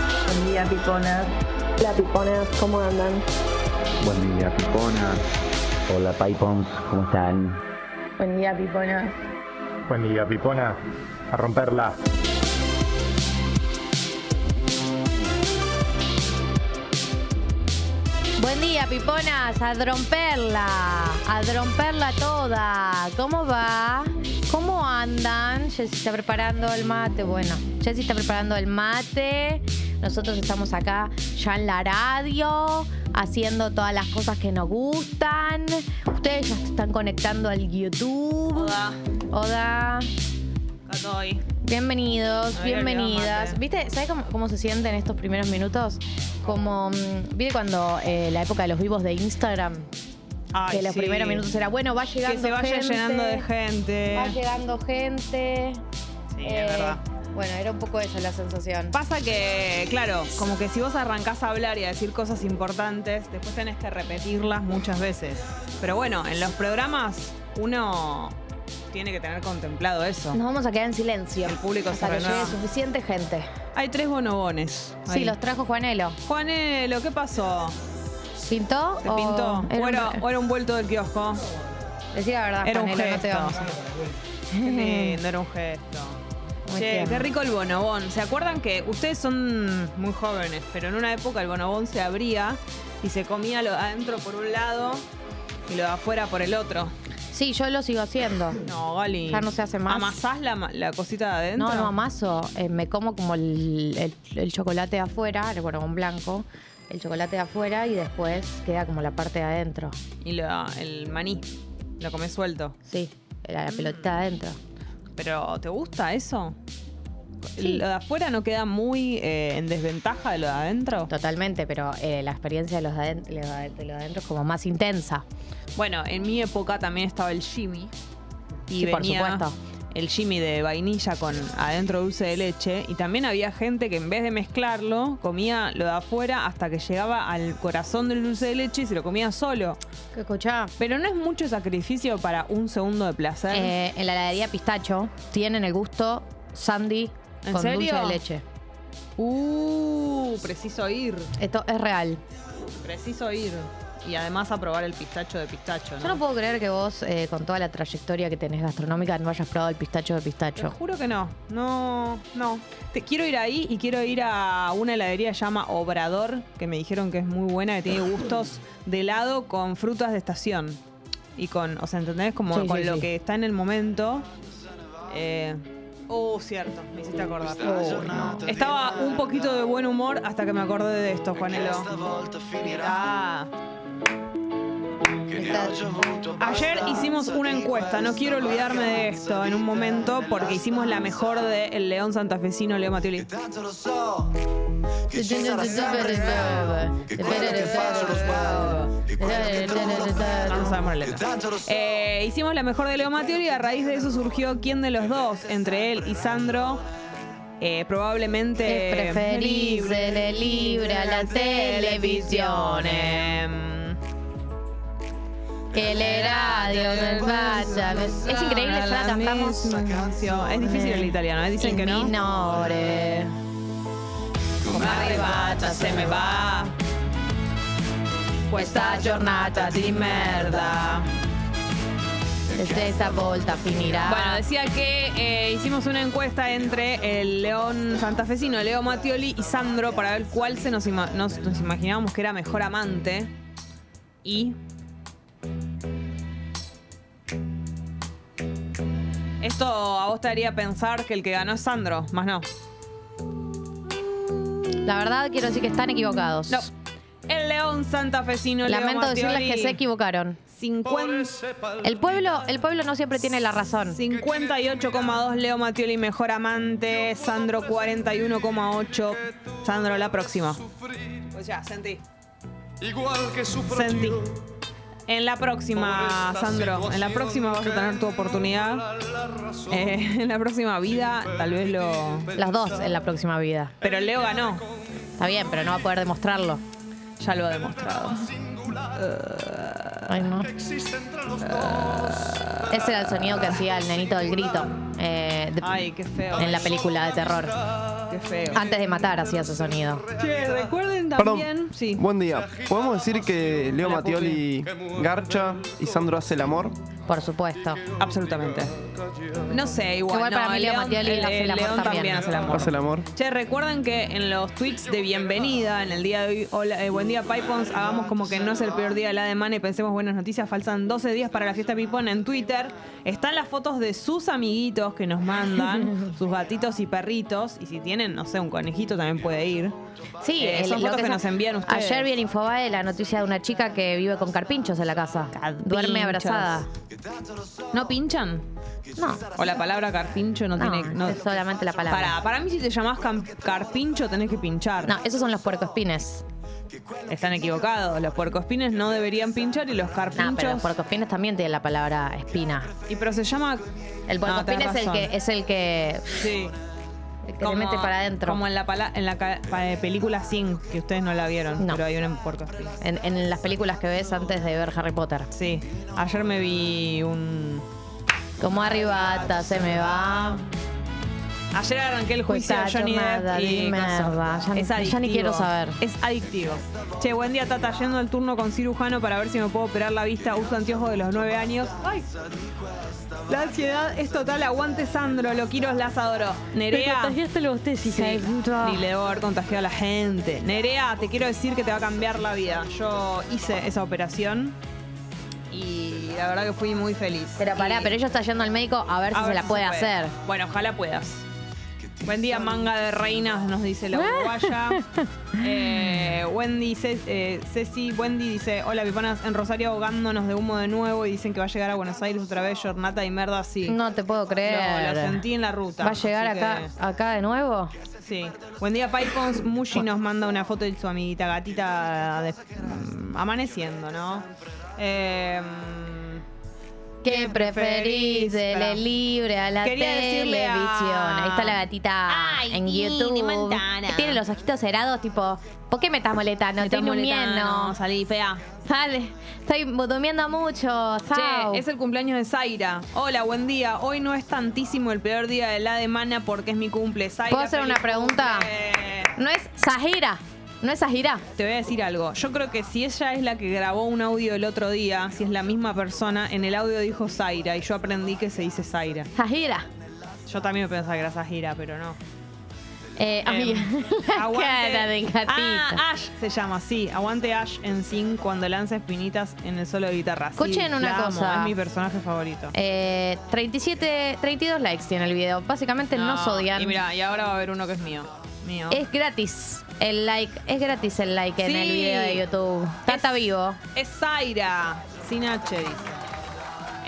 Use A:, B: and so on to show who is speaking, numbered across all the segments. A: Hola, piconas.
B: Hola, piconas, ¿cómo andan?
C: Buen día, piconas.
D: Hola, Pipons, ¿cómo están?
A: Buen día, piconas.
E: Buen día, piconas. A romperla.
F: Buen día, piponas, a romperla, a romperla toda. ¿Cómo va? ¿Cómo andan? Jessy está preparando el mate. Bueno, Jessy está preparando el mate. Nosotros estamos acá ya en la radio, haciendo todas las cosas que nos gustan. Ustedes ya se están conectando al YouTube.
G: Hola,
F: Oda,
G: acá estoy.
F: bienvenidos,
G: Me había olvidado
F: bienvenidas.
G: mate.
F: ¿Viste? ¿Sabes cómo, cómo se sienten estos primeros minutos? Como, mm, ¿viste cuando eh, la época de los vivos de Instagram?
G: Ay,
F: que los
G: sí.
F: primeros minutos era bueno, va llegando
G: Que se vaya
F: gente,
G: llenando de gente.
F: Va llegando gente.
G: Sí,
F: Eh,
G: es verdad.
F: Bueno, era un poco esa la sensación.
G: Pasa que, claro, como que si vos arrancás a hablar y a decir cosas importantes, después tenés que repetirlas muchas veces. Pero bueno, en los programas uno tiene que tener contemplado eso.
F: Nos vamos a quedar en silencio.
G: El público se
F: hasta que
G: renueva.
F: llegue suficiente gente.
G: Hay tres bonobones.
F: Sí,
G: ahí.
F: los trajo Juanelo.
G: Juanelo, ¿qué pasó?
F: ¿Pintó?
G: ¿Se
F: o
G: pintó?
F: Oh, era
G: ¿O
F: un-
G: era, o era un vuelto del kiosco?
F: Decí la verdad,
G: Era un
F: Juanelo, Ah, no te
G: gesto.
F: vamos a...
G: Qué lindo, era un gesto.
F: Muy
G: Che,
F: tierno.
G: qué rico el bonobón. ¿Se acuerdan que ustedes son muy jóvenes, pero en una época el bonobón se abría y se comía lo de adentro por un lado y lo de afuera por el otro?
F: Sí, yo lo sigo haciendo.
G: No, Gali.
F: Ya no se hace más.
G: ¿Amasás la, ma- la cosita de adentro?
F: No, no amaso. Eh, me como como el, el- el chocolate de afuera, el borbón blanco, el chocolate de afuera y después queda como la parte de adentro.
G: Y lo- el maní, lo comés suelto.
F: Sí, la, la pelotita de adentro.
G: ¿Pero te gusta eso?
F: Sí.
G: ¿Lo de afuera no queda muy eh, en desventaja de lo de adentro?
F: Totalmente, pero eh, la experiencia de los de adentro, de los de adentro es como más intensa.
G: Bueno, en mi época también estaba el Jimmy. Y
F: Sí, por
G: venía
F: supuesto.
G: el Jimmy de vainilla con adentro dulce de leche. Y también había gente que en vez de mezclarlo, comía lo de afuera hasta que llegaba al corazón del dulce de leche y se lo comía solo.
F: ¿Qué escuchá?
G: Pero no es mucho sacrificio para un segundo de placer.
F: Eh, en la heladería Pistacho tienen el gusto Sandy
G: ¿En
F: con dulce
G: serio?
F: de leche.
G: Uh, preciso ir.
F: Esto es real.
G: Preciso ir. Y además a probar el pistacho de pistacho, ¿no?
F: Yo no puedo creer que vos, eh, con toda la trayectoria que tenés gastronómica, no hayas probado el pistacho de
G: Te
F: pistacho.
G: juro que no, no, no. Te quiero ir ahí y quiero ir a una heladería que se llama Obrador, que me dijeron que es muy buena, que tiene gustos de helado con frutas de estación. Y con, o sea, ¿entendés? Como
F: Sí,
G: con
F: sí,
G: lo
F: sí.
G: que está en el momento. Eh, oh, cierto, me hiciste acordar. Oh, no. Estaba un poquito de buen humor hasta que me acordé de esto, Juanelo. Ah.
F: Está-
G: Ayer hicimos una encuesta, no quiero olvidarme de esto en un momento porque hicimos la mejor de El León Santafesino Leo Matioli. No, no sabemos la letra. Eh, hicimos la mejor de Leo Matioli y a raíz de eso surgió quién de los dos, entre él y Sandro, eh, probablemente...
F: Es preferírsele libre a la televisión. eh.
G: Em,
F: Que el radio del vaya. Es increíble, ya la cantamos.
G: canción. Es difícil el italiano, ¿eh? dicen que no.
F: Minore.
G: Come arrivata se me va
F: Pues
G: questa giornata di merda.
F: Desde esta volta finirá.
G: Bueno, decía que eh, hicimos una encuesta entre el león santafesino, Leo Mattioli y Sandro para ver cuál se nos, ima- nos- nos imaginábamos que era mejor amante. Y. Esto a vos te haría pensar que el que ganó es Sandro, más no.
F: la verdad quiero decir que están equivocados.
G: No. El león santafesino, Leo
F: Lamento decirles que
G: Mattioli,
F: se equivocaron.
G: 50
F: El pueblo, el pueblo no siempre tiene la razón.
G: 58,2 Leo Matioli, mejor amante. Sandro 41,8. Sandro, la próxima. Pues ya, sentí.
H: Igual que sufro
G: Sentí.
H: yo.
G: En la próxima, Sandro. En la próxima vas a tener tu oportunidad. Eh, en la próxima vida, tal vez lo.
F: Las dos en la próxima vida.
G: Pero Leo ganó.
F: Está bien, pero no va a poder demostrarlo.
G: Ya lo ha demostrado.
F: Ay, no. Ah. Ese era el sonido que hacía el nenito del grito eh, de-
G: Ay, qué feo.
F: en la película de terror.
G: Qué Qué feo.
F: Antes de matar hacía ese sonido.
G: Che, recuerden
I: Perdón.
G: también. Sí.
I: Buen día. ¿Podemos decir que Leo
G: Hola,
I: Matioli garcha y Sandro hace el amor?
F: Por supuesto.
G: Absolutamente. No sé, igual.
F: Igual
G: no,
F: para mí Leo Mattioli
G: el-
F: hace el amor
G: León
F: también.
G: hace el amor.
I: Hace el amor.
G: Che, recuerden que en los tweets de bienvenida, en el día de hoy, hola, eh, buen día Pipons, hagamos como que no es el peor día de la semana y pensemos buenas noticias. Faltan 12 días para la fiesta Pipón en Twitter. Están las fotos de sus amiguitos que nos mandan, sus gatitos y perritos. Y si tienen, no sé, un conejito también puede ir.
F: Sí,
G: Eh, son fotos que
F: sa-
G: nos envían ustedes.
F: Ayer vi en Infobae la noticia de una chica que vive con carpinchos en la casa.
G: Carpinchos.
F: Duerme abrazada.
G: ¿No pinchan?
F: No.
G: O la palabra carpincho no,
F: No,
G: tiene. No.
F: es solamente la palabra.
G: Para, para mí, si te llamás cam- carpincho, tenés que pinchar.
F: No, esos son los puercoespines.
G: Están equivocados. Los puercoespines no deberían pinchar y los carpinchos.
F: No, pero los puercoespines también tienen la palabra espina.
G: Y pero se llama.
F: El
G: No,
F: puercoespín
G: tenés
F: es el
G: razón.
F: que es el que,
G: Sí.
F: el que le mete para adentro.
G: Como en la, pala- en la ca- pa- eh, película Sing, que ustedes no la vieron,
F: No.
G: pero hay una en puercoespín.
F: En, en las películas que ves antes de ver Harry Potter.
G: Sí. Ayer me vi un.
F: Como arribata, se me va.
G: Ayer arranqué el
F: Pues
G: juicio a
F: está
G: Johnny
F: tomada,
G: Depp y
F: dime,
G: cosa.
F: va, ya ni-
G: es
F: ya ni
G: adictivo.
F: quiero saber.
G: Es adictivo. Che, buen día, Tata. Yendo al turno con cirujano para ver si me puedo operar la vista. Uso anteojos de los 9 años. Ay. La ansiedad es total. Aguante, Sandro. Lo quiero, las adoro. Nerea.
F: lo usted, sí,
G: Ni le debo haber contagiado a la gente. Nerea, te quiero decir que te va a cambiar la vida. Yo hice esa operación y la verdad que fui muy feliz.
F: Pero pará,
G: Y-
F: pero ella está yendo al médico a ver si
G: a
F: se
G: ver
F: la
G: si
F: puede
G: se puede.
F: hacer.
G: Bueno, ojalá puedas. Buen día, manga de reinas, nos dice la uruguaya. Eh, Wendy, Ce- eh, Ceci, Wendy dice, hola piponas, en Rosario ahogándonos de humo de nuevo y dicen que va a llegar a Buenos Aires otra vez, jornata y merda, sí.
F: No te puedo
G: Lo,
F: creer.
G: lo sentí en la ruta.
F: ¿Va a llegar
G: así
F: acá,
G: que-
F: acá de nuevo?
G: sí. Buen día, Pipons. Mushi nos manda una foto de su amiguita gatita de- mm, amaneciendo, ¿no? Eh,
F: ¿Qué preferís?
G: Pará.
F: Dele libre a la
G: Quería decirle
F: televisión.
G: a-
F: Ahí está la gatita
G: Ay,
F: en
G: Tini
F: YouTube.
G: Montana.
F: Que Tiene los ojitos herados, tipo, ¿por qué me estás molestando? Estoy durmiendo.
G: Salí fea.
F: Sale, estoy durmiendo mucho. Chao.
G: Che, es el cumpleaños de Zaira. Hola, buen día. Hoy no es tantísimo el peor día de la semana porque es mi cumple. Zaira,
F: ¿Puedo hacer
G: feliz
F: una pregunta?
G: cumple.
F: No es Zahira. No es Zahira.
G: Te voy a decir algo. Yo creo que si ella es la que grabó un audio el otro día, si es la misma persona, en el audio dijo Zaira y yo aprendí que se dice Zaira.
F: Zahira.
G: Yo también pensaba que era Zaira, pero no.
F: Eh, ay,
G: Em,
F: la
G: aguante-
F: cara del gatito.
G: Ah, Ash se llama, sí. Aguante Ash en Zinc cuando lanza espinitas en el solo de guitarra. Sí,
F: Escuchen una
G: la amo,
F: cosa.
G: Es mi personaje favorito.
F: Eh, 37, 32 likes tiene el video. Básicamente Este no, nos odian.
G: Y mira, y ahora va a haber uno que es mío. Mío.
F: Es gratis el like, es gratis el like en
G: Sí.
F: el video de YouTube. Tata
G: Es-
F: vivo.
G: Es Zaira, sin H, dice.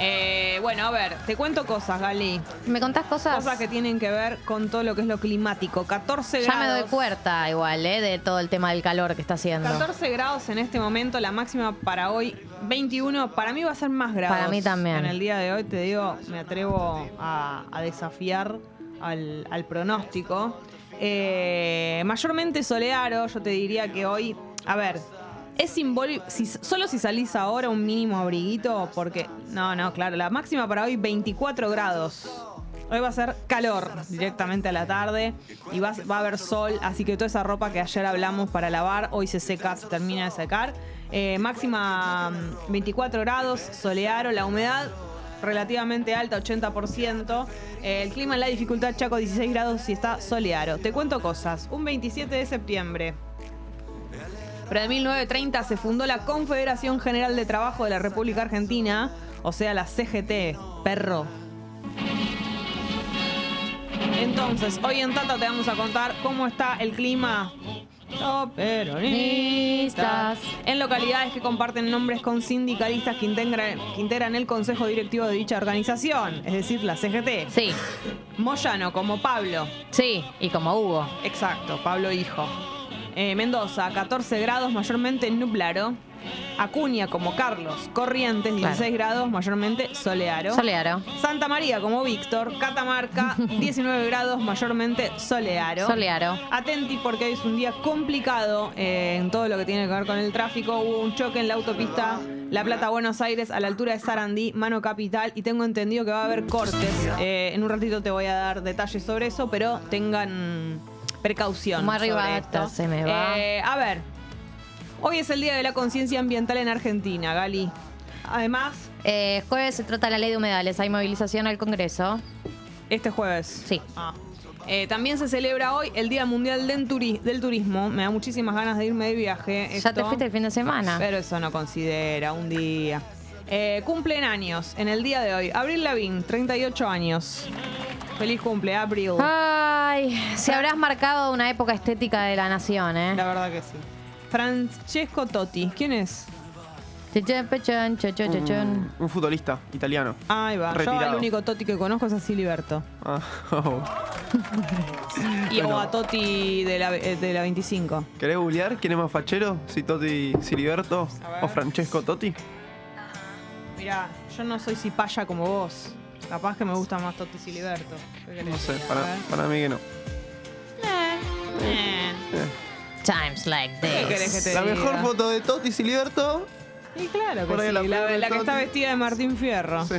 G: Eh, bueno, a ver, te cuento cosas, Gali.
F: ¿Me contás cosas?
G: Cosas que tienen que ver con todo lo que es lo climático. 14
F: ya me
G: grados.
F: doy cuenta igual, eh, de todo el tema del calor que está haciendo.
G: 14 grados en este momento, la máxima para hoy 21. Para mí va a ser más grados.
F: Para mí también.
G: En el día de hoy, te digo, me atrevo a, a desafiar al, al pronóstico. Eh, mayormente soleado, yo te diría que hoy, a ver, es simbólico, si- solo si salís ahora un mínimo abriguito, porque, no, no, claro, la máxima para hoy 24 grados. Hoy va a ser calor directamente a la tarde y va, va a haber sol, así que toda esa ropa que ayer hablamos para lavar, hoy se seca, se termina de secar. Eh, máxima mm, 24 grados, soleado, la humedad relativamente alta, 80%. Eh, el clima en la dificultad Chaco 16 grados y está soleado. Te cuento cosas. Un 27 de septiembre. Pero en 1930 se fundó la Confederación General de Trabajo de la República Argentina, o sea, la CGT, perro. Entonces, hoy en Tata te vamos a contar cómo está el clima. Los peronistas. En localidades que comparten nombres con sindicalistas que integran, que integran el consejo directivo de dicha organización, es decir, la CGT.
F: Sí,
G: Moyano, como Pablo.
F: sí, y como Hugo.
G: Exacto, Pablo Hijo. Eh, Mendoza, 14 grados, mayormente nublaro. Acuña, como Carlos. Corrientes, 16
F: Claro.
G: grados, mayormente solearo.
F: Solearo.
G: Santa María, como Víctor. Catamarca, 19 grados, mayormente solearo.
F: Solearo.
G: Atenti porque hoy es un día complicado eh, en todo lo que tiene que ver con el tráfico. Hubo un choque en la autopista La Plata Buenos Aires a la altura de Sarandí, Mano Capital, y tengo entendido que va a haber cortes. Eh, en un ratito te voy a dar detalles sobre eso, pero tengan precaución.
F: Muy arriba
G: sobre
F: esto,
G: esto.
F: se me va.
G: Eh, a ver, hoy es el Día de la Conciencia Ambiental en Argentina, Gali. Además,
F: Eh, jueves se trata la ley de humedales. Hay movilización al Congreso.
G: este jueves.
F: Sí.
G: Ah. Eh, también se celebra hoy el Día Mundial del, Turi- del Turismo. Me da muchísimas ganas de irme de viaje.
F: Ya te
G: esto.
F: fuiste el fin de semana.
G: Pero eso no considera un día. Eh, cumplen años en el día de hoy. Abril Lavín, 38 años. Feliz cumple, Abril.
F: Ah. Ay, si habrás marcado una época estética de la nación,
G: La
F: ¿eh?
G: verdad que sí. Francesco Totti, ¿quién es?
F: Chichén, pechón, chochón, chochón.
I: Un, un futbolista italiano.
G: Ahí va. Yo
I: Retirado.
G: el único Totti que conozco es a Siliberto.
I: Ah, oh.
G: Y o a Totti de la, eh, de la 25.
I: ¿Querés googlear quién es más fachero? Si Totti Siliberto
G: A ver.
I: o Francesco Totti.
G: Mirá, yo no soy cipaya como vos. Capaz que me gusta más Totti Siliberto. ¿Qué querés
I: No sé,
G: que diga?
I: para,
G: A ver.
I: para mí que no.
G: Eh,
F: Times like
G: ¿Qué querés que
F: this.
G: te
I: La
G: diga?
I: mejor foto de Totti Siliberto.
G: Y claro que
I: Por ahí
G: sí, la,
I: la foto de
G: la que
I: Totti.
G: está vestida de Martín Fierro.
I: Sí.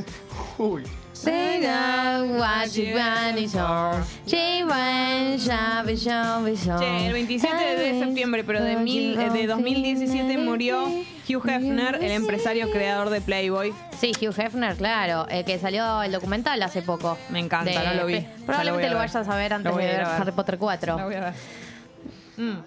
I: Uy.
F: Say now what you want is all. She wants to be shown, be shown.
G: Che, el 27 de septiembre, pero de, mil- eh, de 2017 murió Hugh Hefner, el empresario creador de Playboy.
F: Sí, Hugh Hefner, claro, eh, que salió el documental hace poco.
G: Me encanta, no lo vi.
F: pe-
G: Ya lo voy
F: Probablemente
G: a
F: lo,
G: ver.
F: vayas a ver
G: Lo
F: antes de
G: voy a ir
F: ver
G: a ver.
F: Harry Potter 4.
G: La voy a ver. Mm.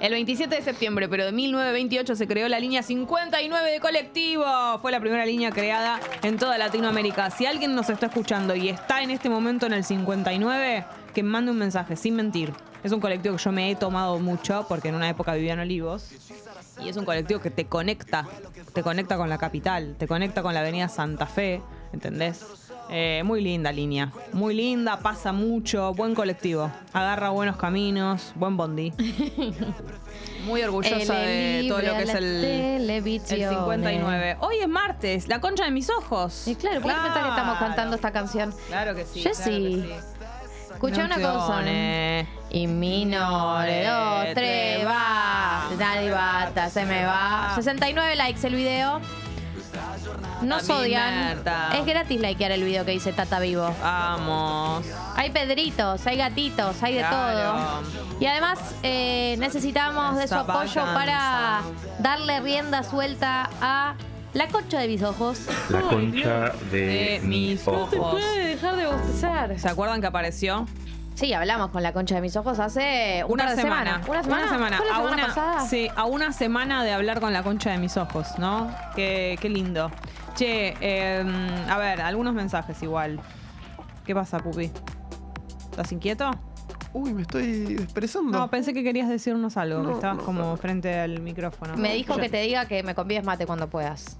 G: El 27 de septiembre, pero de 1928, se creó la línea 59 de colectivo. Fue la primera línea creada en toda Latinoamérica. Si alguien nos está escuchando y está en este momento en el 59, que mande un mensaje, sin mentir. Es un colectivo que yo me he tomado mucho porque en una época vivía en Olivos. Y es un colectivo que te conecta, te conecta con la capital, te conecta con la avenida Santa Fe, ¿entendés? Eh, muy linda línea, muy linda, pasa mucho, buen colectivo, agarra buenos caminos, buen bondi. Muy orgullosa de todo lo que es el, el 59. Hoy es martes, la concha de mis ojos.
F: Y claro, ¿por qué pensás que estamos cantando esta canción?
G: Claro que sí.
F: Jessy,
G: claro que sí.
F: Escucha una cosa. ¿eh?
G: Canciones.
F: Y minore, dos, tres, va. Nadie bata, se me
G: Ah.
F: va. 69 likes el video. Nos
G: A mí,
F: odian.
G: Marta.
F: Es gratis likear el video que dice Tata Vivo.
G: Vamos.
F: Hay pedritos, hay gatitos, hay de
G: Claro.
F: todo. Y además eh, necesitamos de su
G: Esa
F: apoyo
G: vacanza.
F: para darle rienda suelta a la concha de mis ojos.
D: La concha de,
G: De Eh, mis ojos.
F: dejar de bostezar.
G: ¿Se acuerdan que apareció?
F: Sí, hablamos con la concha de mis ojos hace un
G: Una
F: par de
G: semana.
F: semanas. Una semana. ¿Fue la
G: a
F: semana
G: una,
F: pasada?
G: Sí, a una semana de hablar con la concha de mis ojos, ¿no? Qué, qué lindo. Che, eh, a ver, algunos mensajes igual. ¿Qué pasa, Pupi? ¿Estás inquieto?
I: Uy, me estoy
G: No,
I: expresando.
G: pensé que querías decirnos algo, que
I: No,
G: estabas
I: no,
G: como frente al micrófono.
F: Me dijo que te diga que me convides mate cuando puedas.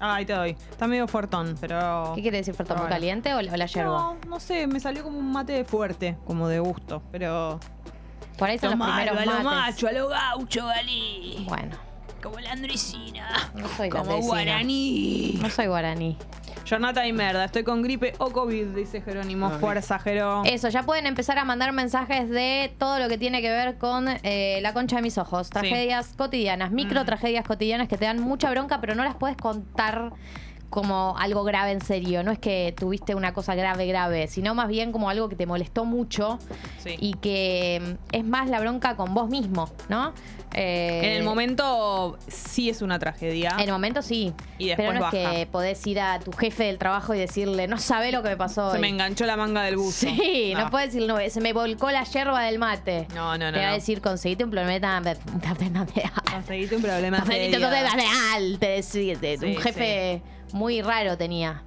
G: Ah, ahí te doy. Está medio fuertón, pero...
F: ¿Qué quiere decir Fertón?
G: Ah,
F: ¿Muy
G: bueno.
F: caliente o, o la yerba?
G: No, no sé, me salió como un mate fuerte, como de gusto, pero...
F: Por ahí son los
G: Tomalo,
F: primeros mates.
G: a lo gaucho, Galí.
F: Bueno,
G: Como la andresina.
F: no soy
G: Como
F: landesina.
G: guaraní.
F: No soy guaraní.
G: Jornata y merda, estoy con gripe o COVID, dice Jerónimo. Fuerza, Jerónimo.
F: Eso, ya pueden empezar a mandar mensajes de todo lo que tiene que ver con eh, la concha de mis ojos. Tragedias cotidianas, micro
G: Mm.
F: tragedias cotidianas que te dan mucha bronca, pero no las puedes contar como algo grave en serio. No es que tuviste una cosa grave, grave, sino más bien como algo que te molestó mucho y que mm, es más la bronca con vos mismo, ¿no? Eh,
G: En el momento sí es una tragedia.
F: En el momento sí.
G: Y después
F: pero no es
G: baja.
F: que podés ir a tu jefe del trabajo y decirle, no sabe lo que me pasó.
G: Se
F: hoy".
G: me enganchó la manga del buzo.
F: Sí, no,
G: Ah.
F: puedes decir, no, se me volcó la yerba del mate.
G: No, no, no,
F: Te va a
G: no.
F: decir, conseguiste un planeta de
G: Conseguiste un problema serio.
F: al, te decía, te-
G: Sí,
F: un jefe muy raro tenía.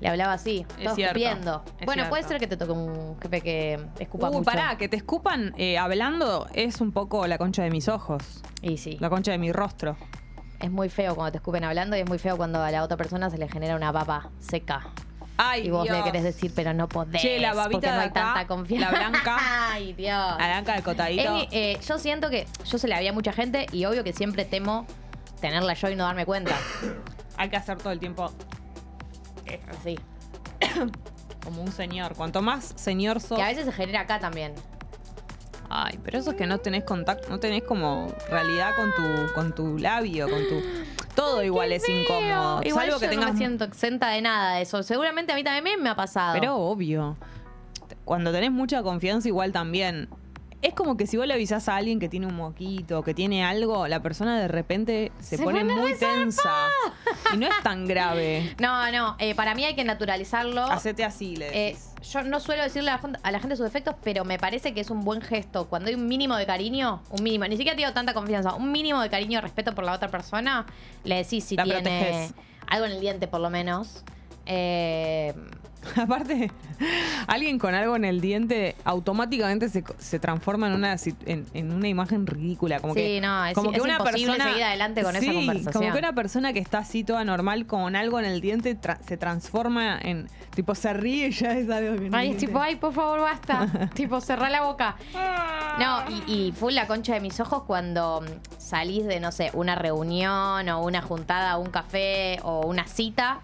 F: Le hablaba así,
G: Es
F: todos
G: cierto,
F: escupiendo.
G: es
F: Bueno, puede
G: cierto.
F: ser que te toque un jefe que escupa
G: Uy,
F: mucho.
G: Uh, pará, que te escupan eh, hablando es un poco la concha de mis ojos,
F: Y sí,
G: la concha de mi rostro.
F: es muy feo cuando te escupen hablando y es muy feo cuando a la otra persona se le genera una papa seca.
G: Ay,
F: Y vos
G: Dios.
F: le querés decir, pero no podés.
G: Che, la babita
F: porque no
G: de
F: hay
G: acá,
F: tanta confianza.
G: la blanca.
F: Ay, Dios.
G: Aranca del cotadito.
F: Es que, eh, yo siento que yo se la había a mucha gente y obvio que siempre temo tenerla yo y no darme cuenta.
G: Hay que hacer todo el tiempo
F: Así.
G: como un señor. Cuanto más señor sos.
F: Que a veces se genera acá también.
G: Ay, pero eso es que no tenés contacto, no tenés como realidad con tu, con tu labio, con tu. Todo igual es incómodo.
F: Igual
G: salvo que
F: yo
G: tengas.
F: no me siento exenta de nada de eso. Seguramente a mí también me ha pasado.
G: Pero obvio. Cuando tenés mucha confianza, igual también. Es como que si vos le avisás a alguien que tiene un moquito, que tiene algo, la persona de repente se,
F: Se
G: pone,
F: pone
G: muy
F: re zarpada.
G: tensa. Y no es tan grave.
F: No, no, eh, para mí hay que naturalizarlo.
G: Hacete así, le
F: Eh,
G: decís.
F: yo no suelo decirle a la, gente, a la gente sus defectos, pero me parece que es un buen gesto. Cuando hay un mínimo de cariño, un mínimo, ni siquiera te digo tanta confianza, un mínimo de cariño y respeto por la otra persona, le decís si
G: La
F: tiene
G: protegés.
F: algo en el diente, por lo menos. Eh,
G: Aparte, alguien con algo en el diente automáticamente se, co- se transforma en una, sit- en, en una imagen ridícula. Como
F: Sí,
G: que,
F: no, es- es imposible seguir adelante con esa
G: Sí, Como
F: conversación.
G: que una persona que está así toda normal con algo en el diente tra- se transforma en. Tipo, se ríe y ya es algo que no
F: ay, es
G: entiende.
F: tipo, ay, por favor, basta. tipo, cerrá la boca. No, y, y full la concha de mis ojos cuando mm, salís de, no sé, una reunión o una juntada, un café o una cita.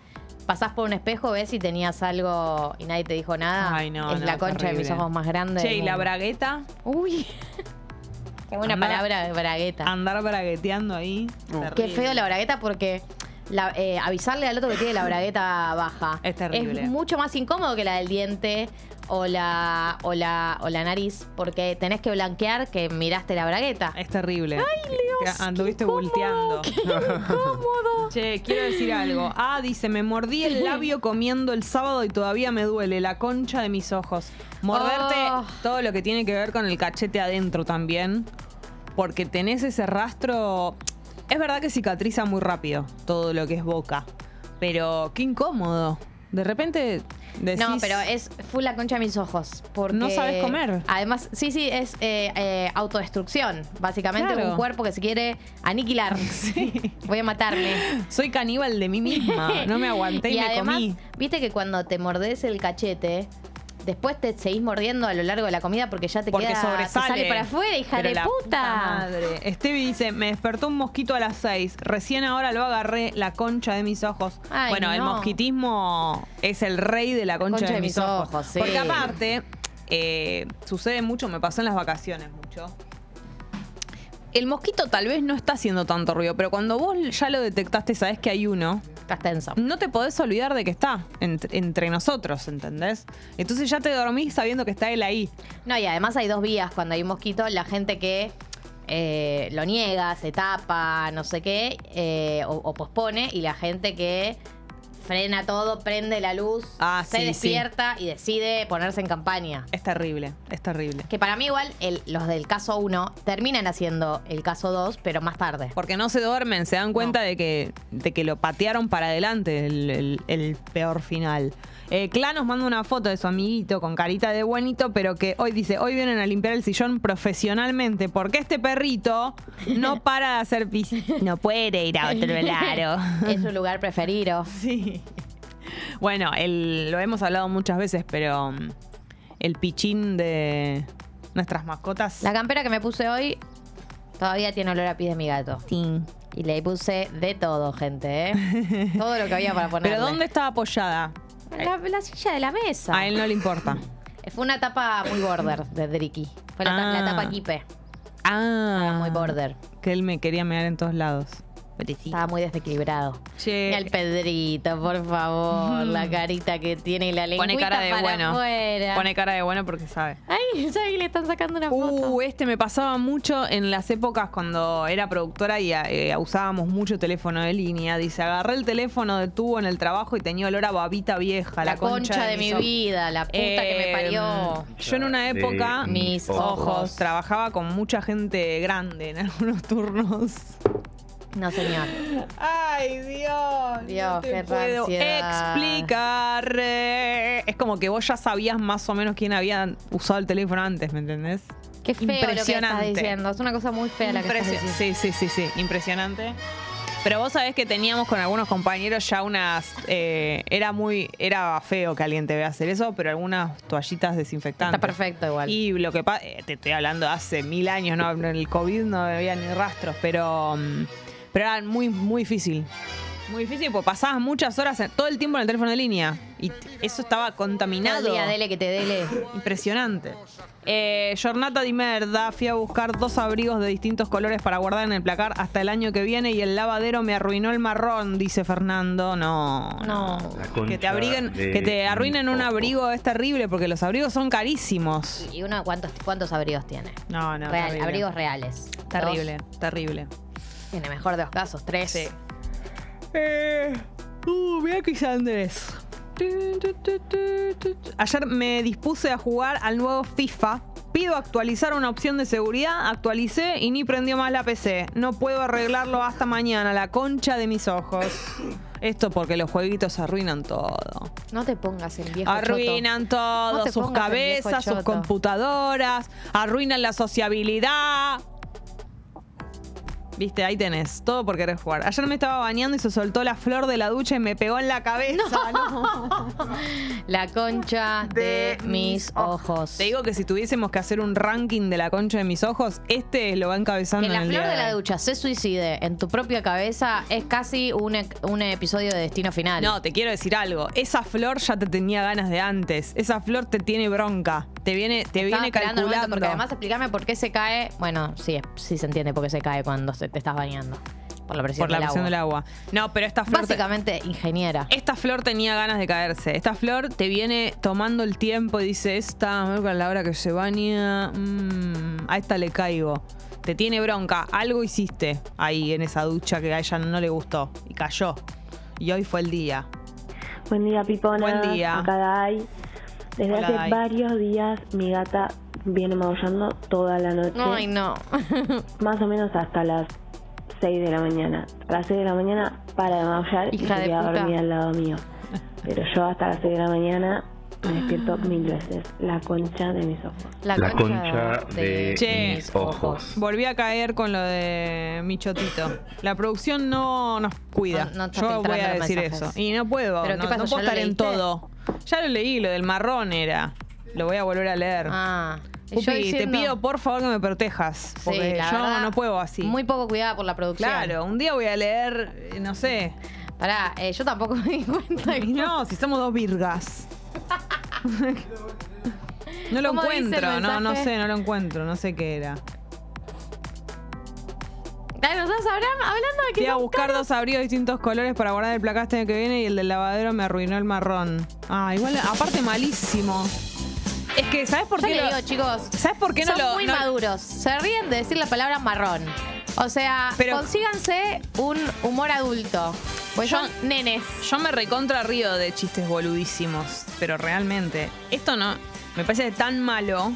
F: Pasás por un espejo, ves si tenías algo y nadie te dijo nada.
G: Ay, no,
F: Es
G: no,
F: la concha de mis
G: terrible.
F: ojos más grande.
G: Che,
F: del
G: y la
F: mundo.
G: bragueta,
F: Uy. Qué buena
G: Andá-
F: palabra de bragueta.
G: andar bragueteando ahí.
I: Oh.
F: Qué
G: terrible.
F: feo la bragueta porque la- eh, avisarle al otro que tiene la bragueta baja
G: Es terrible.
F: Es mucho más incómodo que la del diente o la, o la, o la nariz porque tenés que blanquear que miraste la bragueta.
G: Es terrible. Ay, Dios. Anduviste volteando. Che, quiero decir algo. Ah, dice, me mordí el labio comiendo el sábado y todavía me duele la concha de mis ojos. Morderte
F: Oh.
G: todo lo que tiene que ver con el cachete adentro también. Porque tenés ese rastro. Es verdad que cicatriza muy rápido todo lo que es boca. Pero qué incómodo. De repente decís.
F: No, pero es full la concha de mis ojos. Porque
G: No sabes comer.
F: Además, sí, sí, es eh, eh, autodestrucción. Básicamente,
G: Claro.
F: un cuerpo que se quiere aniquilar.
G: Sí.
F: Voy a matarme.
G: Soy caníbal de mí misma. Ah, No me aguanté y, me
F: además,
G: comí.
F: Viste que cuando te mordés el cachete, después te seguís mordiendo a lo largo de la comida porque ya te
G: Porque
F: queda, te
G: sobresale.
F: sale para afuera, hija
G: Pero
F: de
G: la
F: puta.
G: madre. Stevie dice, me despertó un mosquito a las 6. Recién ahora lo agarré, la concha de mis ojos.
F: Ay,
G: bueno, el
F: no.
G: mosquitismo es el rey de la concha, de, mis ojos.
F: sí.
G: Porque aparte, eh, sucede mucho, me pasó en las vacaciones mucho. El mosquito tal vez no está haciendo tanto ruido, pero cuando vos ya lo detectaste, sabés que hay uno,
F: Estás tenso.
G: no te podés olvidar de que está ent- entre nosotros, ¿entendés? Entonces ya te dormís sabiendo que está él ahí.
F: No, y además hay dos vías cuando hay un mosquito, la gente que eh, lo niega, se tapa, no sé qué, eh, o, o pospone, y la gente que frena todo, prende la luz,
G: Ah,
F: se
G: sí,
F: despierta y decide ponerse en campaña.
G: Es terrible, es terrible.
F: Que para mí igual el- los del caso 1 terminan haciendo el caso 2, pero más tarde.
G: Porque no se duermen, se dan cuenta de, que, de que lo patearon para adelante el, el- el peor final. Eh, Cla nos manda una foto de su amiguito con carita de buenito, pero que hoy dice, hoy vienen a limpiar el sillón profesionalmente porque este perrito no para de hacer pis. No puede ir a otro lado.
F: es su lugar preferido.
G: Sí. Bueno, el- lo hemos hablado muchas veces, pero mm, el pichín de nuestras mascotas...
F: La campera que me puse hoy todavía tiene olor a pis de mi gato.
G: Sí.
F: Y le puse de todo, gente, ¿eh? Todo lo que había para ponerle.
G: ¿Pero dónde Ah, está apoyada?
F: La, la silla de la mesa. Eh,
G: A él no le importa.
F: Fue una tapa muy border de Driki. Fue la, ta-
G: Ah.
F: la tapa Kipe.
G: Ah,
F: Estaba muy border.
G: Que él me quería mear en todos lados.
F: Estaba muy desequilibrado.
G: Che,
F: Mira el Pedrito, por favor. La carita que tiene y la lengüita
G: Mm. pone cara de
F: para
G: bueno.
F: afuera.
G: Pone cara de bueno porque sabe.
F: Ay, ya ahí le están sacando una foto.
G: Uh, este me pasaba mucho en las épocas cuando era productora y eh, usábamos mucho teléfono de línea. Dice, agarré el teléfono de tubo en el trabajo y tenía olor a babita vieja, la,
F: la concha, de, mi
G: mis ojos.
F: vida, la puta que me
G: Eh,
F: parió.
G: Yo en una
D: De
G: época,
F: mis
G: ojos,
F: ojos.
G: trabajaba con mucha gente grande en algunos turnos.
F: No, señor.
G: Ay, Dios. no
F: Dios,
G: te
F: qué
G: puedo
F: ranciedad.
G: explicar. Eh, Es como que vos ya sabías más o menos quién había usado el teléfono antes, ¿me entendés?
F: Qué feo lo que estás
G: Impresionante.
F: diciendo. Es una cosa muy fea la que estás
G: Impresio-
F: diciendo.
G: sí, sí, sí, sí. Impresionante. Pero vos sabés que teníamos con algunos compañeros ya unas. eh, era muy. Era feo que alguien te vea hacer eso, pero algunas toallitas desinfectantes.
F: Está perfecto igual.
G: Y lo que pasa, te estoy hablando de hace mil años, ¿no? En el COVID no había ni rastros, pero, mm, pero era muy, muy difícil. Muy difícil porque pasabas muchas horas, en- todo el tiempo en el teléfono de línea. Y t- eso estaba contaminado.
F: Día, dele que te dele.
G: Impresionante. Eh, Giornata di merda, fui a buscar dos abrigos de distintos colores para guardar en el placar hasta el año que viene y el lavadero me arruinó el marrón, dice Fernando. No, no.
F: No.
D: La concha
G: Que te abriguen,
D: de
G: que te arruinen un
D: coco.
G: abrigo es terrible porque los abrigos son carísimos.
F: ¿Y uno cuántos, cuántos abrigos tiene?
G: No, no.
F: Real,
G: terrible.
F: abrigos reales.
G: Terrible, terrible.
F: Dos, en el mejor de los casos, tres.
G: Sí. Eh, uh, mira que ya Andrés. Tu, tu, tu, tu, tu, tu. Ayer me dispuse a jugar al nuevo FIFA. Pido actualizar una opción de seguridad, actualicé y ni prendió más la PC. No puedo arreglarlo hasta mañana, la concha de mis ojos. Esto porque los jueguitos arruinan todo.
F: No te pongas el viejo
G: Arruinan todo,
F: No te
G: sus
F: pongas el viejo
G: cabezas, sus
F: choto.
G: computadoras, arruinan la sociabilidad. Viste, ahí tenés, todo por querer jugar. Ayer me estaba bañando y se soltó la flor de la ducha y me pegó en la cabeza. No.
F: choto. La concha de, mis ojos.
G: Te digo que si tuviésemos que hacer un ranking de la concha de mis ojos, este lo va encabezando.
F: que la
G: en el
F: flor
G: día
F: de
G: hoy.
F: la ducha se suicide en tu propia cabeza es casi un, e- un episodio de Destino Final.
G: No, te quiero decir algo. Esa flor ya te tenía ganas de antes. Esa flor te tiene bronca. Te viene, te
F: Estaba esperando
G: viene
F: un
G: calculando.
F: momento, Porque además explícame por qué se cae. Bueno, sí, sí se entiende por qué se cae cuando se- te estás bañando. Por la presión,
G: por la
F: del,
G: presión del
F: agua.
G: agua. No, pero esta flor. te-
F: Básicamente, ingeniera.
D: Eh,
G: Esta flor tenía ganas de caerse. Esta flor te viene tomando el tiempo y dice, esta, a ver, a la hora que se baña, mm, a esta le caigo. Te tiene bronca. Algo hiciste ahí en esa ducha que a ella no le gustó y cayó. Y hoy fue el día.
B: Buen día, Pipona.
G: Buen día.
B: Acá Dai. Desde
G: Hola,
B: hace
G: Dai.
B: varios días mi gata viene maullando toda la noche.
F: Ay, no.
B: Más o menos hasta las 6 de la mañana. A las 6 de la mañana para de maullar
F: Hija
B: y
F: de
B: se queda
F: puta.
B: dormida al lado mío. Pero yo hasta las 6 de la mañana me despierto mil veces. La concha de mis ojos.
D: La concha de
G: Che.
D: mis ojos.
G: Volví a caer con lo de mi chotito. La producción no nos cuida.
F: No- no está
G: Yo voy
F: filtrando
G: a
F: los
G: decir
F: mensajes.
G: eso. Y no puedo,
F: ¿Pero
G: no,
F: qué pasó?
G: no
F: ¿Ya
G: puedo
F: lo
G: estar en
F: leíste?
G: todo. Ya lo leí, lo del marrón era. Lo voy a volver a leer.
F: Ah. y yo
G: Pupi, te
F: diciendo-
G: pido por favor que me protejas,
F: Sí,
G: porque
F: la
G: yo
F: verdad,
G: no puedo así.
F: Muy poco cuidada por la producción.
G: claro, un día voy a leer, eh, no sé.
F: Pará, eh, yo tampoco me di cuenta.
G: Y
F: que-
G: no, si somos dos virgas. no lo
F: ¿Cómo dice el
G: encuentro, no, no
F: mensaje?
G: sé, no lo encuentro, no sé qué era.
F: Claro, nosotros habrá- hablando de que
G: Fui a
F: son
G: buscar
F: caros.
G: dos abrigos de distintos colores para guardar el placar este año que viene y el del lavadero me arruinó el marrón. Ah, igual, aparte malísimo. Es que, ¿sabes por
F: Yo
G: qué?
F: le
G: lo-
F: digo, chicos,
G: ¿Sabes por qué no
F: son
G: lo.?
F: muy
G: no-
F: maduros. Se ríen de decir la palabra marrón. O sea,
G: Pero-
F: consíganse un humor adulto. Pues
G: Yo-
F: son nenes.
G: Yo me recontra río de chistes boludísimos, pero realmente, esto no. Me parece tan malo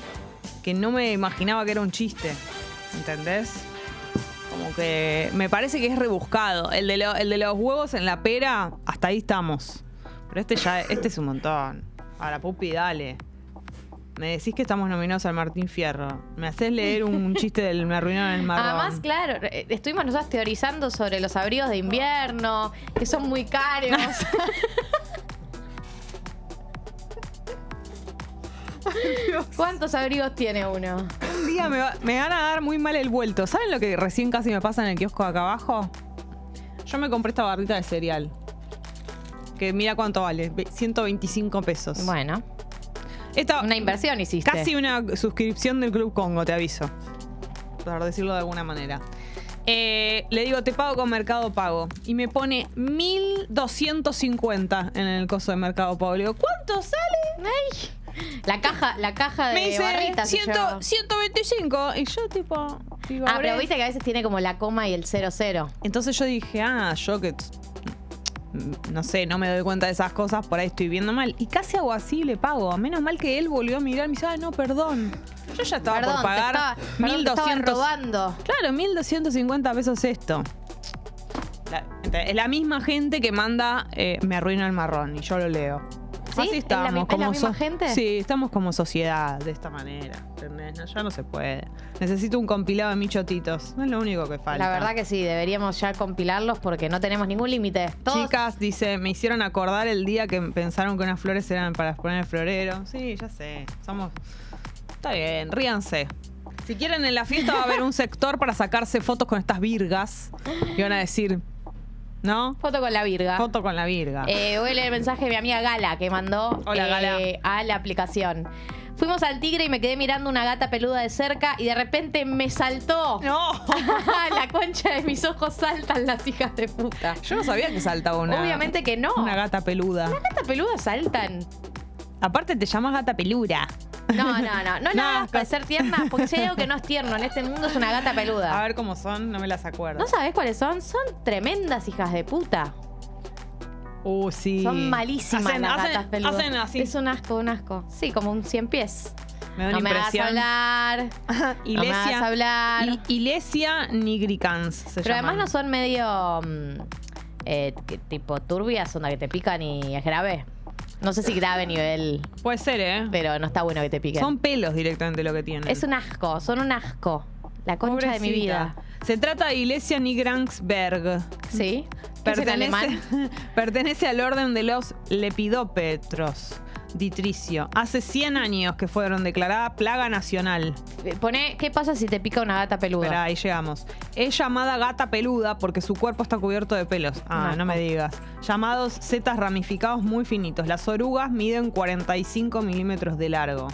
G: que no me imaginaba que era un chiste. ¿Entendés? Como que me parece que es rebuscado. El de, lo- el de los huevos en la pera, hasta ahí estamos. Pero este ya, este es un montón. Ahora, pupi, dale. Me decís que estamos nominados al Martín Fierro. Me haces leer un chiste del Me arruinaron el marrón.
F: Además, claro, eh, estuvimos nosotros teorizando sobre los abrigos de invierno, que son muy caros. ¿Cuántos abrigos tiene uno?
G: Un día me, va- me van a dar muy mal el vuelto. ¿Saben lo que recién casi me pasa en el kiosco de acá abajo? Yo me compré esta barrita de cereal. Que mira cuánto vale, ve- 125 pesos.
F: Bueno,
G: Esta-
F: una inversión hiciste.
G: Casi una suscripción del Club Congo, te aviso. Por decirlo de alguna manera. Eh, le digo, te pago con Mercado Pago. Y me pone 1250 en el coso de Mercado Pago. Le digo, ¿cuánto sale?
F: La caja, la caja de
G: me dice
F: barritas. se
G: 100
F: llevaba.
G: 125. Y yo, tipo. digo,
F: Ah, pero
G: "Habré-
F: viste que a veces tiene como la coma y el cero cero.
G: Entonces yo dije, ah, yo que. t- No sé, no me doy cuenta de esas cosas, por ahí estoy viendo mal. Y casi hago así y le pago. Menos mal que él volvió a mirar y me dice, ah, no, perdón. Yo ya estaba
F: Perdón,
G: por
F: te
G: pagar
F: estaba- perdón, te estaban
G: 1200.
F: robando.
G: Claro, 1250 pesos esto. La, es la misma gente que manda eh, Me arruino el marrón y yo lo leo.
F: ¿Sí? ¿Es
G: Así
F: la
G: estamos.
F: mi- es la
G: como
F: misma
G: so-
F: gente?
G: Sí, estamos como sociedad de esta manera. ¿entendés? No, ya no se puede. Necesito un compilado de michotitos. No es lo único que falta.
F: La verdad que sí, deberíamos ya compilarlos porque no tenemos ningún límite. Todos-
G: Chicas, dice, me hicieron acordar el día que pensaron que unas flores eran para poner en el florero. Sí, ya sé. Somos. Está bien, ríanse. Si quieren, en la fiesta va a haber un sector para sacarse fotos con estas virgas. Y van a decir, ¿No?
F: Foto con la virga.
G: Foto con la virga.
F: Eh, voy a leer el mensaje de mi amiga Gala que mandó eh,
G: Hola, Gala.
F: a la aplicación. Fuimos al tigre y me quedé mirando una gata peluda de cerca y de repente me saltó.
G: No.
F: la concha de mis ojos saltan las hijas de puta.
G: Yo no sabía que saltaba una.
F: Obviamente que no.
G: Una gata peluda.
F: Las gatas peludas saltan.
G: Aparte te llamas gata pelura.
F: No, no, no. No
G: No, pues.
F: nada para
G: cos-
F: ser tierna, porque si hay algo que no es tierno en este mundo es una gata peluda.
G: A ver cómo son, no me las acuerdo.
F: ¿No sabés cuáles son? Son tremendas hijas de puta.
G: Uh, sí.
F: Son malísimas
G: Hacen,
F: las
G: hacen-
F: gatas peludas.
G: hacen así.
F: Es un asco, un asco. Sí, como un cien pies.
G: me da una
F: no me hagas
G: impresión.
F: hablar. No me hagas
G: Ilesia.
F: hablar.
G: I- Ilesia nigricans se
F: Pero además
G: llaman.
F: no son medio mm, eh, que- tipo turbias, onda que te pican y es grave. No sé si grave nivel,
G: Puede ser, ¿eh?
F: pero no está bueno que te piquen.
G: Son pelos directamente lo que tienen.
F: Es un asco, son un asco. La concha de mi vida.
G: Pobrecita. Se trata de Ilesia Nigransberg.
F: ¿Sí? ¿Qué es en
G: Pertenece,
F: alemán?
G: pertenece al orden de los lepidópetros. Ditricio. Hace 100 años que fueron declarada plaga nacional.
F: Eh, Pone, ¿qué pasa si te pica una gata peluda?
G: Esperá, ahí llegamos. Es llamada gata peluda porque su cuerpo está cubierto de pelos. Ah,
F: No.
G: no, me digas. Llamados setas ramificados muy finitos. Las orugas miden 45 milímetros de largo.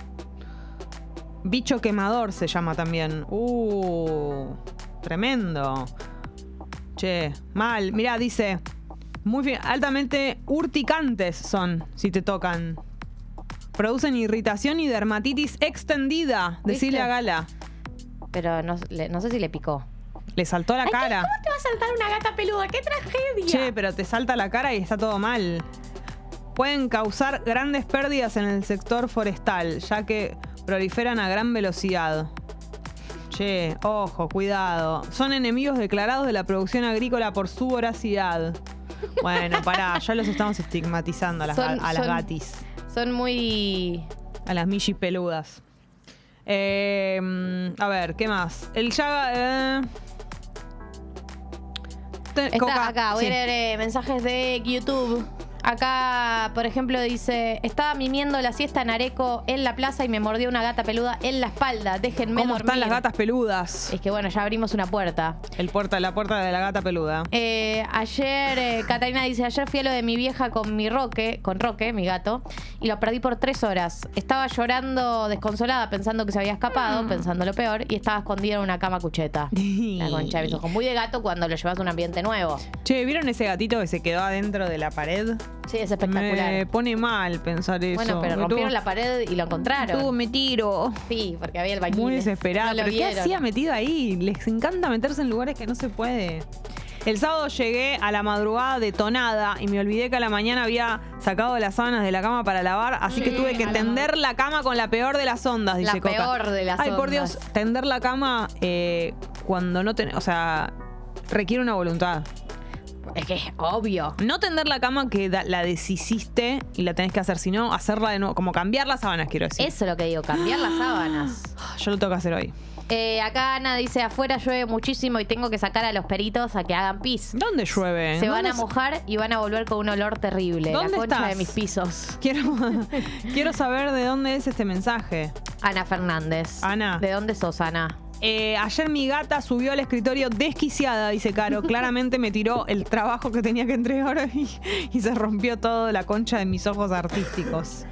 G: Bicho quemador se llama también. Uh, tremendo. Che, mal. Mirá, dice. Muy fi- altamente urticantes son si te tocan. Producen irritación y dermatitis extendida. Decile
F: ¿Viste?
G: a Gala.
F: Pero no, le- no sé si le picó.
G: Le saltó a la
F: Ay, ¿qué-
G: cara.
F: ¿Cómo te va a saltar una gata peluda? ¡Qué tragedia!
G: Che, pero te salta la cara y está todo mal. Pueden causar grandes pérdidas en el sector forestal, ya que proliferan a gran velocidad. Che, ojo, cuidado. Son enemigos declarados de la producción agrícola por su voracidad. Bueno, pará, ya los estamos estigmatizando a las,
F: Son-
G: a las
F: son-
G: gatis,
F: Son muy.
G: a las millis peludas. Eh, mm, a ver, ¿qué más? El yaga... eh. Te-
F: Está
G: coca-
F: acá, voy
G: sí.
F: a leer eh, mensajes de YouTube. Acá, por ejemplo, dice: Estaba mimiendo la siesta en Areco en la plaza y me mordió una gata peluda en la espalda. Déjenme
G: ¿Cómo
F: dormir.
G: están las gatas peludas?
F: Es que bueno, ya abrimos una puerta.
G: El puerta, la puerta de la gata peluda.
F: Eh, ayer, eh, Catalina dice, ayer fui a lo de mi vieja con mi Roque, con Roque, mi gato, y lo perdí por tres horas. Estaba llorando desconsolada, pensando que se había escapado,
G: Mm.
F: pensando lo peor, y estaba escondida en una cama cucheta. La concha de mis ojos. Muy de gato cuando lo llevas a un ambiente nuevo.
G: Che, ¿vieron ese gatito que se quedó adentro de la pared?
F: Sí, es espectacular.
G: Me pone mal pensar eso.
F: bueno, pero
G: Me
F: rompieron
G: tuvo-
F: la pared y lo encontraron.
G: Tuvo, me tiro.
F: Sí, porque había el bañil.
G: Muy desesperada. ¿Pero qué hacía
F: hacía?
G: metido ahí? Les encanta meterse en lugares que no se puede. El sábado llegué a la madrugada detonada y me olvidé que a la mañana había sacado las sábanas de la cama para lavar, así que tuve que tender la cama con la peor de las ondas,
F: La
G: dice Coca.
F: peor de las
G: Ay, por Dios,
F: ondas.
G: tender la cama eh, cuando no tenés, o sea, requiere una voluntad.
F: Es que es obvio.
G: No tender la cama que da- la deshiciste y la tenés que hacer, sino hacerla de nuevo, como cambiar las sábanas, quiero decir.
F: Eso es lo que digo, cambiar las sábanas.
G: Yo lo tengo que hacer hoy.
F: Eh, acá Ana dice, afuera llueve muchísimo y tengo que sacar a los peritos a que hagan pis.
G: ¿Dónde llueve?
F: Se van
G: ¿Dónde
F: a mojar y van a volver con un olor terrible. La
G: ¿Dónde
F: concha
G: estás?
F: de mis pisos.
G: Quiero, quiero saber de dónde es este mensaje.
F: Ana Fernández.
G: Ana.
F: ¿De dónde sos, Ana?
G: Eh, ayer mi gata subió al escritorio desquiciada, dice Caro. Claramente me tiró el trabajo que tenía que entregar y, y se rompió todo la concha de mis ojos artísticos.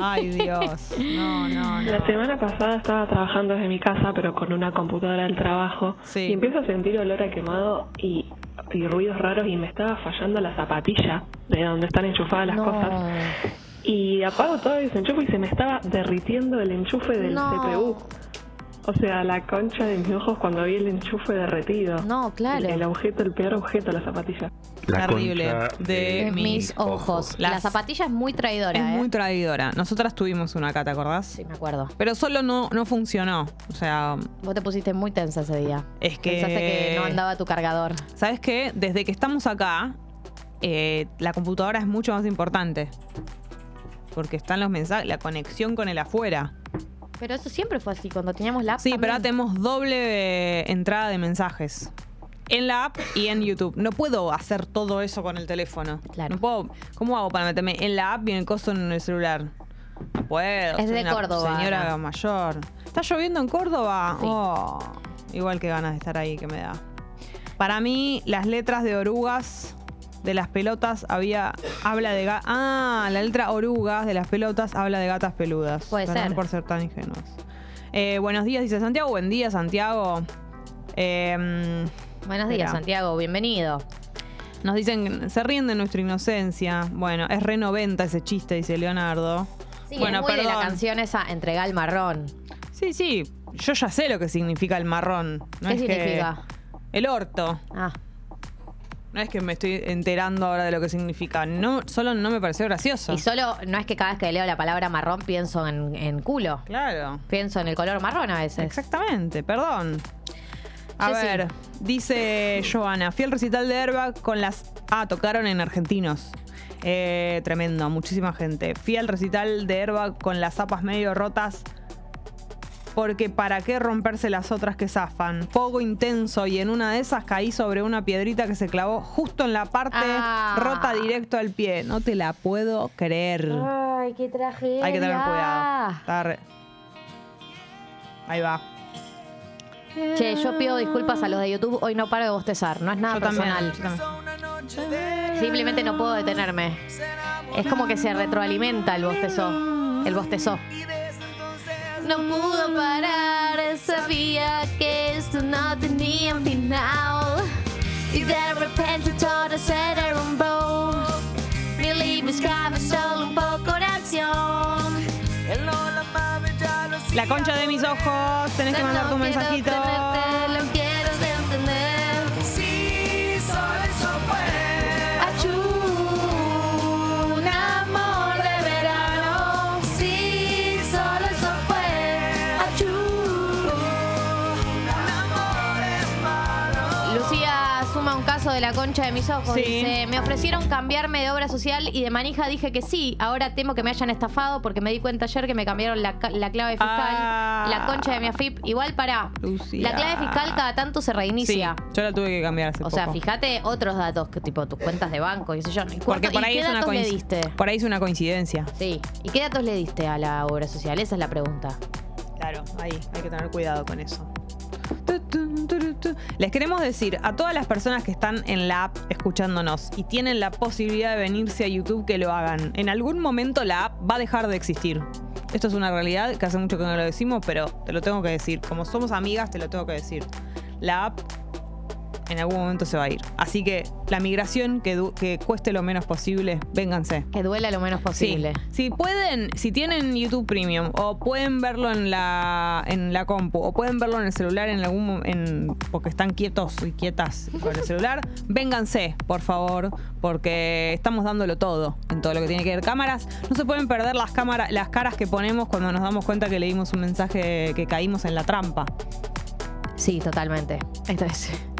G: Ay, Dios. No, no,
B: La
G: no.
B: semana pasada estaba trabajando desde mi casa, pero con una computadora del trabajo.
G: Sí.
B: Y empiezo a sentir olor a quemado y, y ruidos raros y me estaba fallando la zapatilla de donde están enchufadas las cosas. Y apago todo y desenchufo y se me estaba derritiendo el enchufe del
F: No.
B: CPU. O sea, la concha de mis ojos cuando vi el enchufe derretido.
F: No, claro.
B: El, el objeto, el peor objeto, la zapatilla.
E: La
G: Terrible.
E: concha
G: De
F: De mis ojos. La
G: Las-
F: zapatilla es muy traidora,
G: Es
F: ¿eh?
G: muy traidora. Nosotras tuvimos una cata, ¿acordás?
F: Sí, me acuerdo.
G: Pero solo no, no funcionó. O sea,
F: Vos te pusiste muy tensa ese día.
G: Es que-
F: Pensaste que no andaba tu cargador.
G: ¿sabes qué? Desde que estamos acá, eh, la computadora es mucho más importante. Porque están los mensajes, la conexión con el afuera.
F: Pero eso siempre fue así, cuando teníamos la app
G: Sí, pero ahora
F: también.
G: tenemos doble eh, entrada de mensajes. En la app y en YouTube. No puedo hacer todo eso con el teléfono.
F: Claro.
G: No puedo. ¿Cómo hago para meterme en la app y en el costo en el celular? No puedo.
F: Es
G: soy
F: de
G: una
F: Córdoba,
G: Señora
F: Ana.
G: mayor. ¿Está lloviendo en Córdoba?
F: Sí.
G: Oh, igual que ganas de estar ahí que me da. Para mí, las letras de orugas orugas de las pelotas había. Habla de. ga- Ah, la letra orugas de las pelotas habla de gatas peludas.
F: Puede
G: Perdón
F: ser.
G: por ser tan ingenuos. Eh, buenos días, dice Santiago. Buen día, Santiago. Eh,
F: Buenos días,
G: Mira.
F: Santiago. Bienvenido.
G: nos dicen, se ríen de nuestra inocencia. Bueno, es re 90 ese chiste, dice Leonardo.
F: Sí,
G: bueno,
F: es muy de la canción esa, entrega el marrón.
G: Sí, sí, yo ya sé lo que significa el marrón. No
F: ¿Qué
G: es que-
F: significa?
G: el orto.
F: Ah,
G: No es que me estoy enterando ahora de lo que significa. No, solo no me pareció gracioso.
F: y solo, no es que cada vez que leo la palabra marrón pienso en, en culo.
G: Claro.
F: Pienso en el color marrón a veces.
G: Exactamente, perdón. A
F: Yo sí.
G: ver, dice Joana, fui al recital de Herba con las... Ah, tocaron en Argentinos. Eh, tremendo, muchísima gente. Fui al recital de Herba con las zapas medio rotas. Porque para qué romperse las otras que zafan. Fuego intenso y en una de esas caí sobre una piedrita que se clavó justo en la parte
F: Ah.
G: rota directo al pie. No te la puedo creer.
F: Ay, qué tragedia.
G: Hay que tener cuidado. Está re- Ahí va.
F: Che, yo pido disculpas a los de YouTube. Hoy no paro de bostezar. No es nada
G: Yo también,
F: personal.
G: Ah, yo también.
F: Simplemente no puedo detenerme. Es como que se retroalimenta el bostezo. El bostezo. No pudo parar, sabía que esto no tenía final. Y de repente todo se derrumbó. Mi libro escapa solo un poco de acción.
G: La concha de mis ojos, tenés que mandar tu
F: No quiero
G: mensajito.
F: tenerte, Lo quieres entender. Sí, solo eso fue. Achú, un amor de verano. Sí, solo eso fue. Achú, un amor en vano. Lucía suma un caso de la concha de mis ojos.
G: Sí.
F: Dice, me ofrecieron cambiarme de obra social y de manija dije que sí. Ahora temo que me hayan estafado porque me di cuenta ayer que me cambiaron la, ca- la clave fiscal,
G: Ah.
F: la concha de mi AFIP. Igual para
G: Lucía.
F: la clave fiscal cada tanto se
G: Sí,
F: reinicia.
G: yo la tuve que cambiar hace
F: O sea,
G: poco.
F: fíjate otros datos, que tipo tus cuentas de banco, y sé yo. ¿Y
G: Porque
F: cuánto-
G: por
F: y
G: ahí,
F: qué
G: es una
F: datos le
G: coinc-
F: diste?
G: por ahí es una coincidencia.
F: Sí. ¿Y qué datos le diste a la obra social? Esa es la pregunta.
G: Claro, ahí hay que tener cuidado con eso. Tu, tu, tu, tu. Les queremos decir a todas las personas que están en la app escuchándonos y tienen la posibilidad de venirse a YouTube que lo hagan. En algún momento la app va a dejar de existir. Esto es una realidad que hace mucho que no lo decimos, pero te lo tengo que decir. Como somos amigas, te lo tengo que decir. La app en algún momento se va a ir. Así que la migración que, du- que cueste lo menos posible, vénganse.
F: Que duela lo menos posible.
G: Sí. Si pueden, si tienen YouTube Premium o pueden verlo en la en la compu o pueden verlo en el celular en algún mo- en porque están quietos y quietas con el celular, vénganse, por favor, porque estamos dándolo todo en todo lo que tiene que ver cámaras. No se pueden perder las cámaras, las caras que ponemos cuando nos damos cuenta que leímos un mensaje que caímos en la trampa.
F: Sí, totalmente. Esto es.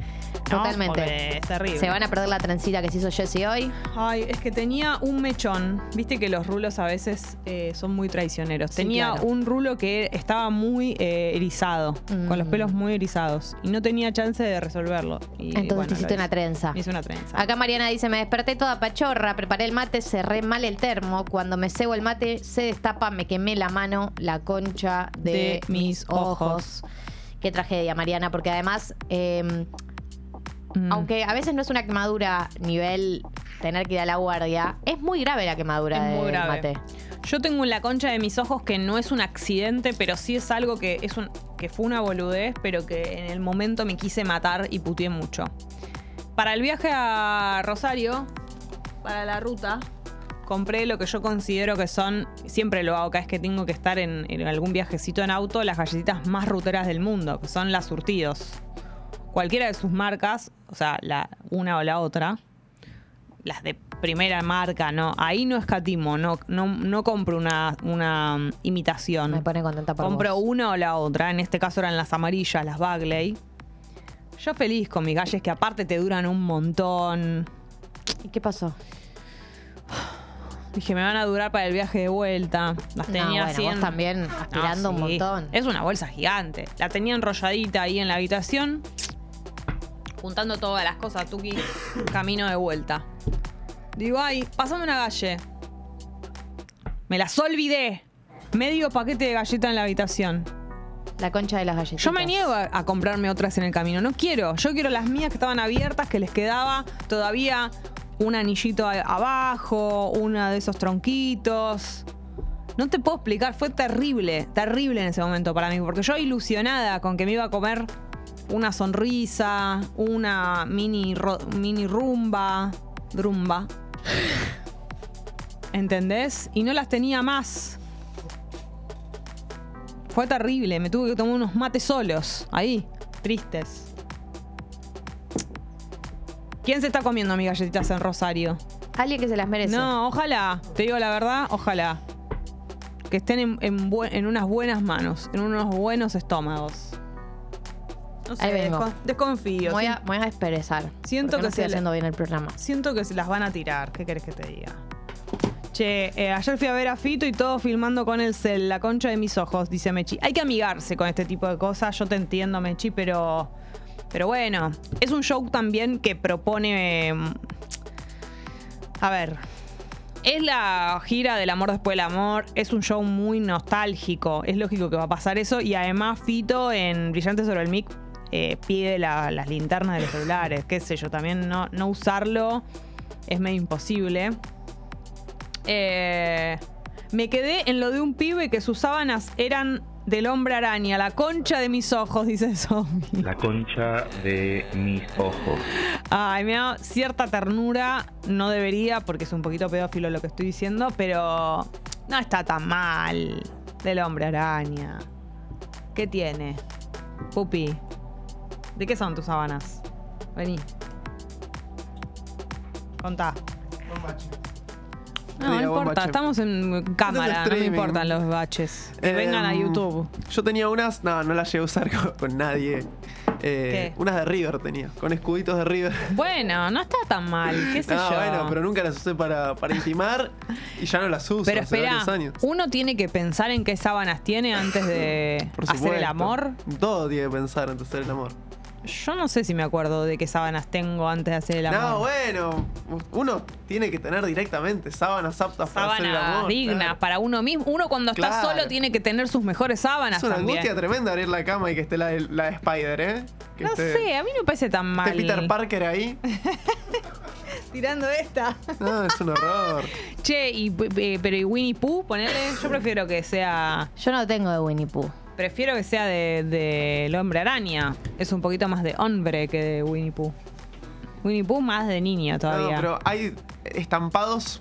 G: ¿no?
F: Totalmente.
G: Porque es terrible.
F: Se van a perder la trencita que se hizo Jesse hoy.
G: Ay, es que tenía un mechón. Viste que los rulos a veces eh, son muy traicioneros.
F: Sí,
G: tenía
F: claro.
G: un rulo que estaba muy eh, erizado, con los
F: Mm.
G: pelos muy erizados. Y no tenía chance de resolverlo. Y,
F: Entonces
G: bueno,
F: te hiciste
G: lo
F: una
G: hice.
F: trenza.
G: Me hice una trenza.
F: Acá Mariana dice, me desperté toda pachorra, preparé el mate, cerré mal el termo. Cuando me cebo el mate, se destapa, me quemé la mano, la concha de,
G: De
F: mis
G: mis
F: ojos.
G: ojos.
F: Qué tragedia, Mariana, porque además, eh,
G: Mm.
F: aunque a veces no es una quemadura nivel tener que ir a la guardia, es muy grave la quemadura
G: Es muy
F: del
G: grave.
F: mate.
G: Yo tengo en la concha de mis ojos que no es un accidente, pero sí es algo que es un que fue una boludez, pero que en el momento me quise matar y puteé mucho. Para el viaje a Rosario, para la ruta, compré lo que yo considero que son, siempre lo hago cada vez que tengo que estar en, en algún viajecito en auto, las galletitas más ruteras del mundo, que son las surtidos. Cualquiera de sus marcas, o sea, la una o la otra, las de primera marca, no, ahí no escatimo, no, no, no compro una, una um, imitación.
F: Me pone contenta por
G: Compro
F: vos.
G: una o la otra, en este caso eran las amarillas, las Bagley. Yo feliz con mis galles que aparte te duran un montón.
F: ¿Y qué pasó?
G: Dije, me van a durar para el viaje de vuelta. Las
F: No,
G: tenía
F: bueno,
G: así
F: vos
G: en-
F: también
G: No,
F: aspirando un
G: sí.
F: montón.
G: Es una bolsa gigante. La tenía enrolladita ahí en la habitación, juntando todas las cosas, Tuki, camino de vuelta. Digo, ay, pasame una galle. Me las olvidé. Medio paquete de galleta en la habitación.
F: La concha de las galletitas.
G: Yo me niego a, a comprarme otras en el camino. No quiero. Yo quiero las mías que estaban abiertas, que les quedaba todavía un anillito a- abajo, uno de esos tronquitos. No te puedo explicar, fue terrible, terrible en ese momento para mí, porque yo ilusionada con que me iba a comer una sonrisa, una mini, ro- mini rumba, drumba. ¿Entendés? Y no las tenía más. Fue terrible, me tuve que tomar unos mates solos, ahí, tristes. ¿Quién se está comiendo mis galletitas en Rosario?
F: Alguien que se las merece.
G: No, ojalá, te digo la verdad, ojalá. Que estén en, en buen- en unas buenas manos, en unos buenos estómagos. No sé,
F: Ahí vengo.
G: descon- desconfío.
F: voy,
G: sien-
F: a, voy a expresar.
G: Siento
F: porque
G: que
F: no estoy
G: se le-
F: haciendo bien el programa.
G: Siento que se las van a tirar, ¿qué querés que te diga? Che, eh, ayer fui a ver a Fito y todo filmando con el cel, la concha de mis ojos, dice Mechi. Hay que amigarse con este tipo de cosas, yo te entiendo, Mechi, pero. Pero bueno, es un show también que propone. eh, a ver. Es la gira del amor después del amor, es un show muy nostálgico, es lógico que va a pasar eso y además Fito en Brillantes sobre el Mic eh, pide la- las linternas de los celulares, qué sé yo, también no, no usarlo es medio imposible. Eh, me quedé en lo de un pibe que sus sábanas eran del hombre araña, la concha de mis ojos, dice Zombie.
D: La concha de mis ojos.
G: Ay, me da cierta ternura. No debería, porque es un poquito pedófilo lo que estoy diciendo, pero no está tan mal del hombre araña. ¿Qué tiene? Pupi, ¿de qué son tus sábanas? Vení. Contá. No, no
I: Diga, buen
G: importa,
I: bache.
G: estamos en cámara, no me
I: streaming.
G: importan los baches. Que
I: Eh,
G: vengan a YouTube.
I: Yo tenía unas, no, no las llegué a usar con, con nadie. Eh,
G: ¿Qué?
I: unas de River tenía, con escuditos de River.
G: Bueno, no está tan mal, qué sé
I: Ah,
G: yo.
I: bueno, pero nunca las usé para, para intimar y ya no las uso
G: Pero
I: hace
G: espera,
I: varios años.
G: uno tiene que pensar en qué sábanas tiene antes de
I: Por
G: hacer el
I: supuesto.
G: amor.
I: Todo tiene que pensar antes de hacer el amor.
G: Yo no sé si me acuerdo de qué sábanas tengo antes de hacer el amor.
I: No, bueno, uno tiene que tener directamente sábanas aptas para hacer el amor.
G: Sábanas dignas
I: claro.
G: para uno mismo. Uno cuando está
I: Claro.
G: solo tiene que tener sus mejores sábanas
I: Es una
G: también.
I: angustia tremenda abrir la cama y que esté la, de- la de Spider, ¿eh? Que
G: No
I: esté,
G: sé, a mí no me parece tan
I: esté
G: mal.
I: Peter Parker ahí.
G: Tirando esta.
I: No, es un horror.
G: Che, y, eh, pero y Winnie Pooh, ponele. Yo prefiero que sea.
F: Yo no tengo de Winnie Pooh.
G: Prefiero que sea de, de El hombre araña. Es un poquito más de hombre que de Winnie Pooh. Winnie Pooh más de niño
I: No,
G: todavía.
I: pero hay estampados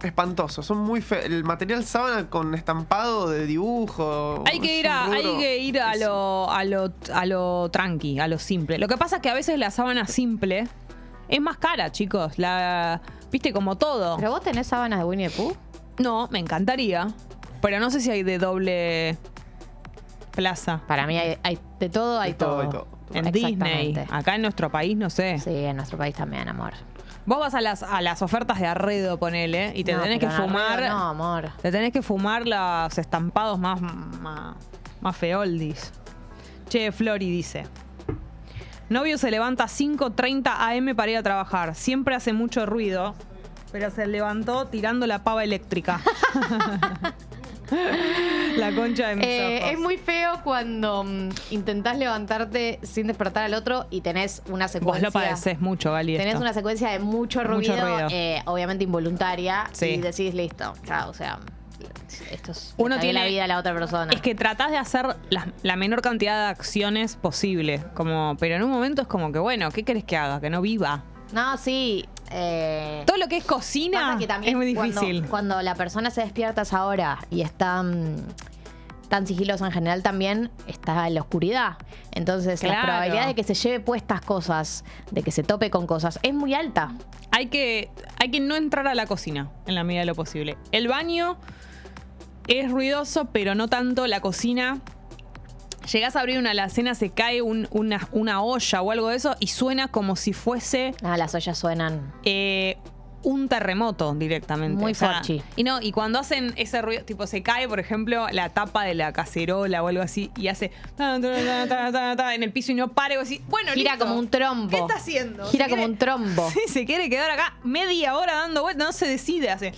I: espantosos. Son muy feos. El material sábana con estampado de dibujo.
G: Hay que
I: es
G: ir a,
I: un
G: hay
I: rubro.
G: que ir a
I: Es-
G: lo, a lo, a lo tranqui, a lo simple. Lo que pasa es que a veces la sábana simple es más cara, chicos. La viste como todo.
F: ¿Pero vos tenés sábanas de Winnie the Pooh?
G: No, me encantaría, pero no sé si hay de doble plaza
F: Para mí hay, hay de todo, hay
I: De todo,
F: todo.
I: hay todo.
G: en Disney. Ah.
F: Exactamente.
G: Acá en nuestro país no sé.
F: Sí, en nuestro país también, amor.
G: Vos vas a las a las ofertas de Arredo, ponele, y te
F: No,
G: tenés que
F: pero en
G: fumar
F: Arredo No, amor.
G: Te tenés que fumar los estampados más, más, más feoldis. Che, Flori dice. Novio se levanta 5.30 am para ir a trabajar. Siempre hace mucho ruido, pero se levantó tirando la pava eléctrica. la concha de mis
F: Eh,
G: ojos.
F: es muy feo cuando mm, intentás levantarte sin despertar al otro y tenés una
G: Vos
F: secuencia.
G: lo padeces mucho, Gali.
F: Tenés
G: esto.
F: una secuencia de mucho ruido,
G: Mucho ruido.
F: eh, obviamente involuntaria,
G: Sí.
F: y decís listo, chao, o sea, esto es
G: Uno
F: le cagué la
G: tiene-
F: vida a la otra persona.
G: Es que tratás de hacer la, la menor cantidad de acciones posible. Como, pero en un momento es como que, bueno, ¿qué querés que haga? Que no viva.
F: no, sí, eh,
G: Todo lo que es cocina
F: pasa que también
G: es muy
F: cuando-
G: difícil.
F: Cuando, la persona se despierta a esa hora y está mm, tan sigilosa en general también, está en la oscuridad. Entonces,
G: Claro.
F: la probabilidad de que se lleve puestas cosas, de que se tope con cosas, es muy alta.
G: hay que, hay que no entrar a la cocina en la medida de lo posible. El baño es ruidoso, pero no tanto la cocina. Llegás a abrir una alacena, se cae un- una, una olla o algo de eso y suena como si fuese
F: Ah, las ollas suenan.
G: eh, un terremoto directamente.
F: Muy forchi.
G: Y no, y cuando hacen ese ruido, tipo se cae, por ejemplo, la tapa de la cacerola o algo así y hace ta, ta, ta, ta, ta, ta, en el piso y no para y vos decís, bueno,
F: Gira
G: listo.
F: como un trombo.
G: ¿Qué está haciendo?
F: Gira
G: Se
F: como
G: quiere-
F: un trombo.
G: Sí, se quiere quedar acá media hora dando vueltas, no se decide, hace.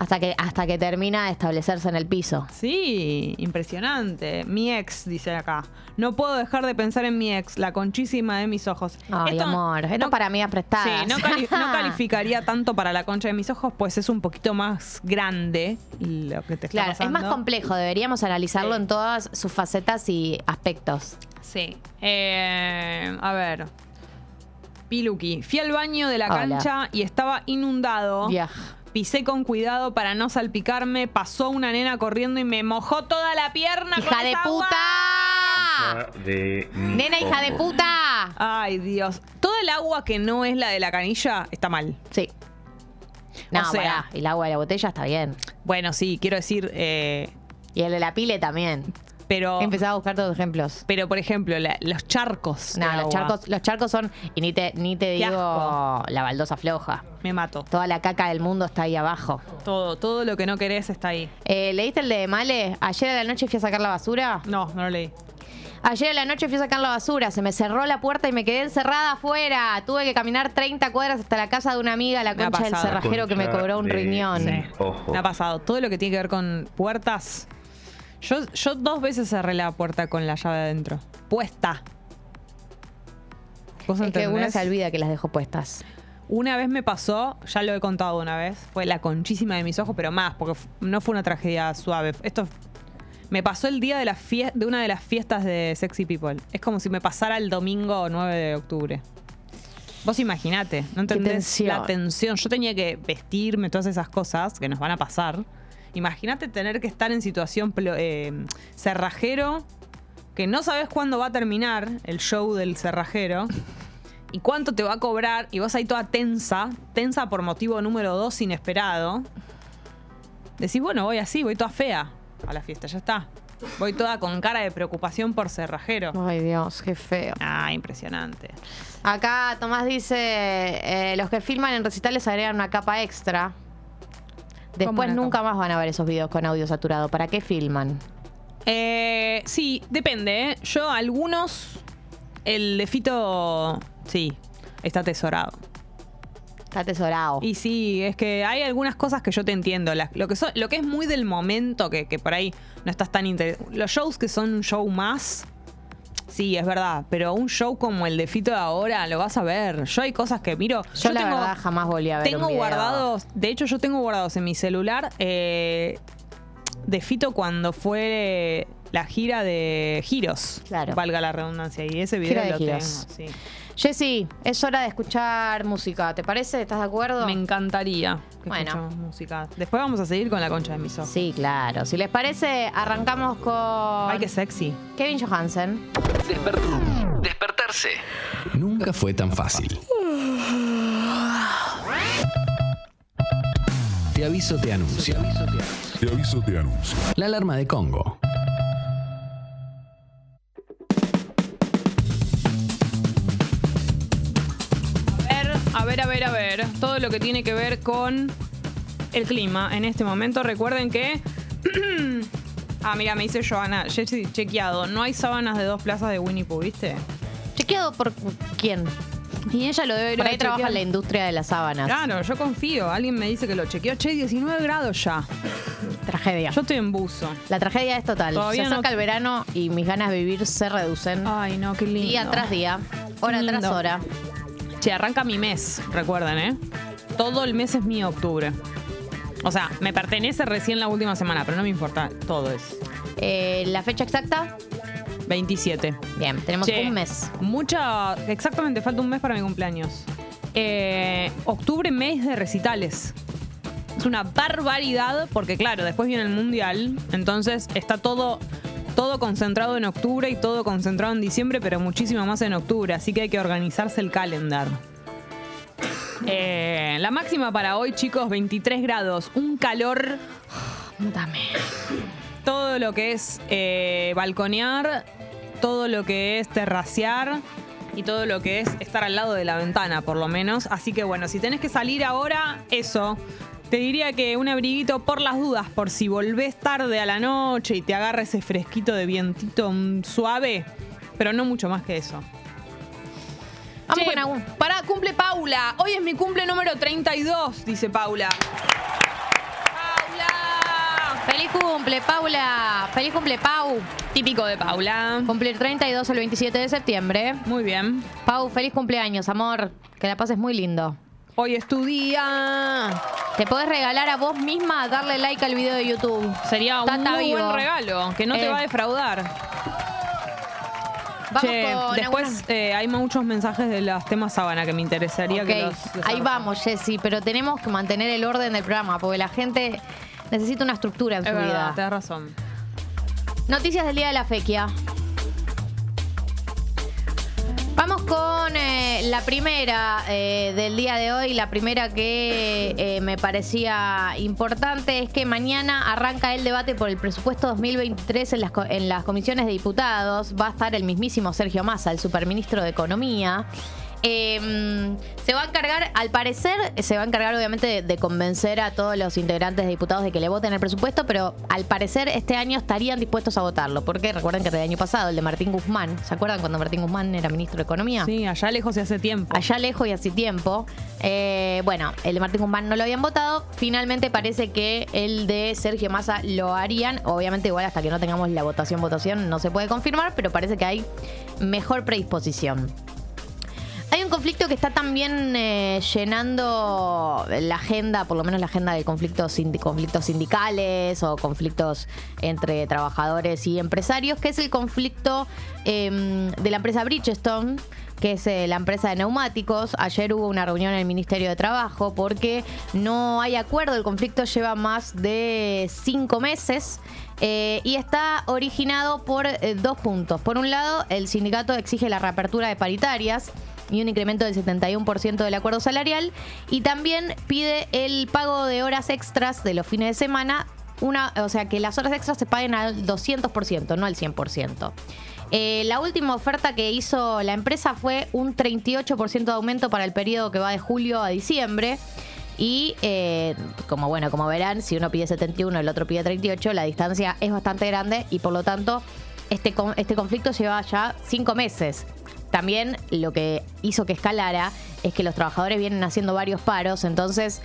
F: Hasta que, hasta que termina de establecerse en el piso.
G: Sí, impresionante. Mi ex, dice acá. No puedo dejar de pensar en mi ex, la conchísima de mis ojos.
F: Ay, amor, esto para amigas prestadas.
G: Sí, no, cali- no calificaría tanto para la concha de mis ojos, pues es un poquito más grande lo que te está
F: Claro, es
G: pasando.
F: más complejo. Deberíamos analizarlo en todas sus facetas y aspectos.
G: Sí. Eh, a ver. Piluki. Fui al baño de la
F: Hola.
G: cancha y estaba inundado.
F: Ya.
G: Pisé con cuidado para no salpicarme. Pasó una nena corriendo y me mojó toda la pierna.
F: ¡Hija
G: con
F: de
G: esa agua.
F: puta!
D: Ah. de mis
F: ¡Nena, hija de
D: ojos.
F: puta!
G: Ay, Dios. Toda el agua que no es la de la canilla está mal.
F: Sí. No,
G: O sea-
F: pará, el agua de la botella está bien.
G: Bueno, sí, quiero decir. eh,
F: Y el de la pile también. Oh.
G: pero.
F: Empezaba a buscar todos ejemplos.
G: Pero, por ejemplo, la- los charcos. de
F: No, los
G: agua.
F: charcos, los charcos son, y ni te, ni te
G: Qué
F: digo
G: asco.
F: la baldosa floja.
G: Me mato.
F: Toda la caca del mundo está ahí abajo.
G: Todo, todo lo que no querés está ahí.
F: Eh, ¿Leíste el de Male? Ayer a la noche fui a sacar la basura.
G: No, no lo leí.
F: Ayer a la noche fui a sacar la basura, se me cerró la puerta y me quedé encerrada afuera. Tuve que caminar 30 cuadras hasta la casa de una amiga, la
G: Me ha
F: concha del
G: pasado.
F: cerrajero que me
D: Concha
F: cobró un
D: de
F: riñón.
D: mis ojos.
G: Me ha pasado. Todo lo que tiene que ver con puertas. Yo, yo dos veces cerré la puerta con la llave adentro. Puesta. ¿Vos
F: Es que uno
G: entendés?
F: se olvida que las dejó puestas.
G: Una vez me pasó, ya lo he contado una vez, fue la conchísima de mis ojos, pero más, porque f- no fue una tragedia suave. Esto f- me pasó el día de, la fie- de una de las fiestas de Sexy People. Es como si me pasara el domingo 9 de octubre. Vos imaginate, ¿no entendés
F: tensión.
G: la tensión? Yo tenía que vestirme, todas esas cosas que nos van a pasar. Imagínate tener que estar en situación plo- eh, cerrajero, que no sabes cuándo va a terminar el show del cerrajero y cuánto te va a cobrar, y vos ahí toda tensa, tensa por motivo número dos inesperado. Decís, bueno, voy así, voy toda fea a la fiesta, ya está. Voy toda con cara de preocupación por cerrajero.
F: Ay Dios, qué feo.
G: Ah, impresionante.
F: Acá Tomás dice, eh, los que filman en recitales agregan una capa extra. Después
G: una
F: nunca más van a ver esos videos con audio saturado. ¿Para qué filman?
G: Eh, sí, depende. ¿eh? Yo algunos, el de Fito, sí, está atesorado.
F: Está atesorado.
G: Y sí, es que hay algunas cosas que yo te entiendo. Las- lo, que so- lo que es muy del momento, que, que por ahí no estás tan interesado. Los shows que son un show más, sí, es verdad. Pero un show como el de Fito de ahora, lo vas a ver. Yo hay cosas que miro.
F: Yo, la verdad jamás volví a ver
G: Tengo
F: un video.
G: guardados, de hecho yo tengo guardados en mi celular eh, de Fito cuando fue la gira de giros.
F: Claro.
G: Valga la redundancia. Y ese
F: Gira
G: video
F: de
G: lo
F: Giros.
G: tengo. sí.
F: Jessy, es hora de escuchar música. ¿Te parece? ¿Estás de acuerdo?
G: Me encantaría que
F: Bueno.
G: escuchemos música. Después vamos a seguir con la concha de mis ojos.
F: Sí, claro. Si les parece, arrancamos con
G: Ay, qué sexy.
F: Kevin Johansen.
J: Despertarse. Nunca fue tan fácil. Te aviso, te anuncio. Te aviso, te anuncio. La alarma de Congo.
G: A ver, a ver, a ver, a ver. Todo lo que tiene que ver con el clima en este momento. Recuerden que. ah, mira, me dice Joana. Jessy, chequeado. No hay sábanas de dos plazas de Winnie Pooh, ¿viste?
F: Ah, Chequeado por quién.
G: Y ella lo debe
F: Por ahí trabaja en la industria de las sábanas.
G: Claro, yo confío. Alguien me dice que lo chequeó. Che, 19 grados ya.
F: Tragedia.
G: Yo estoy en buzo.
F: La tragedia es total.
G: Todavía
F: se
G: no-
F: acerca el verano y mis ganas de vivir se reducen
G: Ay, no, qué lindo.
F: día tras día, hora
G: Lindo.
F: tras hora.
G: Che, arranca mi mes, recuerden, ¿eh? Todo el mes es mío, octubre. O sea, me pertenece recién la última semana, pero no me importa. Todo es
F: Eh, la fecha exacta,
G: 27.
F: bien, tenemos
G: Che,
F: un mes.
G: Mucha. Exactamente, falta un mes para mi cumpleaños. Eh, octubre, mes de recitales. Es una barbaridad, porque claro, después viene el mundial, entonces está todo. Todo concentrado en octubre y todo concentrado en diciembre, pero muchísimo más en octubre, así que hay que organizarse el calendar. Eh, la máxima para hoy, chicos, 23 grados, un calor
F: Dame.
G: todo lo que es eh, balconear, todo lo que es terracear y todo lo que es estar al lado de la ventana, por lo menos. Así que bueno, si tenés que salir ahora, eso. Te diría que un abriguito por las dudas, por si volvés tarde a la noche y te agarra ese fresquito de vientito mm, suave, pero no mucho más que eso.
F: Vamos
G: Che,
F: con algún.
G: Pará, cumple Paula. Hoy es mi cumple número 32, dice Paula.
F: Feliz cumple, Paula. Feliz cumple, Pau.
K: Típico de Paula.
F: Cumplir 32 el 27 de septiembre.
G: Muy bien.
F: Pau, feliz cumpleaños, amor. Que la pases muy lindo.
G: Hoy es tu día.
F: Te podés regalar a vos misma darle like al video de YouTube.
K: Sería un
F: Tata
K: muy
F: vivo.
K: buen regalo, que no te
F: Eh.
K: va a defraudar.
F: Vamos
G: Che,
F: con
G: después
F: algunas-
G: eh, hay muchos mensajes de los temas sábana que me interesaría que
F: Ok,
G: los
F: Ahí
G: desarrollen.
F: vamos, Jessy, pero tenemos que mantener el orden del programa porque la gente necesita una estructura en
G: Es
F: su
G: verdad,
F: vida.
G: tenés razón.
F: Noticias del día de la fequia. Vamos con eh, la primera eh, del día de hoy. La primera que eh, me parecía importante es que mañana arranca el debate por el presupuesto 2023 en las, co- en las comisiones de diputados. Va a estar el mismísimo Sergio Massa, el superministro de Economía. Eh, se va a encargar, al parecer, se va a encargar obviamente de, de convencer a todos los integrantes de diputados de que le voten el presupuesto, pero al parecer este año estarían dispuestos a votarlo. Porque recuerden que el año pasado, el de Martín Guzmán, ¿se acuerdan cuando Martín Guzmán era ministro de Economía?
G: Ah. Sí, allá lejos y hace tiempo.
F: allá lejos y hace tiempo. Eh, bueno, el de Martín Guzmán no lo habían votado. Finalmente parece que el de Sergio Massa lo harían. Obviamente, igual hasta que no tengamos la votación, votación, no se puede confirmar, pero parece que hay mejor predisposición. Hay un conflicto que está también eh, llenando la agenda, por lo menos la agenda de conflictos, sindi- conflictos sindicales o conflictos entre trabajadores y empresarios, que es el conflicto eh, de la empresa Bridgestone, que es eh, la empresa de neumáticos. Ayer hubo una reunión en el Ministerio de Trabajo porque no hay acuerdo, el conflicto lleva más de cinco meses. Eh, y está originado por eh, dos puntos. Por un lado, el sindicato exige la reapertura de paritarias y un incremento del 71% del acuerdo salarial. Y también pide el pago de horas extras de los fines de semana. Una, o sea, que las horas extras se paguen al 200%, no al 100%. Eh, la última oferta que hizo la empresa fue un 38% de aumento para el periodo que va de julio a diciembre. Y eh, como bueno, como verán, si uno pide 71 el otro pide 38, la distancia es bastante grande y por lo tanto este, con- este conflicto lleva ya cinco meses. También lo que hizo que escalara es que los trabajadores vienen haciendo varios paros, entonces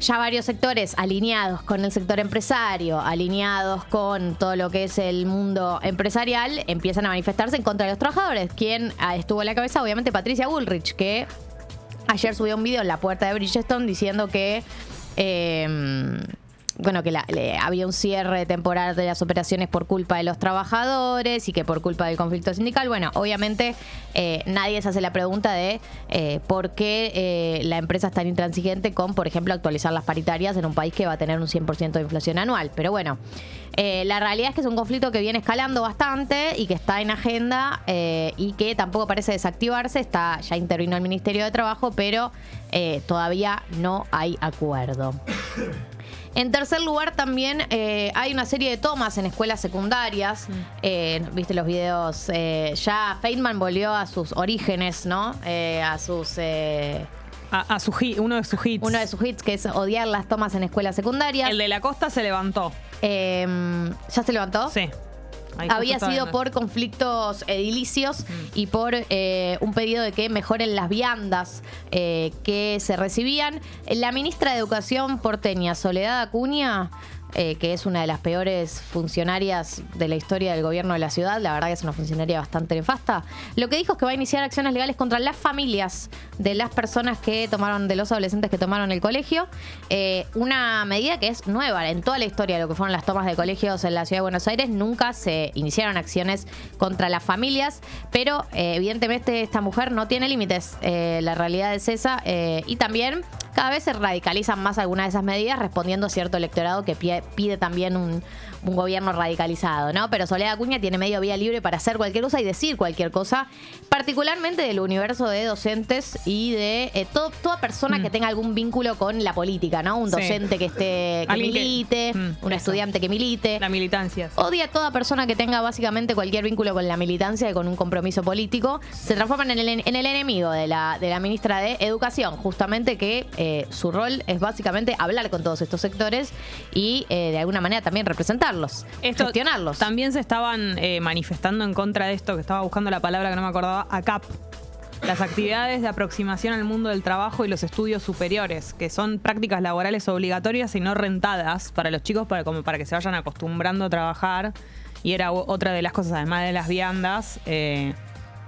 F: ya varios sectores alineados con el sector empresario, alineados con todo lo que es el mundo empresarial, empiezan a manifestarse en contra de los trabajadores. Quien ah, estuvo a la cabeza, obviamente, Patricia Bullrich, que ayer subió un video en la puerta de Bridgestone diciendo que. eh, bueno, que la- le- había un cierre temporal de las operaciones por culpa de los trabajadores y que por culpa del conflicto sindical. Bueno, obviamente eh, nadie se hace la pregunta de eh, por qué eh, la empresa es tan intransigente con, por ejemplo, actualizar las paritarias en un país que va a tener un 100% de inflación anual. Pero bueno, eh, la realidad es que es un conflicto que viene escalando bastante y que está en agenda eh, y que tampoco parece desactivarse. Está, ya intervino el Ministerio de Trabajo, pero eh, todavía no hay acuerdo. En tercer lugar, también eh, hay una serie de tomas en escuelas secundarias. Eh, Viste los videos. eh, ya Feynman volvió a sus orígenes, ¿no? Eh, a sus. eh,
G: A, a su hi- uno de sus hits.
F: uno de sus hits, que es odiar las tomas en escuelas secundarias.
G: El de la costa se levantó.
F: Eh, ¿Ya se levantó?
G: Sí. Ahí justo
F: había
G: estaba
F: sido
G: viendo. Mm.
F: por conflictos edilicios y por eh, un pedido de que mejoren las viandas eh, que se recibían. La ministra de Educación porteña, Soledad Acuña, eh, que es una de las peores funcionarias de la historia del gobierno de la ciudad, la verdad que es una funcionaria bastante nefasta, lo que dijo es que va a iniciar acciones legales contra las familias de las personas que tomaron, de los adolescentes que tomaron el colegio, eh, una medida que es nueva en toda la historia de lo que fueron las tomas de colegios en la ciudad de Buenos Aires, nunca se iniciaron acciones contra las familias, pero eh, evidentemente esta mujer no tiene límites, eh, la realidad es esa, eh, y también cada vez se radicalizan más algunas de esas medidas respondiendo a cierto electorado que pie- pide también un, un gobierno radicalizado, ¿no? Pero Soledad Acuña tiene medio vía libre para hacer cualquier cosa y decir cualquier cosa, particularmente del universo de docentes y de eh, todo- toda persona que tenga algún vínculo con la política, ¿no? Un
G: Sí.
F: docente que esté que
G: Alguien que-
F: milite,
G: Mm,
F: un
G: eso.
F: estudiante que milite.
G: La militancia. sí.
F: Odia a toda persona que tenga básicamente cualquier vínculo con la militancia y con un compromiso político. Se transforman en el, en el enemigo de la, de la ministra de Educación, justamente que eh, su rol es básicamente hablar con todos estos sectores y eh, de alguna manera también representarlos,
G: Esto-
F: gestionarlos.
G: También se estaban eh, manifestando en contra de esto, que estaba buscando la palabra que no me acordaba, ACAP. las actividades de aproximación al mundo del trabajo y los estudios superiores, que son prácticas laborales obligatorias y no rentadas para los chicos, para, como para que se vayan acostumbrando a trabajar. Y era o- otra de las cosas, además de las viandas, eh,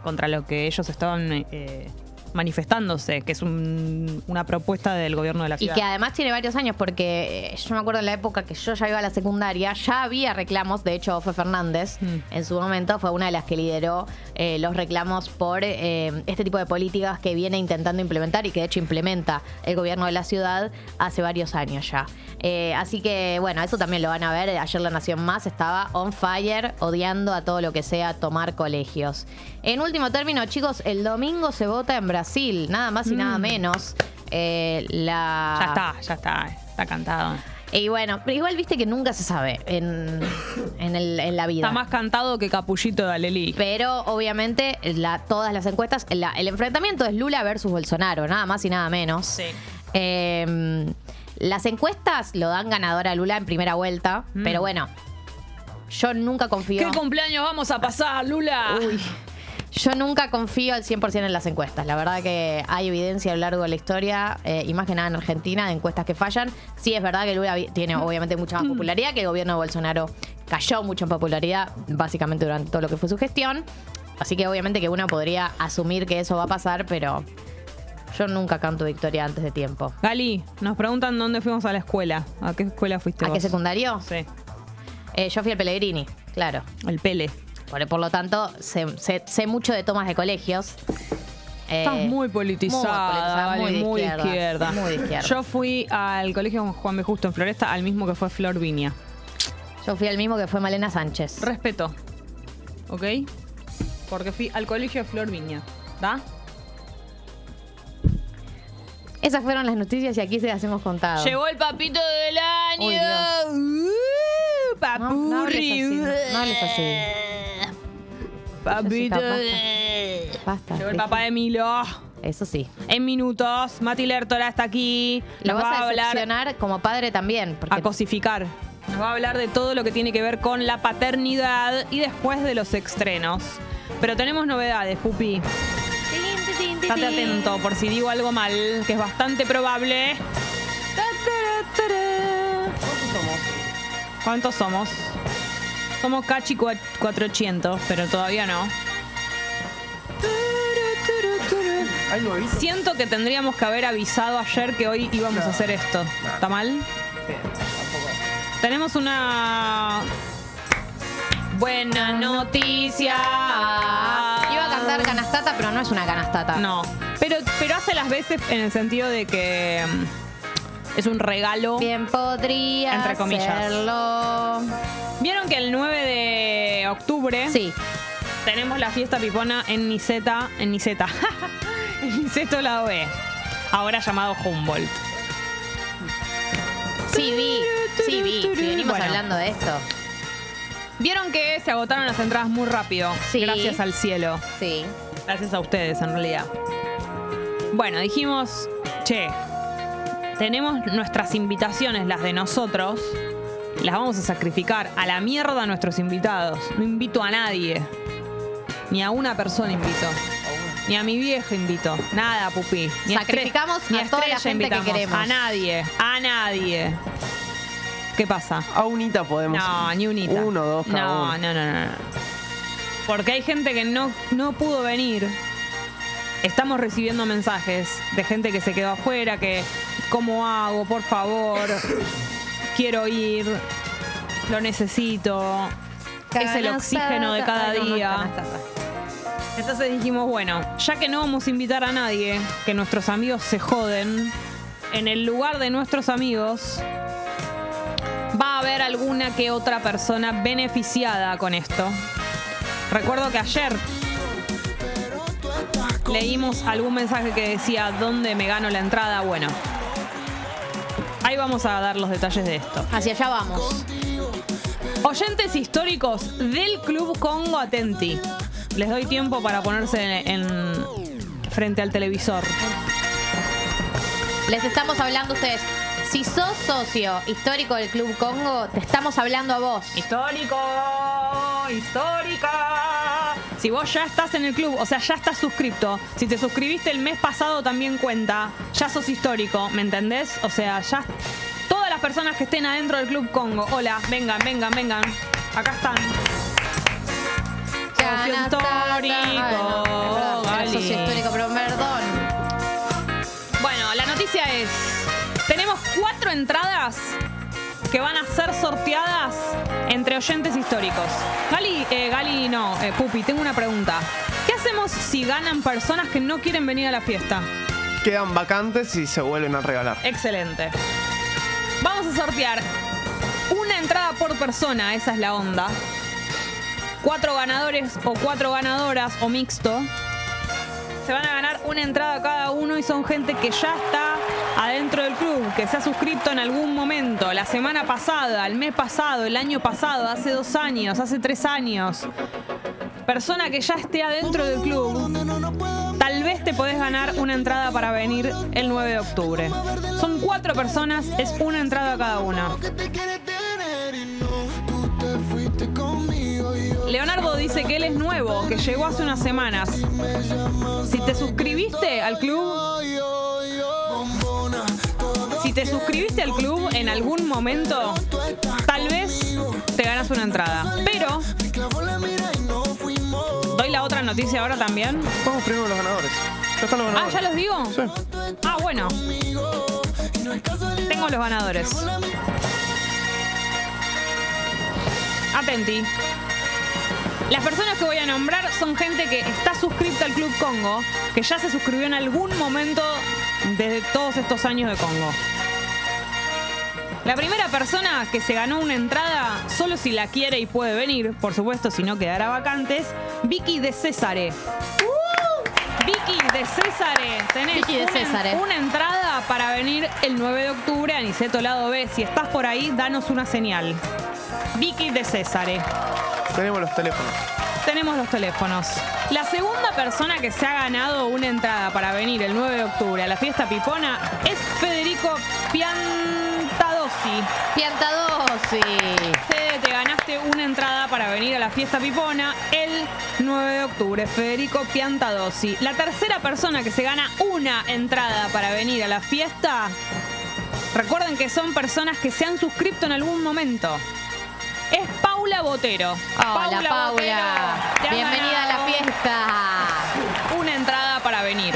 G: contra lo que ellos estaban eh, manifestándose, que es un- una propuesta del gobierno de la
F: Y
G: ciudad.
F: que además tiene varios años, porque eh, yo me acuerdo en la época que yo ya iba a la secundaria, ya había reclamos, de hecho fue Fernández,
G: Mm.
F: en su momento fue una de las que lideró eh, los reclamos por eh, este tipo de políticas que viene intentando implementar y que de hecho implementa el gobierno de la ciudad hace varios años ya. Eh, así que bueno, eso también lo van a ver, ayer La Nación Más estaba on fire, odiando a todo lo que sea tomar colegios. En último término, chicos, el domingo se vota en Brasil, nada más y nada
G: Mm.
F: menos. Eh, la...
G: Ya está, ya está, está cantado.
F: Y bueno, pero igual viste que nunca se sabe en, en el- en la vida.
G: Está más cantado que Capullito de Alelí.
F: Pero obviamente la- todas las encuestas, la- el enfrentamiento es Lula versus Bolsonaro, nada más y nada menos. Eh, las encuestas lo dan ganador a Lula en primera vuelta,
K: Mm.
F: pero bueno, yo nunca confío.
K: ¿Qué cumpleaños vamos a pasar, Lula?
F: Yo nunca confío al 100% en las encuestas. La verdad que hay evidencia a lo largo de la historia, eh, y más que nada en Argentina, de encuestas que fallan. Sí es verdad que Lula vi- tiene obviamente mucha más popularidad, que el gobierno de Bolsonaro cayó mucho en popularidad, básicamente durante todo lo que fue su gestión. Así que obviamente que uno podría asumir que eso va a pasar, pero yo nunca canto victoria antes de tiempo.
G: Gali, nos preguntan dónde fuimos a la escuela. ¿A qué escuela fuiste
F: ¿A
G: vos?
F: qué secundario?
G: Sí.
F: yo fui al Pellegrini, claro.
G: El Pele.
F: Por, por lo tanto, sé, sé- sé mucho de tomas de colegios. Eh,
G: Estás muy
F: politizada,
G: politizada, Gali, muy, de izquierda.
F: Muy de izquierda.
G: Yo fui al colegio Juan B. Justo en Floresta, al mismo que fue Flor Viña.
F: Yo fui al mismo que fue Malena Sánchez.
G: Respeto. ¿Ok? Porque fui al colegio Flor Viña. ¿Da?
F: Esas fueron las noticias y aquí se las hemos contado.
K: Llegó el papito del año.
F: Uy, Dios.
K: Uh,
F: No, no hables
K: papurri.
F: así. No hables así.
G: Papito.
F: Jessica,
G: de-
F: Basta.
G: Llegó el
F: Ricky.
G: papá de Milo.
F: Eso sí.
G: En minutos, Mati Lertora está aquí.
F: Lo
G: Nos
F: vas
G: va
F: a
G: a hablar
F: decepcionar como padre también. Porque
G: a cosificar. Nos va a hablar de todo lo que tiene que ver con la paternidad y después de los estrenos. Pero tenemos novedades, Pupi. Estate atento por si digo algo mal, que es bastante probable. ¿Cuántos somos? Somos cachi cua- 400, pero todavía no. Siento que tendríamos que haber avisado ayer que hoy íbamos a hacer esto. ¿Está mal? Tenemos una buena noticia.
F: Ah, Iba a cantar canastata, pero no es una canastata.
G: Ah. No, pero, pero hace las veces en el sentido de que mm, es un regalo.
F: Bien podría
G: Entre comillas.
F: hacerlo.
G: ¿Vieron que el 9 de octubre
F: Sí.
G: tenemos la fiesta pipona en Niseta, en Niseta, en Niceto la B, ahora llamado Humboldt?
F: Sí vi. Sí vi. Si venimos
G: Bueno.
F: hablando de esto.
G: Vieron que se agotaron las entradas muy rápido,
F: Sí.
G: gracias al cielo.
F: Sí.
G: Gracias a ustedes, en realidad. Bueno, dijimos, che, tenemos nuestras invitaciones, las de nosotros, las vamos a sacrificar a la mierda a nuestros invitados. No invito a nadie. Ni a una persona invito. Ni a mi viejo invito. Nada, pupi. Ni
F: Sacrificamos
G: estre- ni
F: a toda la
G: estrella
F: gente que
G: invitamos.
F: queremos.
G: A nadie. A nadie. ¿Qué pasa?
I: A unita podemos.
G: No, ni unita.
I: Uno, dos, cada
G: no,
I: uno.
G: No, no, no, no. Porque hay gente que no, no pudo venir. Estamos recibiendo mensajes de gente que se quedó afuera, que ¿cómo hago? Por favor. Quiero ir. Lo necesito. Es el oxígeno de cada
F: Ay, no, no es
G: día.
F: canastata.
G: Entonces dijimos, bueno, ya que no vamos a invitar a nadie, que nuestros amigos se joden, en el lugar de nuestros amigos va a haber alguna que otra persona beneficiada con esto. Recuerdo que ayer leímos algún mensaje que decía, ¿dónde me gano la entrada? Bueno, ahí vamos a dar los detalles de esto.
F: Hacia allá vamos.
G: Oyentes históricos del Club Congo Atenti. Les doy tiempo para ponerse en, en- frente al televisor.
F: Les estamos hablando a ustedes. Si sos socio histórico del Club Congo, te estamos hablando a vos.
G: Histórico, histórica. Si vos ya estás en el club, o sea, ya estás suscripto, si te suscribiste el mes pasado también cuenta, ya sos histórico, ¿me entendés? O sea, ya todas las personas que estén adentro del Club Congo, hola, vengan, vengan, vengan, acá están. Socio
F: Ah, no, perdón,
G: histórico,
F: pero
G: Gali.
F: socio histórico, pero perdón.
G: Bueno, la noticia es, tenemos cuatro entradas que van a ser sorteadas entre oyentes históricos. Gali, eh, Gali no, eh, Pupi, tengo una pregunta. ¿Qué hacemos si ganan personas que no quieren venir a la fiesta?
I: Quedan vacantes y se vuelven a regalar.
G: Excelente. Vamos a sortear una entrada por persona, esa es la onda. Cuatro ganadores o cuatro ganadoras o mixto. Se van a ganar una entrada cada uno y son gente que ya está adentro del club, que se ha suscrito en algún momento, la semana pasada, el mes pasado, el año pasado, hace dos años, hace tres años. Persona que ya esté adentro del club, tal vez te podés ganar una entrada para venir el 9 de octubre. Son cuatro personas, es una entrada cada una. Leonardo dice que él es nuevo, que llegó hace unas semanas. Si te suscribiste al club, si te suscribiste al club en algún momento, tal vez te ganas una entrada. Pero doy la otra noticia ahora también.
I: Vamos primero los ganadores. Ya están los
G: Ah,
I: ganadores.
G: ya los digo. Ah, bueno. Tengo los ganadores. Atenti. Las personas que voy a nombrar son gente que está suscripta al Club Congo, que ya se suscribió en algún momento desde todos estos años de Congo. La primera persona que se ganó una entrada, solo si la quiere y puede venir, por supuesto, si no quedará vacantes, Vicky de Césare. Vicky de Césare, tenés
F: Uh. Vicky de
G: una,
F: Césare.
G: una entrada para venir el 9 de octubre a Niceto Lado B. Si estás por ahí, danos una señal. Vicky de Césare.
I: Tenemos los teléfonos.
G: Tenemos los teléfonos. La segunda persona que se ha ganado una entrada para venir el 9 de octubre a la fiesta pipona es Federico Piantadosi.
F: Piantadosi.
G: Fede, te ganaste una entrada para venir a la fiesta pipona el 9 de octubre. Federico Piantadosi. La tercera persona que se gana una entrada para venir a la fiesta. Recuerden que son personas que se han suscrito en algún momento. Es Paula Botero.
F: Hola, Paula.
G: te has
F: Bienvenida a la
G: ganado
F: fiesta.
G: una entrada para venir.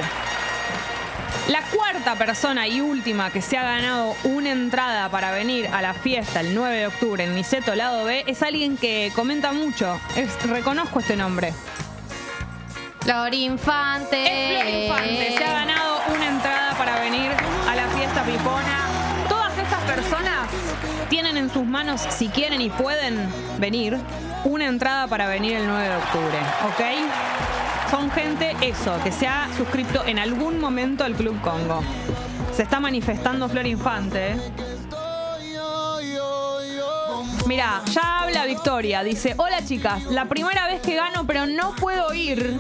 G: La cuarta persona y última que se ha ganado una entrada para venir a la fiesta el 9 de octubre en Niceto Lado B es alguien que comenta mucho. Es- reconozco este nombre.
F: Flor Infante.
G: Es Flor Infante. Se ha ganado una entrada para venir a la fiesta pipona. Todas estas personas tienen en sus manos, si quieren y pueden venir, una entrada para venir el 9 de octubre. ¿Ok? Son gente, eso, que se ha suscrito en algún momento al Club Congo. Se está manifestando Flor Infante. ¿eh? Mirá, ya habla Victoria. Dice, hola chicas, la primera vez que gano pero no puedo ir.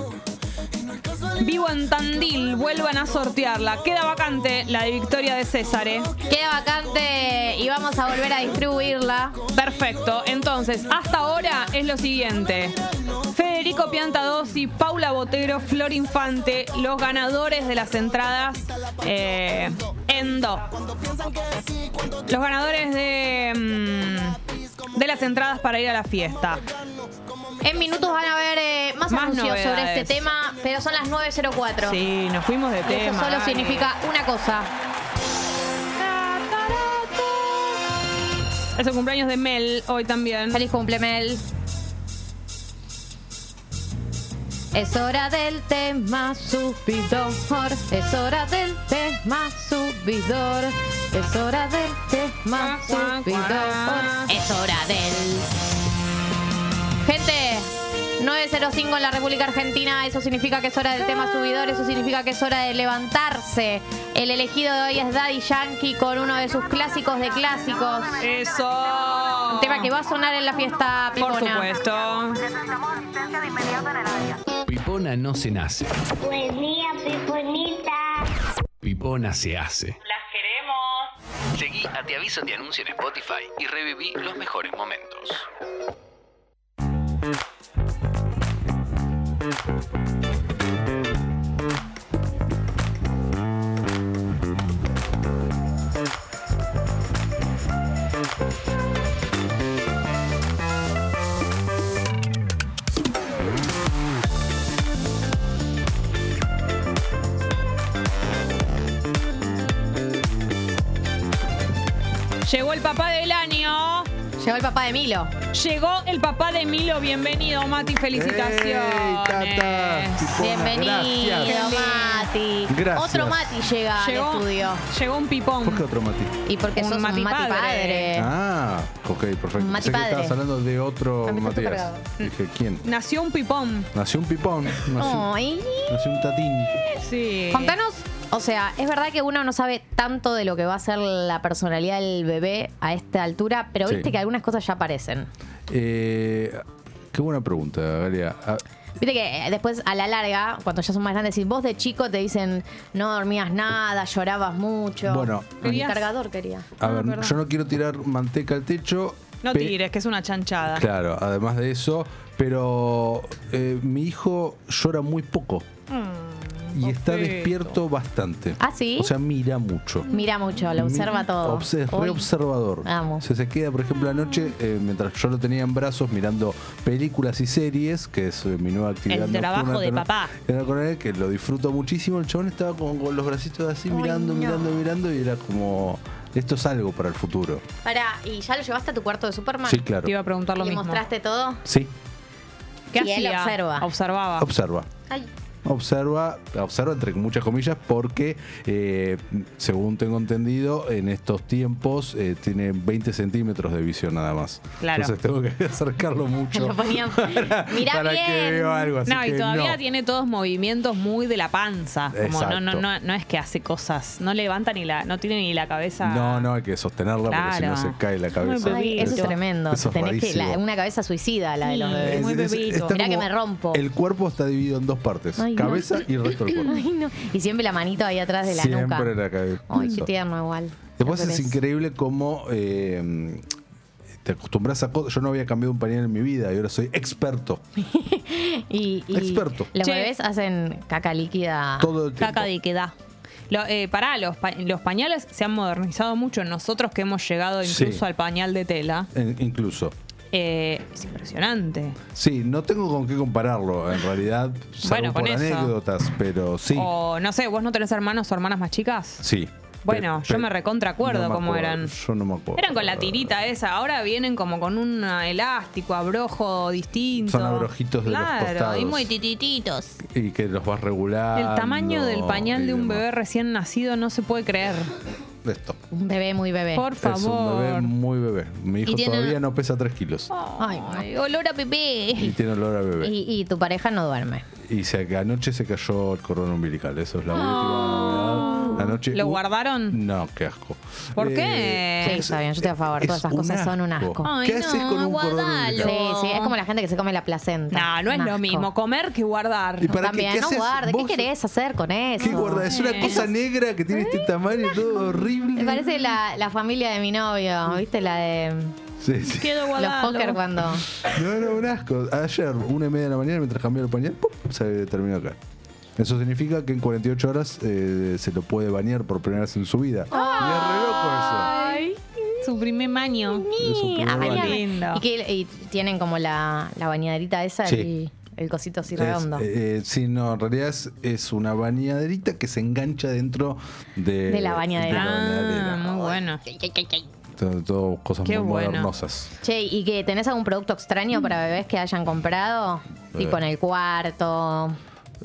G: Vivo en Tandil, vuelvan a sortearla. Queda vacante la de Victoria de César. ¿eh?
F: Queda vacante y vamos a volver a distribuirla.
G: Perfecto. Entonces, hasta ahora es lo siguiente. Federico Piantadosi, Paula Botero, Flor Infante, los ganadores de las entradas eh, Endo. Los ganadores de, mm, de las entradas para ir a la fiesta.
F: En minutos van a ver eh, más,
G: Más
F: anuncios sobre
G: novedades.
F: este tema, pero son las 9.04.
G: Sí, nos fuimos de
F: Y eso
G: tema.
F: solo
G: dale.
F: significa una cosa.
G: Es el cumpleaños de Mel hoy también.
F: Feliz cumple, Mel. Es hora del tema subidor. Es hora del tema subidor. Es hora del tema
G: Cuá, cuá,
F: subidor.
G: cuá.
F: Es hora del. Gente. 905 en la República Argentina, eso significa que es hora del tema subidor, eso significa que es hora de levantarse. El elegido de hoy es Daddy Yankee con uno de sus clásicos de clásicos.
G: Eso.
F: Un tema que va a sonar en la fiesta
G: Por
F: pipona.
G: supuesto.
J: Pipona no se nace. Pipona se hace. Las queremos. Seguí a Te Aviso Te Anuncio en Spotify y reviví los mejores momentos.
G: el papá del año.
F: Llegó el papá de Milo.
G: Llegó el papá de Milo. Bienvenido, Mati. Felicitaciones.
L: ¡Ey, Tata! Pipona,
F: Bienvenido,
L: gracias.
F: Mati.
L: Gracias.
F: Otro Mati llega
G: Llegó-
F: al estudio.
G: Llegó un pipón.
L: ¿Por qué otro Mati?
F: Y porque
G: Un
F: sos
G: Mati
F: Mati, Mati
G: padre.
F: padre.
G: Eh.
L: Ah, ok, perfecto.
F: Mati
L: Pensé que
F: padre.
L: estabas hablando de otro
G: Ah,
F: A mí me está
L: Matías.
F: cargado.
G: Mm.
L: Dije, ¿quién?
G: Nació un pipón.
L: Nació un pipón. Nació,
F: Ay.
L: nació un tatín.
G: Sí.
F: Contanos, o sea, es verdad que uno no sabe tanto de lo que va a ser la personalidad del bebé a esta altura, pero
L: Sí.
F: viste que algunas cosas ya aparecen.
L: Eh, qué buena pregunta, Galia. Ah,
F: Viste que eh, después a la larga, cuando ya son más grandes, si vos de chico te dicen no dormías nada, llorabas mucho.
L: Bueno.
F: el
L: ¿Querías?
F: cargador quería.
L: A ver,
F: perdón.
L: yo no quiero tirar manteca al techo.
G: No
L: pe-
G: tires, que es una chanchada.
L: Claro, además de eso, pero eh, mi hijo llora muy poco
G: Mm,
L: y está
F: Ojito.
L: despierto bastante.
F: ¿Ah, sí?
L: O sea, mira mucho.
F: Mira mucho, lo observa todo.
L: Obse- es
F: Uy.
L: re observador. O sea, se queda, por ejemplo, anoche, eh, mientras yo lo tenía en brazos, mirando películas y series, que es eh, mi nueva actividad.
G: El trabajo
L: nocturna,
G: de
L: que no-
G: papá.
L: que no con él, que lo disfruto muchísimo. El chabón estaba con, con los bracitos así, mirando, mirando, mirando, y era como, esto es algo para el futuro.
F: Pará, ¿y ya lo llevaste a tu cuarto de Superman?
L: Sí, claro. Te iba a
G: preguntar
L: lo
F: ¿Y
L: mismo.
F: mostraste todo?
L: Sí,
G: ¿Qué
F: Y él
G: hacía?
F: observa.
G: Observaba.
L: observa.
F: Ay.
L: Observa, observa entre muchas comillas porque, eh, según tengo entendido, en estos tiempos eh, tiene 20 centímetros de visión nada más.
G: Claro.
L: Entonces tengo que acercarlo mucho.
G: Lo ponía-
L: para,
G: Mirá
L: para que
G: bien.
L: vea algo. Así
G: no,
L: que
G: y todavía
L: no.
G: tiene todos movimientos muy de la panza. Como no, no,
L: Exacto.
G: no, no es que hace cosas. No levanta ni la, no tiene ni la cabeza.
L: No, no, hay que sostenerla porque si no
G: Claro.
L: se cae la cabeza.
F: Ay, eso es tremendo.
L: Eso es
F: Tenés que la-
L: rarísimo.
F: una cabeza suicida la de los
L: Sí,
F: bebés.
L: muy Es- es- bebito. está
F: Mirá que
L: como
F: me rompo.
L: El cuerpo está dividido en dos partes,
F: Ay, no.
L: cabeza y el resto del cuerpo.
F: Ay, no. Y siempre la manito ahí atrás de la
L: Siempre
F: nuca.
L: la cabeza.
F: Ay, qué tierno igual.
L: Después
F: Los
L: es
F: bebés.
L: increíble cómo eh, te acostumbras a cosas. Yo no había cambiado un pañal en mi vida y ahora soy experto.
F: Y, y
L: Experto.
F: Los
L: Che.
F: bebés hacen caca líquida.
L: Todo el
G: Caca de queda. Lo, eh, pará, los, pa- los pañales se han modernizado mucho. Nosotros que hemos llegado
L: Sí.
G: incluso al pañal de tela.
L: En- incluso.
G: eh, es impresionante.
L: Sí, no tengo con qué compararlo, en realidad, salvo
G: Bueno, con
L: por
G: eso.
L: anécdotas, pero sí.
G: O no sé, vos no tenés hermanos o hermanas más chicas.
L: Sí.
G: Bueno,
L: Pe-
G: yo
L: pe-
G: me recontra acuerdo
L: no me
G: cómo
L: acuerdo,
G: eran.
L: Yo no me acuerdo.
G: Eran con la tirita esa, ahora vienen como con un elástico, abrojo distinto.
L: Son abrojitos de los
G: Claro, y
L: costados. Ah,
G: muy titititos.
L: Y que los vas regular.
G: El tamaño del pañal de un bebé recién nacido no se puede creer.
L: Esto.
F: Un bebé muy bebé.
G: Por
L: Es un bebé
G: favor.
L: muy bebé. Mi hijo
F: Y tiene-
L: todavía no pesa 3
G: Oh.
L: kilos.
F: Ay, olor a
L: Y
F: bebé.
L: tiene olor a bebé.
F: Y, y tu pareja no duerme.
L: Y se, anoche se cayó el cordón umbilical. Eso es la última novedad. Anoche,
G: Oh. ¿Lo
L: uh,
G: guardaron?
L: No, qué asco.
G: ¿Por qué?
L: Eh,
F: Sí,
L: es-
F: está bien, yo estoy a favor. Todas
L: es
F: esas
L: un
F: cosas son un asco.
G: Ay, ¿Qué no, haces con un cordón guardalo. umbilical?
F: Sí, sí, es como la gente que se come la placenta.
G: No, no es lo mismo comer que guardar.
L: ¿Y pues, para qué?
F: También,
L: ¿Qué
F: no
L: haces?
F: guarde. ¿Qué
L: Vos-
F: querés hacer con eso?
L: ¿Qué guarda? Es una cosa negra que tiene este tamaño todo horrible.
F: Me parece la, la familia de mi
L: Mm.
F: novio, ¿viste? La de
L: Sí, sí.
F: los póker cuando...
G: Ah,
L: No, era un asco. Ayer, una y media de la mañana, mientras cambiaba el pañal, ¡pum! se terminó acá. Eso significa que en 48 horas eh, se lo puede bañar por primera vez en su vida.
G: Ay, su primer maño.
F: Ah,
L: baño.
F: lindo. Y, que, y tienen como la, la bañaderita esa,
L: Sí.
F: el, el cosito así
L: Es,
F: redondo.
L: eh, eh, sí, no, en realidad es, es una bañaderita que se engancha dentro
F: de
L: de,
F: la
L: de la bañadera.
F: bañadera.
G: mm, muy bueno.
L: Todo, todo cosas
F: Qué
L: muy
F: bueno.
L: modernosas.
F: Che, ¿y que tenés algún producto extraño para bebés que hayan comprado?
L: Eh.
F: Tipo en el cuarto.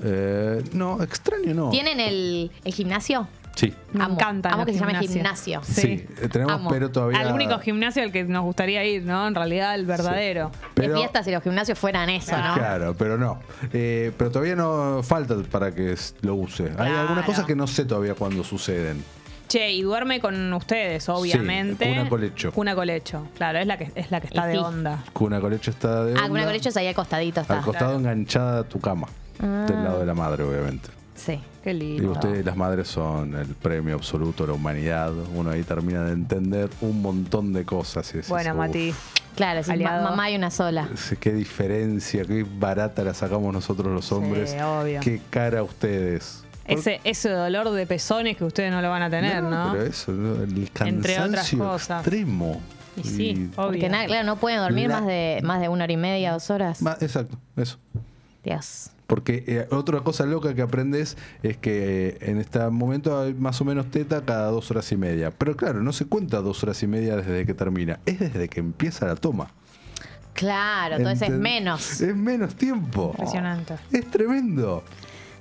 L: Eh, no, extraño no.
F: ¿Tienen el, el gimnasio?
L: Sí.
F: Me
G: encanta
F: Amo
G: los
F: que se llame gimnasio.
G: gimnasios.
L: Sí, eh, tenemos,
F: Amo.
L: pero todavía.
G: Al único gimnasio al que nos gustaría ir, ¿no? En realidad, el verdadero.
L: Pero-
F: De fiestas y los gimnasios fueran eso, ¿no?
L: Claro, pero no. Eh, pero todavía no falta para que s- lo use. Hay algunas cosas que no sé todavía cuándo suceden.
G: Che, y duerme con ustedes, obviamente.
L: cuna colecho.
G: Cuna colecho, claro, es la que, es la que está
F: Y
G: de
F: sí.
G: onda.
L: Cuna colecho está de
F: Ah,
L: onda,
F: una colecho es ahí al costadito está.
L: al costado enganchada a tu cama.
F: Ah.
L: Del lado de la madre, obviamente.
F: Sí.
G: Qué
L: Y ustedes, las madres, son el premio absoluto de la humanidad. Uno ahí termina de entender un montón de cosas. y decís,
F: Bueno,
L: "Uf,
F: Mati. Claro, sí, ma-
G: Aliado.
F: mamá hay una sola.
L: Sí, Qué diferencia, qué barata la sacamos nosotros los hombres.
G: obvio.
L: Qué cara a ustedes.
G: Ese, ese dolor de pezones que ustedes no lo van a tener, ¿no?
L: Pero eso, ¿no? el cansancio
G: Entre otras cosas.
L: extremo.
G: Y sí, obvio.
F: Porque nada, claro, no pueden dormir
L: La-
F: más de más de una hora y media, dos horas.
L: Ma- Exacto, eso.
F: Dios.
L: Porque eh, otra cosa loca que aprendes es que eh, en este momento hay más o menos teta cada dos horas y media. Pero claro, no se cuenta dos horas y media desde que termina, es desde que empieza la toma.
F: Claro, entonces es
L: Enten-
F: menos.
L: Es menos tiempo.
F: Impresionante.
L: Es tremendo.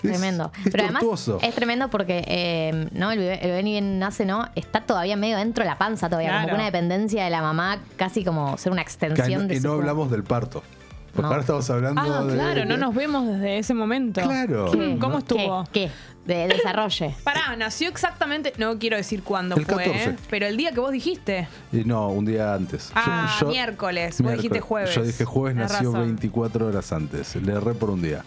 L: Es-
F: Tremendo.
L: Es,
F: Pero además
L: tortuoso.
F: es tremendo porque eh, no el bebé, el bebé ni bien nace, ¿no? Está todavía medio dentro de la panza todavía, como
L: Claro.
F: una dependencia de la mamá, casi como ser una
L: Que
F: extensión
L: no-
F: de
L: y
F: su
L: no
F: cuerpo.
L: hablamos del parto. Porque ahora estamos hablando
G: Ah,
L: de.
G: claro, no
L: de-
G: nos vemos desde ese momento.
L: Claro. ¿Qué?
G: ¿Cómo
L: ¿No?
G: estuvo?
F: ¿Qué? De desarrolle.
G: Pará, nació exactamente, no quiero decir cuándo
L: El
G: fue, ¿eh?
L: 14.
G: pero el día que vos dijiste.
L: Y no, un día antes.
G: Ah, miércoles. Vos dijiste jueves.
L: Yo dije jueves,
G: Tenés
L: nació
G: razón.
L: 24 horas antes. Le erré por un día.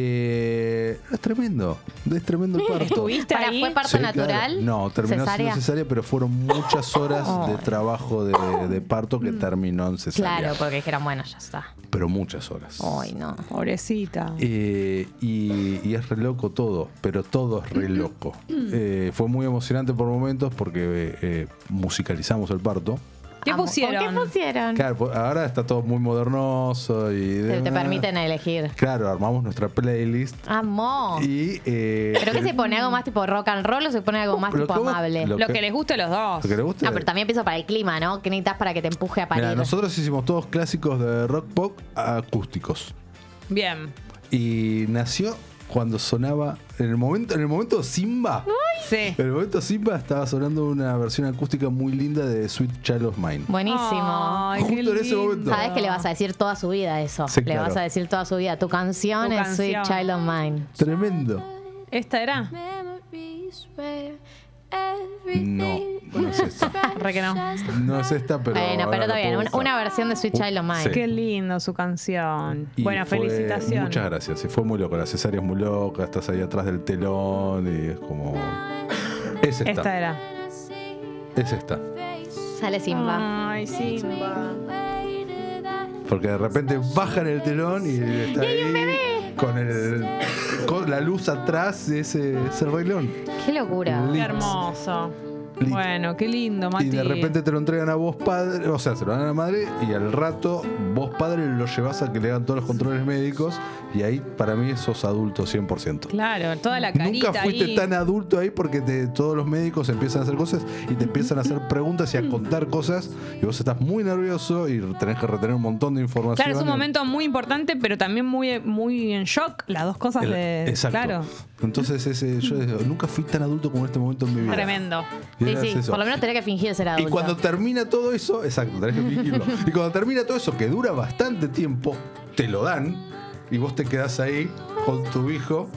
L: Eh, es tremendo. Es tremendo el parto.
F: ¿Estuviste Para, ¿Fue parto
L: Sí, claro.
F: natural?
L: No, terminó
F: cesárea?
L: siendo cesárea, pero fueron muchas horas de trabajo de, de parto que terminó en cesárea.
F: Mm. Claro, porque dijeron, bueno, ya está.
L: Pero muchas horas.
F: Ay, no.
G: Pobrecita.
L: Eh, y, y es re loco todo, pero todo es re loco.
F: Mm.
L: Eh, fue muy emocionante por momentos porque eh, eh, musicalizamos el parto.
G: ¿Qué pusieron?
F: ¿Qué pusieron?
L: Claro, po- ahora está todo muy modernoso y
F: Te, te
L: demás.
F: permiten eh. elegir.
L: Claro, armamos nuestra playlist
F: Amo.
L: y eh,
F: Oh. ¿Pero qué
L: el-
F: se pone algo más tipo rock and roll o se pone algo más
L: Lo
F: tipo
L: que vos-
F: amable?
L: lo Lo que- que les
G: guste a los dos.
L: lo que le guste.
F: No, Ah, pero también pienso para el clima, ¿no? ¿Qué necesitas para que te empuje a parir?
L: Mirá, nosotros hicimos todos clásicos de rock pop a acústicos
G: Bien.
L: y nació cuando sonaba en el momento en el momento Simba.
G: Sí.
L: En el momento Simba estaba sonando una versión acústica muy linda de Sweet Child of Mine.
F: Buenísimo.
L: Ay, qué Justo en ese lindo. momento.
F: Sabes que le vas a decir toda su vida eso.
L: Ah. Sí,
F: le
L: claro.
F: vas a decir toda su vida. Tu canción
G: Tu
F: es
G: canción.
F: Sweet Child of Mine.
L: Tremendo.
G: ¿Esta era?
L: No, no es esta.
G: Ah, Re que no.
L: No es esta, pero.
F: bueno,
L: ahora
F: pero
L: la
F: está bien.
L: puedo
F: Una,
L: usar.
F: una versión de Sweet
L: Uh,
F: Child of Mine.
L: sí.
G: Qué lindo su canción.
L: Y
G: bueno,
L: fue-
G: felicitaciones.
L: Muchas gracias. Sí, fue muy loco. La cesárea es muy loca. Estás ahí atrás del telón y es como. Es esta.
G: Esta era.
L: Es esta.
F: Sale Simba.
G: Ay, Simba.
L: Porque de repente bajan el telón y está ahí con el con la luz atrás de ese, ese relón.
F: Qué locura.
L: Lit.
G: Qué hermoso.
L: Lit.
G: Bueno, qué lindo, Mati.
L: Y de repente te lo entregan a vos padre, o sea, se lo dan a la madre y al rato vos padre lo llevas a que le hagan todos los controles médicos y ahí para mí sos adulto 100%.
G: Claro, toda la carita
L: Nunca fuiste
G: ahí.
L: tan adulto ahí porque te- todos los médicos empiezan a hacer cosas y te empiezan a hacer preguntas y a contar cosas y vos estás muy nervioso y tenés que retener un montón de información.
G: Claro, es un momento muy importante, pero también muy, muy en shock. Las dos cosas
L: El-
G: de.
L: Exacto.
G: Claro.
L: Entonces ese, yo digo, nunca fui tan adulto como en este momento en mi vida.
F: Tremendo.
L: Y
F: Sí,
L: era
F: sí.
L: eso.
F: Por lo menos tenés que fingir ser
L: Y
F: adulto.
L: cuando termina todo eso, exacto, tenés que fingirlo. y cuando termina todo eso, que dura bastante tiempo, te lo dan y vos te quedás ahí con tu hijo.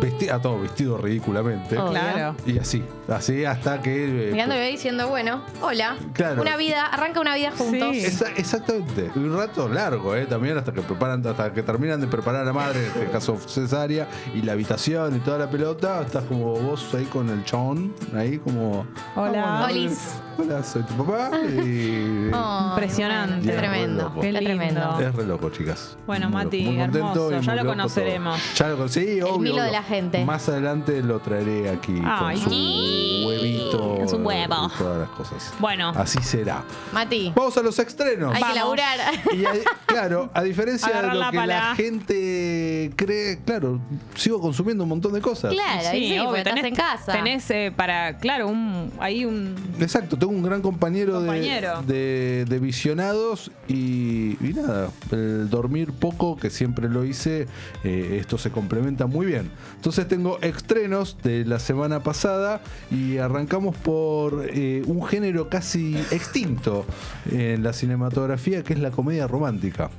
L: vesti- a todo vestido ridículamente.
F: Obvio. Claro.
L: Y así, así hasta que. eh,
F: Mirando el bebé diciendo, bueno, hola.
L: Claro.
F: Una vida, arranca una vida juntos.
L: Esa- exactamente. Un rato largo, ¿eh? También hasta que preparan, hasta que terminan de preparar a la madre, en este caso cesárea, y la habitación y toda la pelota, estás como vos ahí con el chon, ahí como.
G: Hola.
F: Olis.
L: Hola, soy tu papá. Y,
F: Ay,
G: Impresionante.
L: Y es re
G: Tremendo.
L: loco.
G: Qué lindo.
L: Es re loco, chicas.
G: Bueno,
L: Muy
G: Mati,
L: loco. Muy contento
G: hermoso.
L: y muy
G: Ya lo
L: loco
G: conoceremos.
L: todo. Ya lo conocí, sí, obvio.
F: milo de
L: obvio.
F: la gente.
L: Más adelante lo traeré aquí.
F: Ay,
L: con
F: sí.
L: su huevito.
F: Es un huevo.
L: y todas las cosas.
F: Bueno.
L: Así será.
F: Mati.
L: Vamos a los estrenos.
F: Hay que laburar.
L: Y a- claro, a diferencia
F: Agarrar
L: de
F: la
L: lo que
F: pala.
L: la gente cree, claro, sigo consumiendo un montón de cosas.
G: obvio,
F: porque estás en casa.
G: Tenés eh, para, claro, un, ahí un.
L: Exacto, tengo un gran compañero, de-
G: Compañero.
L: De, de visionados y, y nada, el dormir poco, que siempre lo hice, eh, esto se complementa muy bien. Entonces tengo estrenos de la semana pasada y arrancamos por eh, un género casi extinto en la cinematografía, que es la comedia romántica.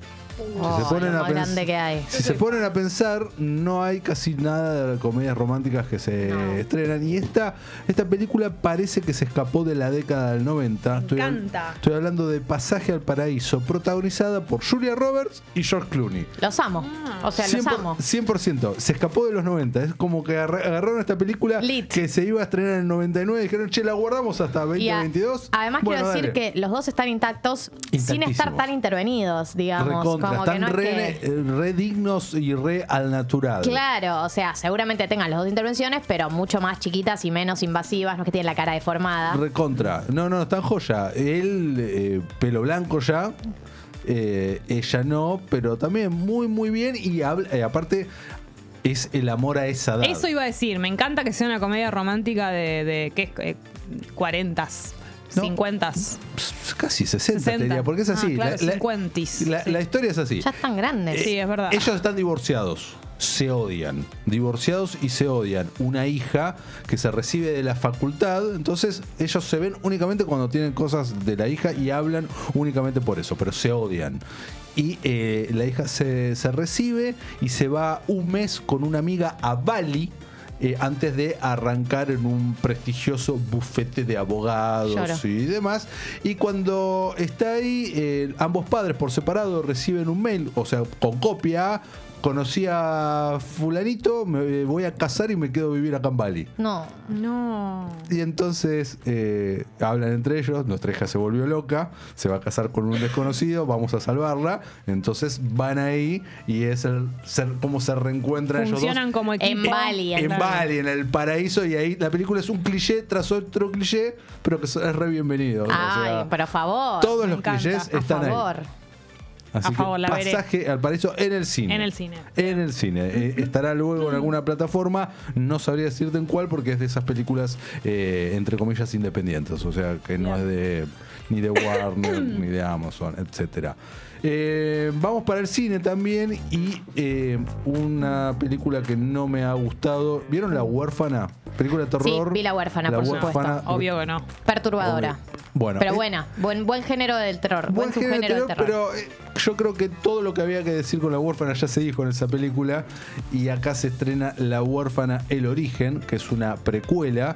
F: Oh,
L: ponen
F: lo
L: a
F: más
L: pens-
F: grande que hay.
L: Si se ponen a pensar, no hay casi nada de comedias románticas que se estrenan. Y esta, esta película parece que se escapó de la década del 90. estoy, hab-
G: encanta.
L: estoy hablando de Pasaje al Paraíso, protagonizada por Julia Roberts y George Clooney.
F: Los amo.
G: Ah.
F: O sea, los amo.
L: 100%. Se escapó de los 90. Es como que agarra- agarraron esta película que se iba a estrenar en el 99 y dijeron, che, la guardamos hasta
F: Y a-
L: 2022.
F: además
L: Bueno,
F: quiero decir
L: dale.
F: que los dos están intactos sin estar
L: Intactísimos.
F: tan intervenidos, digamos.
L: Recontra,
F: como que
L: están
F: no es
L: re,
F: que-
L: eh, re dignos y re al natural.
F: Claro, o sea, seguramente tengan las dos intervenciones, pero mucho más chiquitas y menos invasivas, no es que tienen la cara deformada.
L: Recontra. No, no, está en joya. Él, eh, pelo blanco ya. Eh, ella no, pero también muy, muy bien. Y habla- eh, aparte, es el amor a esa edad.
G: Eso iba a decir, me encanta que sea una comedia romántica de, de ¿qué es? Eh, 40s, 50s.
L: Casi 60, te
G: 60.
L: diría, porque es
G: Ah,
L: así.
G: claro,
L: la, la-
G: 50s,
L: la-
G: sí.
L: la historia es así.
F: Ya están grandes.
G: Sí, es verdad.
L: Eh, Ellos están divorciados, se odian. Divorciados y se odian. Una hija que se recibe de la facultad, entonces ellos se ven únicamente cuando tienen cosas de la hija y hablan únicamente por eso, pero se odian. Y eh, la hija se, se recibe y se va un mes con una amiga a Bali. eh, antes de arrancar en un prestigioso bufete de abogados
F: Lloro.
L: y demás. Y cuando está ahí, eh, ambos padres por separado reciben un mail, o sea, con copia. Conocí a fulanito, me eh, voy a casar y me quedo a vivir acá en Bali.
F: No.
G: No.
L: Y entonces eh, hablan entre ellos, nuestra hija se volvió loca, se va a casar con un desconocido, vamos a salvarla. Entonces van ahí y es el ser, cómo se reencuentran ellos
G: Funcionan
L: dos.
G: como equipo.
F: En Bali,
L: En
F: claro.
L: Bali, en el paraíso, y ahí la película es un cliché tras otro cliché, pero que es re bienvenido. O
F: Ay,
L: sea,
F: por favor.
L: todos
F: Me
L: los
F: encanta.
L: clichés
F: A
L: están ahí.
F: favor.
L: Así
G: A favor,
L: que
G: la veré.
L: pasaje al paraíso en el cine.
G: En el cine.
L: En el cine. Eh, estará luego en alguna plataforma. No sabría decirte en cuál, porque es de esas películas, eh, entre comillas, independientes. O sea, que no es de ni de Warner, ni de Amazon, etcétera. Eh, vamos para el cine también. Y eh, una película que no me ha gustado. ¿Vieron La Huérfana? Película de terror.
F: Sí, vi La Huérfana, por supuesto.
G: Obvio que no.
F: Perturbadora.
L: Bueno,
F: pero
L: eh,
F: buena. Buen, buen género del terror.
L: Buen
F: Buen,
L: género de
F: subgénero del
L: terror,
F: terror.
L: Ah, pero eh, yo creo que todo lo que había que decir con La huérfana ya se dijo en esa película. Y acá se estrena La huérfana El origen, que es una precuela.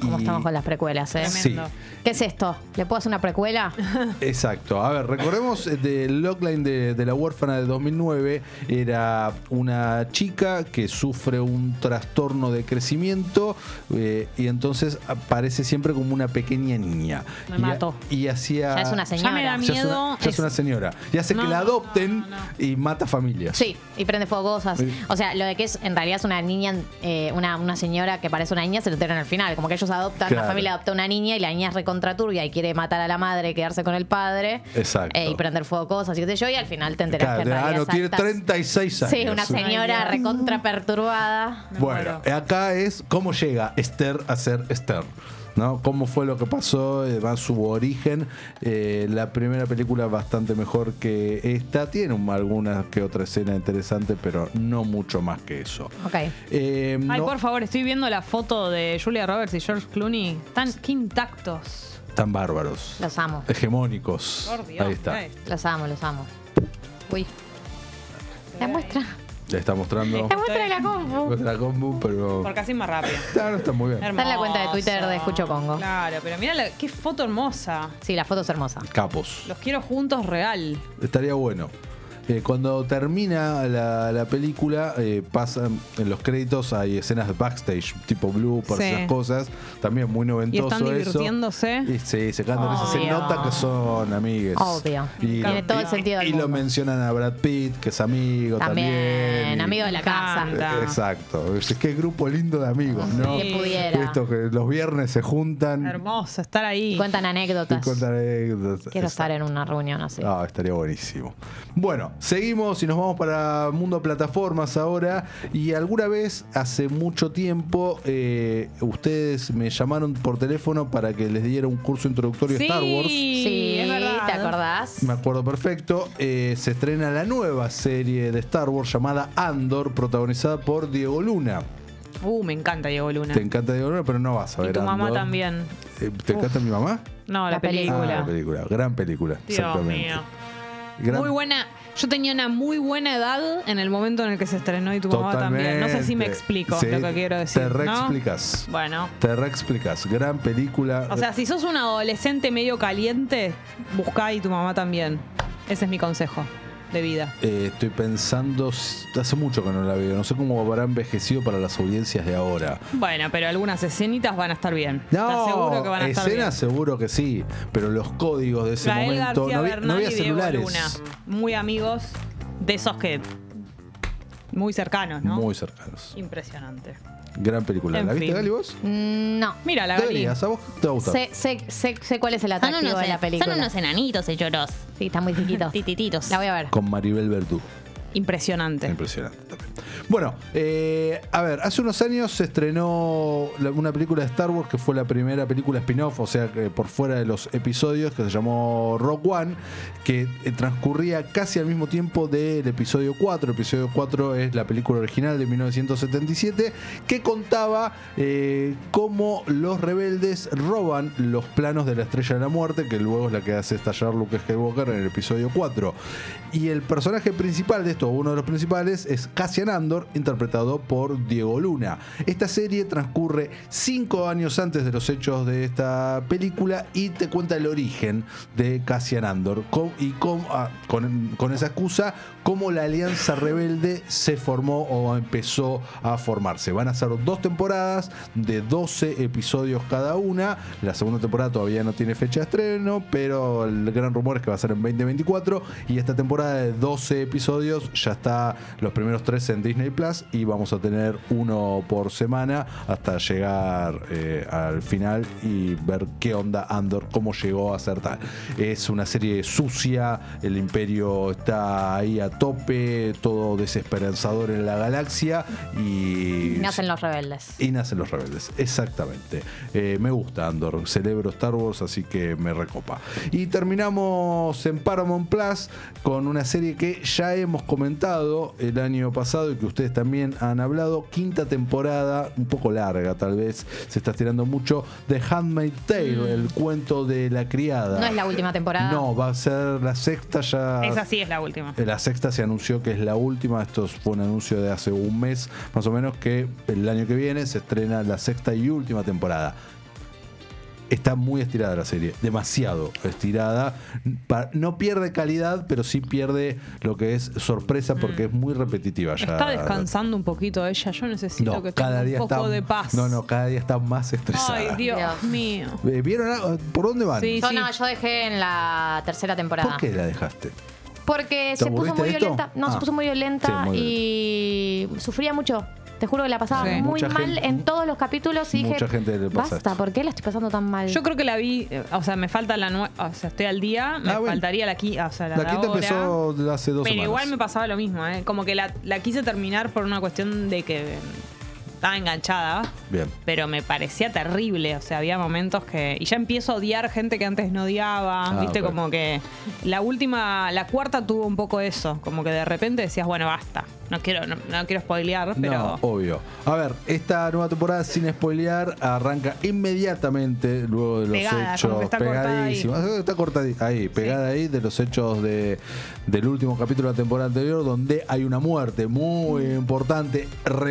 F: ¿Cómo
L: y-
F: estamos con las precuelas, eh?
L: Sí. Tremendo.
F: ¿Qué es esto? ¿Le puedo hacer una precuela?
L: Exacto. A ver, recordemos eh, del logline de, de la huérfana de 2009. Era una chica que sufre un trastorno de crecimiento eh, y entonces aparece siempre como una pequeña niña.
G: Me
L: y, a-
G: mato.
L: Y hacía.
F: Ya es una señora.
G: Ya me da
L: Ya es una,
G: miedo.
L: ya es una señora. Y hace
G: No,
L: que la adopten y mata familias.
F: Sí, y prende fuego cosas.
L: Sí.
F: O sea, lo de que es en realidad es una niña, eh, una, una señora que parece una niña, se lo enteran al final. Como que ellos adoptan,
L: Claro.
F: la familia adopta una niña y la niña es recontraturbia y quiere matar a la madre, quedarse con el padre
L: Exacto.
F: eh, y prender fuego cosas. Y, qué sé yo, y al final te enteras
L: Claro,
F: que en
L: ah,
F: realidad
L: no,
F: es
L: tiene
F: actas-
L: 36 años.
F: Sí, una señora recontra perturbada.
L: Bueno, eh, acá es cómo llega Esther a ser Esther. ¿no? ¿Cómo fue lo que pasó? eh, Va su origen. Eh, la primera película bastante mejor que esta. Tiene un- alguna que otra escena interesante, pero no mucho más que eso.
F: Ok.
L: Eh,
G: Ay,
L: no-
G: por favor, estoy viendo la foto de Julia Roberts y George Clooney. Están qué intactos.
L: Tan bárbaros.
F: Los amo.
L: Hegemónicos.
G: Por Dios, eh.
L: Ahí está.
G: mirá esto.
F: Los amo, los amo. Uy. La muestra.
L: Le está mostrando
F: La muestra de la compu.
L: la combo, pero.
G: Porque así es más rápido.
L: Claro, está muy bien.
F: Está en la cuenta de Twitter de Escucho Congo.
G: Claro, pero mira qué foto hermosa.
F: Sí, la foto es hermosa.
L: Capos.
G: Los quiero juntos real.
L: Estaría bueno. Eh, cuando termina la, la película, eh, pasan en los créditos, hay escenas de backstage, tipo blue, por
G: Sí.
L: esas cosas. También muy
G: Y
L: noventoso
G: están
L: eso.
G: divirtiéndose.
L: Y sí, se cantan, esas- se
F: Obvio.
L: nota que son amigues.
F: Obvio.
L: Y,
F: Tiene todo el sentido del
L: y lo
F: mundo.
L: mencionan a Brad Pitt, que es amigo también.
F: También,
L: y- Eh,
F: amigo de la casa.
G: Anda.
L: Exacto. Es que grupo lindo de amigos, ¿no?
F: Ah, Que pudiera.
L: Estos que los viernes se juntan
G: Hermoso estar ahí.
F: Cuentan
L: y
F: anécdotas.
L: cuentan anécdotas.
F: Quiero estar en una reunión así.
G: Este.
L: Ah, estaría buenísimo. Bueno, seguimos y nos vamos para Mundo Plataformas ahora. Y alguna vez, hace mucho tiempo, eh, ustedes me llamaron por teléfono para que les diera un curso introductorio a
G: sí,
L: Star Wars.
F: Sí,
G: es verdad.
F: ¿te acordás?
L: Me acuerdo perfecto. Eh, se estrena la nueva serie de Star Wars llamada Andor, protagonizada por Diego Luna.
G: Uh, me encanta Diego Luna.
L: Te encanta Diego Luna, pero no vas a ver.
G: y tu mamá
L: Andor.
G: también.
L: Eh, ¿Te encanta mi mamá?
G: No, la,
F: La película.
L: Ah,
G: película.
L: la película. Gran película.
G: Dios
L: exactamente.
G: mío.
L: Gran-
G: Muy buena. Yo tenía una muy buena edad en el momento en el que se estrenó y tu mamá también. No sé si me explico
L: Sí,
G: lo que quiero decir.
L: Te
G: ¿no?
L: reexplicas.
G: Bueno.
L: Te reexplicas. Gran película.
G: O sea, si sos un adolescente medio caliente, buscá y tu mamá también. Ese es mi consejo de vida.
L: Eh, estoy pensando. s- Hace mucho que no la veo. No sé cómo habrá envejecido para las audiencias de ahora.
G: Bueno, pero algunas escenitas van a estar bien.
L: No,
G: Estás seguro que van a estar bien.
L: escenas seguro que sí, pero los códigos de ese
G: Gael
L: momento
G: García
L: no había,
G: Bernal
L: no había
G: y Diego
L: celulares
G: Luna. Muy amigos de esos que. Muy cercanos, ¿no?
L: muy cercanos.
G: Impresionante.
L: Gran película.
F: En
L: ¿La viste,
F: fin.
L: Gali, vos?
F: No.
G: Mira,
L: Deberías, a vos te va a gustar.
F: Sé, sé, sé, Ah, sé cuál es el atractivo
M: unos
F: de
M: en-
F: la
M: son
F: película.
M: unos
F: enanitos hechos. Sí, están muy chiquitos. Titititos. La voy a ver.
L: Con Maribel Verdú.
G: Impresionante.
L: Impresionante también. Bueno, eh, a ver, hace unos años se estrenó la- una película de Star Wars que fue la primera película spin-off, o sea, que por fuera de los episodios, que se llamó Rock One, que eh, transcurría casi al mismo tiempo del episodio 4. Episodio 4 es la película original de 1977, que contaba eh, cómo los rebeldes roban los planos de la Estrella de la Muerte, que luego es la que hace estallar Luke Skywalker en el episodio 4. Y el personaje principal de esto, uno de los principales, es Cassian Andor, interpretado por Diego Luna. Esta serie transcurre cinco años antes de los hechos de esta película y te cuenta el origen de Cassian Andor con- y con, ah, con- con esa excusa cómo la Alianza Rebelde se formó o empezó a formarse. Van a ser dos temporadas de 12 episodios cada una. La segunda temporada todavía no tiene fecha de estreno, pero el gran rumor es que va a ser en 2024. Y esta temporada de 12 episodios ya está los primeros tres en Disney Plus y vamos a tener uno por semana hasta llegar eh, al final y ver qué onda Andor, cómo llegó a ser tal. Es una serie sucia, el imperio está ahí a tope, todo desesperanzador en la galaxia y...
F: Nacen los rebeldes.
L: Y nacen los rebeldes, exactamente. Eh, me gusta Andor, celebro Star Wars, así que me recopa. Y terminamos en Paramount Plus con una serie que ya hemos comentado el año pasado y que ustedes también han hablado. Quinta temporada, un poco larga tal vez, se está estirando mucho. The Handmaid's Tale, el cuento de la criada.
F: Mm. No es la última temporada.
L: No, va a ser la sexta ya.
G: Esa sí es la última.
L: Eh, La sexta se anunció que es la última. Esto fue un anuncio de hace un mes, más o menos, que el año que viene se estrena la sexta y última temporada. Está muy estirada la serie, demasiado estirada. Pa- No pierde calidad, pero sí pierde lo que es sorpresa porque es muy repetitiva ya.
G: Está descansando un poquito ella. Yo necesito
L: No,
G: que
L: cada
G: tenga
L: día
G: un poco
L: está,
G: de paz.
L: No, no, cada día está más estresada.
G: Ay, Dios, mío.
L: Eh, ¿Vieron algo? ¿Por dónde van?
F: yo no, yo dejé en la tercera temporada.
L: ¿Por qué la dejaste?
F: Porque
L: ¿Te
F: se puso
L: aburriste
F: muy
L: de esto?
F: violenta. No,
L: Ah.
F: se puso muy violenta
L: Sí, muy
F: y sufría mucho. Te juro que la pasaba
L: Sí.
F: muy
L: Mucha
F: mal
L: gente-
F: en todos los capítulos y
L: mucha
F: dije,
L: gente le pasa
F: basta, ¿por qué la estoy pasando tan mal?
G: Yo creo que la vi, eh, o sea, me falta la nueva, o sea, estoy al día, me
L: Ah, bueno.
G: faltaría la quinta, o sea, la,
L: La
G: de
L: quinta
G: ahora.
L: empezó hace
G: Pero
L: dos semanas.
G: igual me pasaba lo mismo, ¿eh? Como que la, la quise terminar por una cuestión de que eh, estaba enganchada,
L: Bien.
G: pero me parecía terrible, o sea, había momentos que... Y ya empiezo a odiar gente que antes no odiaba,
L: Ah,
G: viste,
L: ok.
G: como que la última, la cuarta tuvo un poco eso, como que de repente decías, bueno, basta, no quiero, no, no quiero spoilear, pero...
L: No, obvio. A ver, esta nueva temporada, sin spoilear, arranca inmediatamente luego de los
G: Pegada,
L: hechos.
G: como que está cortada
L: pegadísima. Está cortadi- ahí, pegada ahí de los hechos de, del último capítulo de la temporada anterior, donde hay una muerte muy
G: Mm.
L: importante,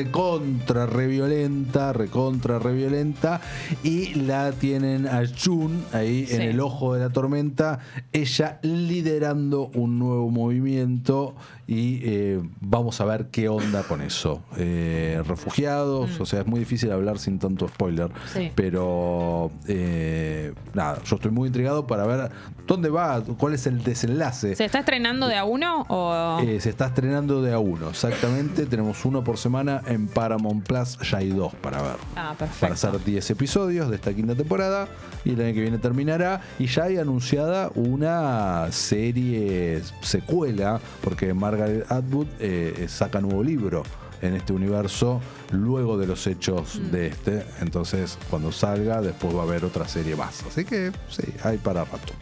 L: recontra, reviolenta, recontra, reviolenta. Y la tienen a Jun ahí en el ojo de la tormenta, ella liderando un nuevo movimiento y eh, vamos a ver qué onda con eso. Eh, refugiados, o sea, es muy difícil hablar sin tanto spoiler,
N: Sí.
L: pero eh, nada, yo estoy muy intrigado para ver dónde va, cuál es el desenlace.
G: ¿Se está estrenando de a uno o...?
L: Eh, se está estrenando de a uno, exactamente. Tenemos uno por semana en Paramount Plus, ya hay dos para ver.
G: Ah,
L: Para
G: perfecto.
L: hacer 10 episodios de esta quinta temporada y el año que viene terminará. Y ya hay anunciada una serie secuela, porque Margaret Atwood eh, saca nuevo libro en este universo luego de los hechos
G: Mm.
L: de este. Entonces, cuando salga, después va a haber otra serie más. Así que sí, hay para rato.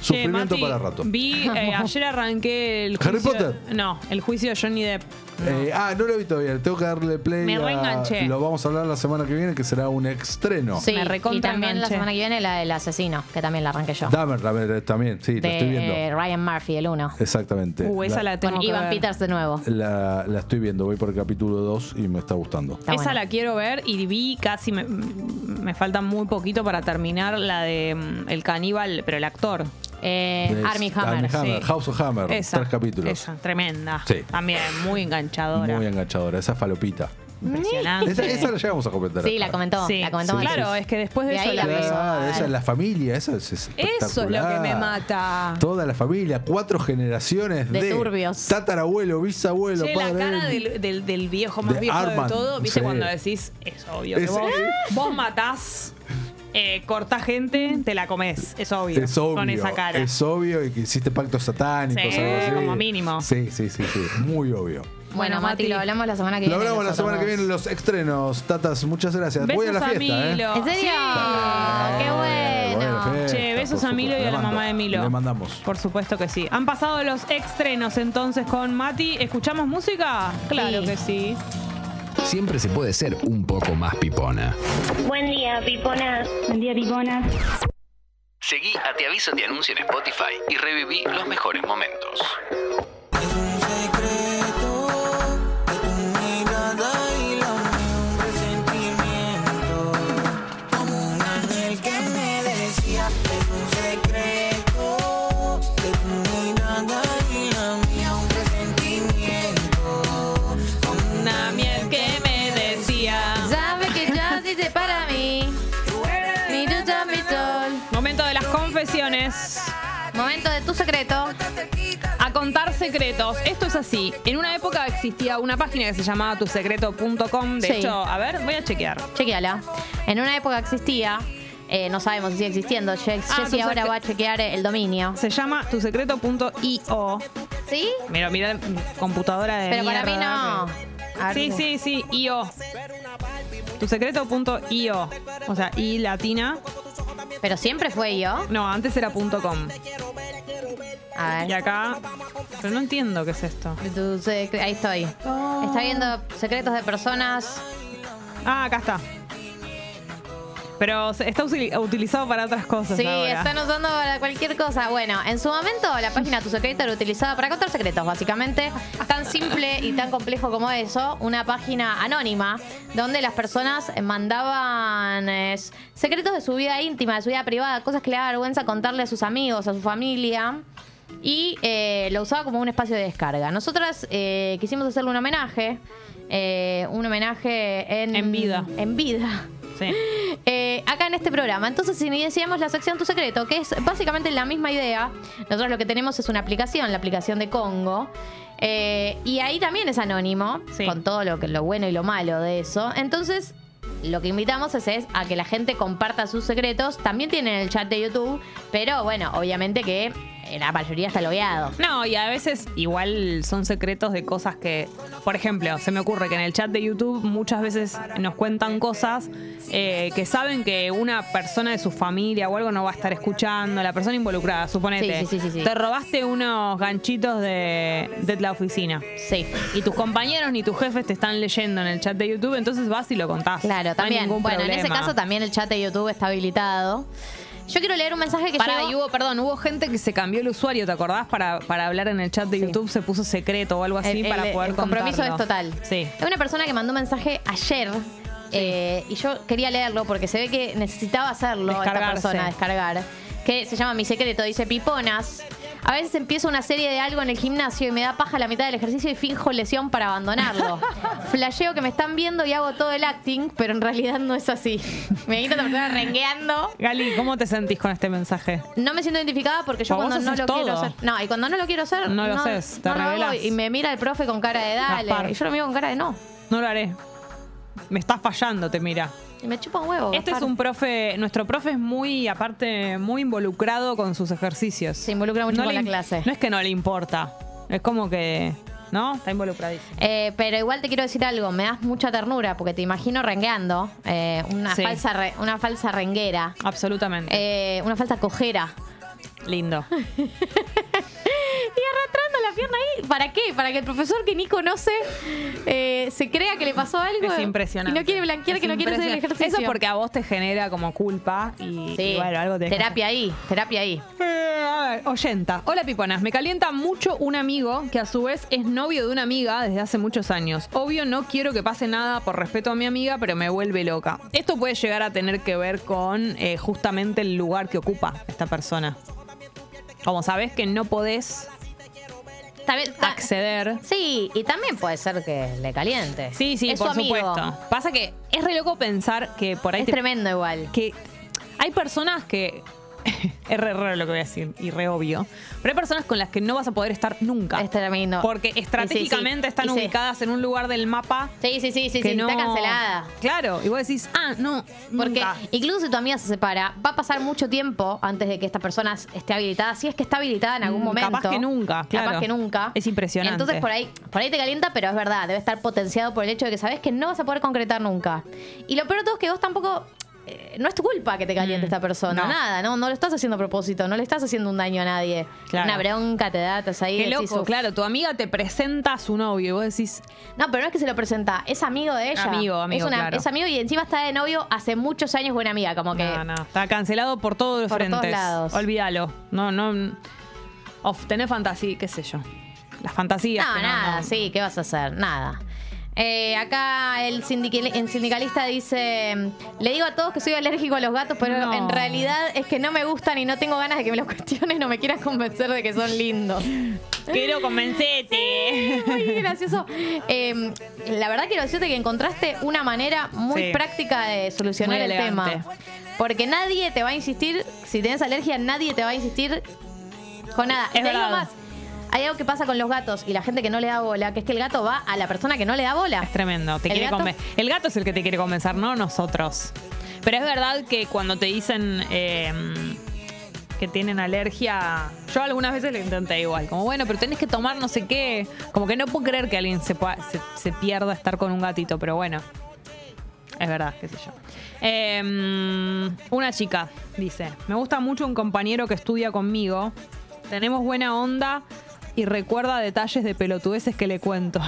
G: Che,
L: Sufrimiento
G: Mati,
L: para rato.
G: Vi, eh, ayer arranqué el
L: ¿Harry
G: juicio.
L: Potter?
G: No, el juicio de Johnny Depp.
L: Eh, ah, no lo he visto bien. Tengo que darle play.
G: Me
L: a-
G: reenganché.
L: Lo vamos a hablar la semana que viene, que será un estreno.
F: Sí, y también la
G: enganché.
F: semana que viene la del asesino, que también la arranqué yo.
L: Dahmer, la ver- también, sí, la
F: de eh,
L: estoy viendo.
F: Ryan Murphy, el uno.
L: Exactamente.
G: Uh,
F: Con Ivan Peters de nuevo.
L: La, la estoy viendo, voy por el capítulo 2 y me está gustando.
G: Esa la quiero ver y vi casi. Me, me falta muy poquito para terminar la de mm, El caníbal, pero el actor.
F: Eh,
L: Es Armie Hammer,
G: Eh, sí.
L: House of Hammer,
G: Esa,
L: tres capítulos.
G: Esa, tremenda.
L: Sí.
G: También muy enganchadora.
L: Muy enganchadora, esa falopita.
G: Impresionante.
L: Esa, esa la llegamos a comentar.
F: Sí, la
L: acá.
F: comentó, la comentó Matías.
G: Claro, es que después de,
F: De
G: eso
F: ahí
G: la
F: la
G: veo.
L: Ah, esa es la familia, esa es
G: Eso es lo que me
L: espectacular.
G: mata.
L: Toda la familia, cuatro generaciones de,
G: De turbios.
L: Tatarabuelo, bisabuelo,
G: Che, la
L: padre.
G: cara del, del- del viejo más
L: De
G: viejo
L: Arman,
G: de todo, viste
L: sí.
G: cuando decís, es obvio que
L: Es
G: vos,
L: obvio.
G: vos matás, eh, cortás gente, te la comés, es obvio.
L: Es obvio,
G: Con esa cara.
L: es obvio y que hiciste pactos satánicos,
G: Sí,
L: algo así.
G: como mínimo.
L: Sí, sí, sí, sí, muy obvio.
F: Bueno, Mati, lo hablamos la semana que
L: Lo
F: viene.
L: hablamos la
F: nosotros
L: semana que
F: dos.
L: viene los estrenos, tatas, muchas gracias. Voy a la
G: Besos a
L: fiesta, ¿eh?
G: Milo.
F: ¿En serio? Qué
L: Eh, voy a la
G: bueno.
L: fiesta,
G: Che, besos
L: por
G: a Milo
L: supuesto.
G: y a
L: Le
G: la
L: mando,
G: mamá de Milo.
L: Le mandamos.
G: Por supuesto que sí. Han pasado los estrenos entonces con Mati. ¿Escuchamos música? Claro que sí.
J: Siempre se puede ser un poco más pipona.
M: Buen día, piponas. Buen día, piponas.
J: Seguí a Te Aviso Te Anuncio en Spotify y reviví los mejores momentos.
N: mirada y la unión un presentimiento como un ángel que me decía es un secreto de tu mirada y la mía un presentimiento como una miel que me decía
F: Sabe que ya se hice para mí. Mi ducha, mi sol.
G: Momento de las confesiones.
F: Momento de tu secreto.
G: A contar secretos. Esto es así. En una época existía una página que se llamaba tusecreto.com. De
F: Sí.
G: hecho, a ver, voy a chequear.
F: Chequeala. En una época existía, eh, no sabemos si sigue existiendo. Je-
G: Ah,
F: Jessy
G: tu
F: ahora
G: secre-
F: va a chequear el dominio.
G: Se llama tusecreto.io.
F: ¿Sí?
G: Mira, mira, computadora de
F: Pero para mí
G: mierda. ¿eh?
F: no. A ver.
G: Sí, sí, sí, io. Tusecreto.io. O sea, i latina.
F: ¿Pero siempre fue io?
G: No, antes era punto .com.
F: A ver.
G: Y acá... Pero no entiendo qué es esto.
F: Tu secre- Ahí estoy. Está viendo secretos de personas.
G: Ah, acá está. Pero se- está usi- utilizado para otras cosas
F: Sí,
G: ahora.
F: están usando para cualquier cosa. Bueno, en su momento la página Tu Secreto era utilizada para contar secretos, básicamente. Tan simple y tan complejo como eso, una página anónima donde las personas mandaban eh, secretos de su vida íntima, de su vida privada, cosas que le da vergüenza contarle a sus amigos, a su familia. Y eh, lo usaba como un espacio de descarga. Nosotras eh, quisimos hacerle un homenaje. eh, un homenaje en...
G: En vida.
F: En vida.
G: Sí.
F: Eh, acá en este programa. Entonces iniciamos la sección Tu Secreto, que es básicamente la misma idea. Nosotros lo que tenemos es una aplicación, la aplicación de Congo. Eh, y ahí también es anónimo, con todo lo, que, lo bueno y lo malo de eso. Entonces, lo que invitamos es, es a que la gente comparta sus secretos. También tienen el chat de YouTube, pero bueno, obviamente que eh, la mayoría está logueado.
G: No, y a veces igual son secretos de cosas que, por ejemplo, se me ocurre que en el chat de YouTube muchas veces nos cuentan cosas eh, que saben que una persona de su familia o algo no va a estar escuchando, la persona involucrada, suponete.
F: Sí, sí, sí, sí, sí.
G: Te robaste unos ganchitos de, de la oficina.
F: Sí.
G: Y tus compañeros ni tus jefes te están leyendo en el chat de YouTube, entonces vas y lo contás. Claro,
F: También, bueno, en ese caso también el chat de YouTube está habilitado. Yo quiero leer un mensaje que
G: Pará,
F: llegó-
G: y hubo, perdón, hubo gente que se cambió el usuario, ¿te acordás? Para, para hablar en el chat de YouTube se puso secreto o algo así
F: El-
G: para
F: el-
G: poder
F: el compromiso
G: contarlo.
F: es total.
G: Sí.
F: Hay una persona que mandó un mensaje ayer eh, y yo quería leerlo porque se ve que necesitaba hacerlo esta
G: Descargarse.
F: persona, descargar. Que se llama Mi Secreto, dice Piponas. A veces empiezo una serie de algo en el gimnasio y me da paja la mitad del ejercicio y finjo lesión para abandonarlo. Flasheo que me están viendo y hago todo el acting, pero en realidad no es así. Me imagino a esta persona rengueando.
G: Gali, ¿cómo te sentís con este mensaje?
F: No me siento identificada porque yo
G: Pero
F: cuando
G: vos
F: no
G: haces
F: lo quiero
G: todo.
F: hacer. No, y cuando no lo quiero hacer.
G: No lo haces, te
F: no lo hago
G: revelás.
F: Y me mira el profe con cara de dale.
G: Gaspar.
F: Y yo lo miro con cara de no.
G: No lo haré. Me estás fallando, te mira.
F: Y me chupa un huevo.
G: Este es
F: Gaspar.
G: un profe, nuestro profe es muy, aparte, muy involucrado con sus ejercicios. Se
F: involucra mucho con
G: le
F: la
G: im-
F: clase.
G: No es que no le importa, es como que, ¿no? Está involucradísimo.
F: Eh, pero igual te quiero decir algo, me das mucha ternura porque te imagino rengueando, eh, una,
G: Sí.
F: falsa re- una falsa renguera,
G: Absolutamente.
F: eh, una falsa cojera.
G: Lindo.
F: Y arrastrando la pierna ahí, ¿para qué? Para que el profesor que ni conoce eh, se crea que le pasó algo.
G: Es impresionante.
F: Y no quiere blanquear
G: Es
F: que no quiere hacer el
G: impresionante.
F: ejercicio.
G: Eso porque a vos te genera como culpa y,
F: Sí.
G: y bueno, algo te deja
F: terapia ahí, terapia ahí.
G: Eh, a ver, oyenta. Hola piponas, me calienta mucho un amigo que a su vez es novio de una amiga desde hace muchos años. Obvio no quiero que pase nada por respeto a mi amiga, pero me vuelve loca. Esto puede llegar a tener que ver con eh, justamente el lugar que ocupa esta persona. Como sabes que no podés
F: También- ta- Sí, y también puede ser que le caliente.
G: Sí, sí,
F: Es su
G: por
F: amigo.
G: supuesto. Pasa que es re loco pensar que por ahí.
F: Es tremendo igual.
G: Que hay personas que. es re raro lo que voy a decir y re obvio. Pero hay personas con las que no vas a poder estar nunca. Es
F: tremendo.
G: Porque
F: sí.
G: estratégicamente están
F: Y sí.
G: ubicadas en un lugar del mapa.
F: Sí, sí, sí, sí,
G: que
F: sí,
G: no-
F: está cancelada.
G: Claro, y vos decís, ah, no.
F: Porque
G: nunca.
F: incluso si tu amiga se separa, va a pasar mucho tiempo antes de que esta persona esté habilitada. Si es que está habilitada en algún
G: Mm,
F: momento.
G: Capaz que nunca, claro.
F: Capaz que nunca.
G: Es impresionante.
F: Entonces por ahí, por ahí te calienta, pero es verdad, debe estar potenciado por el hecho de que sabes que no vas a poder concretar nunca. Y lo peor de todo es que vos tampoco. eh, no es tu culpa que te caliente esta persona,
G: Mm, no.
F: nada, no, no lo estás haciendo a propósito, no le estás haciendo un daño a nadie.
G: Claro.
F: Una bronca te da, estás ahí.
G: Qué
F: decís,
G: loco,
F: "Uf".
G: claro, tu amiga te presenta a su novio y vos decís.
F: No, pero no es que se lo presenta, es amigo de ella.
G: Amigo, amigo,
F: Es, una-
G: claro.
F: es amigo y encima está de novio hace muchos años buena amiga, como que.
G: No, no, está cancelado por todos los
F: Por todos
G: frentes.
F: lados.
G: Olvídalo. No, no. Of, tenés fantasía, qué sé yo. Las fantasías.
F: No,
G: que
F: nada,
G: no.
F: sí, ¿qué vas a hacer? Nada. Eh, acá el, sindiqui- el sindicalista dice, le digo a todos que soy alérgico a los gatos, pero
G: No.
F: en realidad es que no me gustan y no tengo ganas de que me los cuestiones, no me quieras convencer de que son lindos.
G: Quiero convencerte.
F: Muy gracioso. Eh, la verdad quiero decirte que encontraste una manera muy
G: Sí.
F: práctica de solucionar
G: Muy
F: el
G: elegante.
F: tema. Porque nadie te va a insistir, si tienes alergia, nadie te va a insistir con nada. Y
G: Es
F: te digo
G: verdad.
F: más, hay algo que pasa con los gatos y la gente que no le da bola, que es que el gato va a la persona que no le da bola.
G: Tremendo. Te
F: ¿El
G: quiere
F: gato?
G: conven- el gato es el que te quiere convencer, no nosotros. Pero es verdad que cuando te dicen eh, que tienen alergia, yo algunas veces lo intenté igual. Como bueno, pero tenés que tomar no sé qué. Como que no puedo creer que alguien se, pueda- se, se pierda estar con un gatito, pero bueno. Es verdad, qué sé yo. Eh, una chica dice, me gusta mucho un compañero que estudia conmigo. Tenemos buena onda y recuerda detalles de pelotudeces que le cuento.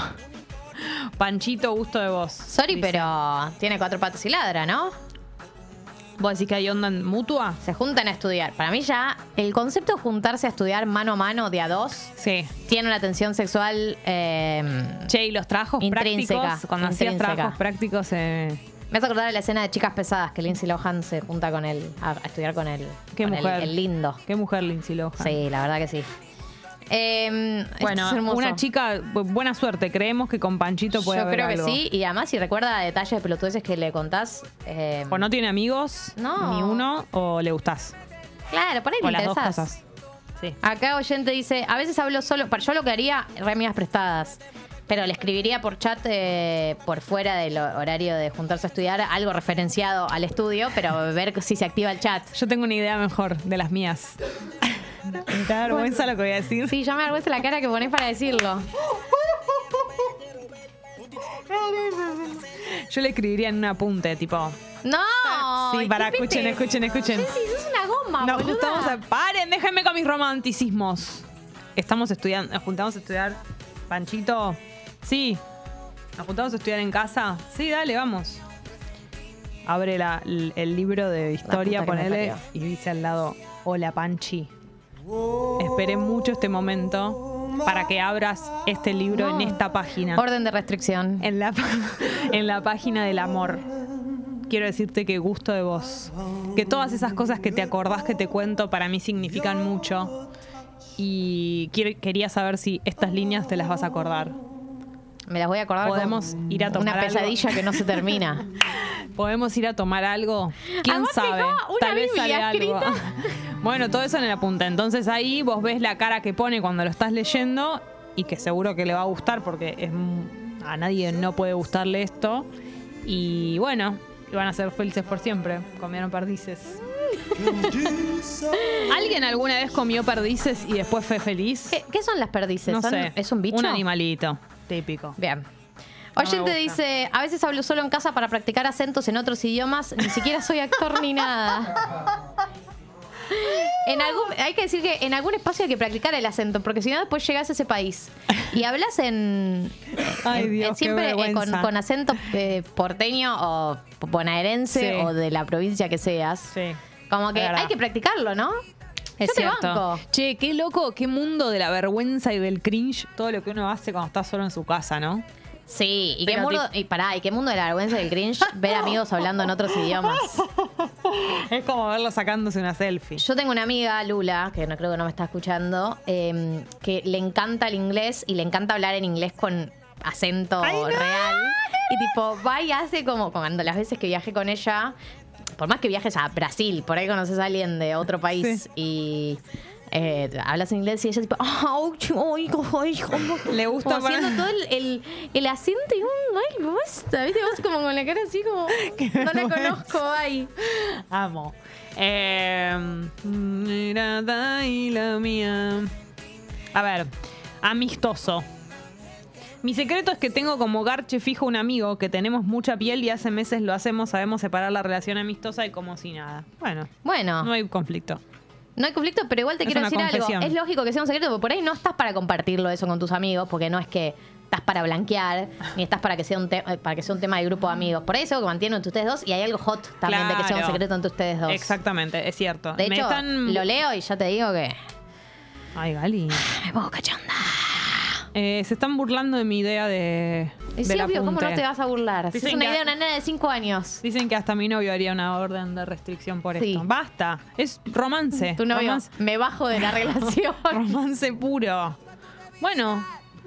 G: Panchito, gusto de vos.
F: Sorry, pero tiene cuatro patas y ladra, ¿no?
G: ¿Vos decís que hay onda mutua?
F: Se juntan a estudiar. Para mí ya el concepto de juntarse a estudiar mano a mano de a dos
G: Sí.
F: tiene una tensión sexual... eh,
G: Che, y los trabajos
F: Intrínseca,
G: prácticos, cuando hacías
F: intrínseca.
G: trabajos prácticos, eh,
F: Me hace acordar de la escena de Chicas Pesadas, que Lindsay Lohan se junta con él, a, a estudiar con él.
G: qué
F: con el-
G: mujer.
F: El, lindo.
G: Qué mujer Lindsay Lohan.
F: Sí, la verdad que sí. Em, esto
G: Bueno,
F: es hermoso.
G: una chica, bu- buena suerte. Creemos que con Panchito puede
F: Yo
G: haber
F: creo que
G: algo.
F: sí, y además si recuerda detalles de pelotudeces que le contás, em,
G: O no tiene amigos,
F: No.
G: ni uno, o le gustás.
F: claro, por ahí
G: O
F: te
G: las dos
F: interesás.
G: cosas. Sí.
F: Acá oyente dice, a veces hablo solo, para yo lo que haría, re amigas prestadas. Pero le escribiría por chat, eh, por fuera del horario de juntarse a estudiar, algo referenciado al estudio, pero ver si se activa el chat.
G: Yo tengo una idea mejor de las mías. Me da vergüenza lo que voy a decir.
F: Sí, ya me avergüenza la cara que pones para decirlo.
G: Yo le escribiría en un apunte, tipo.
F: ¡No!
G: sí,
F: Ay,
G: para,
F: qué
G: escuchen,
F: pete.
G: escuchen, escuchen.
F: Jessy, sos una goma,
G: Nos
F: boluda.
G: juntamos a. ¡Paren! Déjenme con mis romanticismos. Estamos estudiando. Nos juntamos a estudiar. Panchito. Sí. Nos juntamos a estudiar en casa. Sí, dale, vamos. Abre la- el, el libro de
F: puta que
G: historia,
F: me
G: ponele.
F: parió.
G: Y dice al lado: Hola, Panchi. Esperé mucho este momento para que abras este libro en esta página.
F: Orden de restricción.
G: En la, en la página del amor. Quiero decirte que gusto de vos. Que todas esas cosas que te acordás que te cuento para mí significan mucho. Y quiero- quería saber si estas líneas te las vas a acordar.
F: Me las voy a acordar.
G: Podemos
F: como
G: ir a tomar
F: Una
G: algo.
F: pesadilla que no se termina.
G: ¿Podemos ir a tomar algo? ¿Quién
F: Aguante,
G: sabe?
F: ja, una
G: Tal vez sale
F: Biblia
G: algo.
F: escrita.
G: Bueno, todo eso en el apunta. Entonces ahí vos ves la cara que pone cuando lo estás leyendo y que seguro que le va a gustar porque es, m- a nadie no puede gustarle esto. Y bueno, van a ser felices por siempre. Comieron perdices. ¿Alguien alguna vez comió perdices y después fue feliz?
F: ¿Qué, qué son las perdices?
G: No
F: Eh, ¿Son-
G: sé.
F: ¿Es un bicho?
G: Un animalito. Típico.
F: Bien.
G: No me
F: Oyente
G: gusta.
F: dice, a veces hablo solo en casa para practicar acentos en otros idiomas, ni siquiera soy actor ni nada. En algún, hay que decir que en algún espacio hay que practicar el acento, porque si no después llegas a ese país y hablas en,
G: Ay,
F: en-
G: Dios,
F: en
G: qué
F: siempre eh, con,
G: vergüenza.
F: con acento eh, porteño o bonaerense
G: Sí.
F: o de la provincia que seas. Como que
G: Es verdad.
F: hay que practicarlo, ¿no?
G: Es
F: Yo te
G: cierto.
F: banco.
G: Che, qué loco, qué mundo de la vergüenza y del cringe, todo lo que uno hace cuando está solo en su casa, ¿no?
F: Sí, y qué,
G: Pero
F: mundo, y pará, y qué mundo de la vergüenza y del cringe ver amigos hablando en otros idiomas.
G: Es como verlo sacándose una selfie.
F: Yo tengo una amiga, Lula, que no creo que no me está escuchando, eh, que le encanta el inglés y le encanta hablar en inglés con acento real. Y tipo, va y hace como cuando las veces que viajé con ella, por más que viajes a Brasil, por ahí conoces a alguien de otro país y eh, hablas inglés y ella tipo, "Au, chu, ay, co- ay, como-"
G: Le gusta
F: como
G: para-
F: haciendo todo el, el, el acento y un, ay, me gusta", ¿viste? Vos como con la cara así como, no la
G: vergüenza".
F: conozco, ay.
G: Amo. Eh, mirada y la mía. A ver, amistoso. Mi secreto es que tengo como garche fijo un amigo que tenemos mucha piel y hace meses lo hacemos, sabemos separar la relación amistosa y como si nada. Bueno,
F: Bueno.
G: no hay conflicto.
F: No hay conflicto, pero igual te
G: Es
F: quiero
G: una
F: decir
G: confesión.
F: algo. Es lógico que sea un secreto, porque por ahí no estás para compartirlo eso con tus amigos, porque no es que estás para blanquear, ni estás para que sea un, te- eh, para que sea un tema de grupo de amigos. Por ahí es algo que mantienen entre ustedes dos y hay algo hot también de que sea un
G: Claro.
F: secreto entre ustedes dos.
G: Exactamente, es cierto.
F: De
G: Me
F: hecho,
G: están-
F: lo leo y ya te digo que...
G: Ay, Gali.
F: Me pongo cachonda.
G: Eh, se están burlando de mi idea de.
F: Es
G: del
F: obvio, ¿cómo
G: apunte.
F: no te vas a burlar? Si
G: Dicen
F: es una
G: que-
F: idea de una nena de 5 años.
G: Dicen que hasta mi novio haría una orden de restricción por
F: Sí.
G: esto. Basta, es romance.
F: Tu novio,
G: romance-
F: me bajo de la relación.
G: romance puro. Bueno,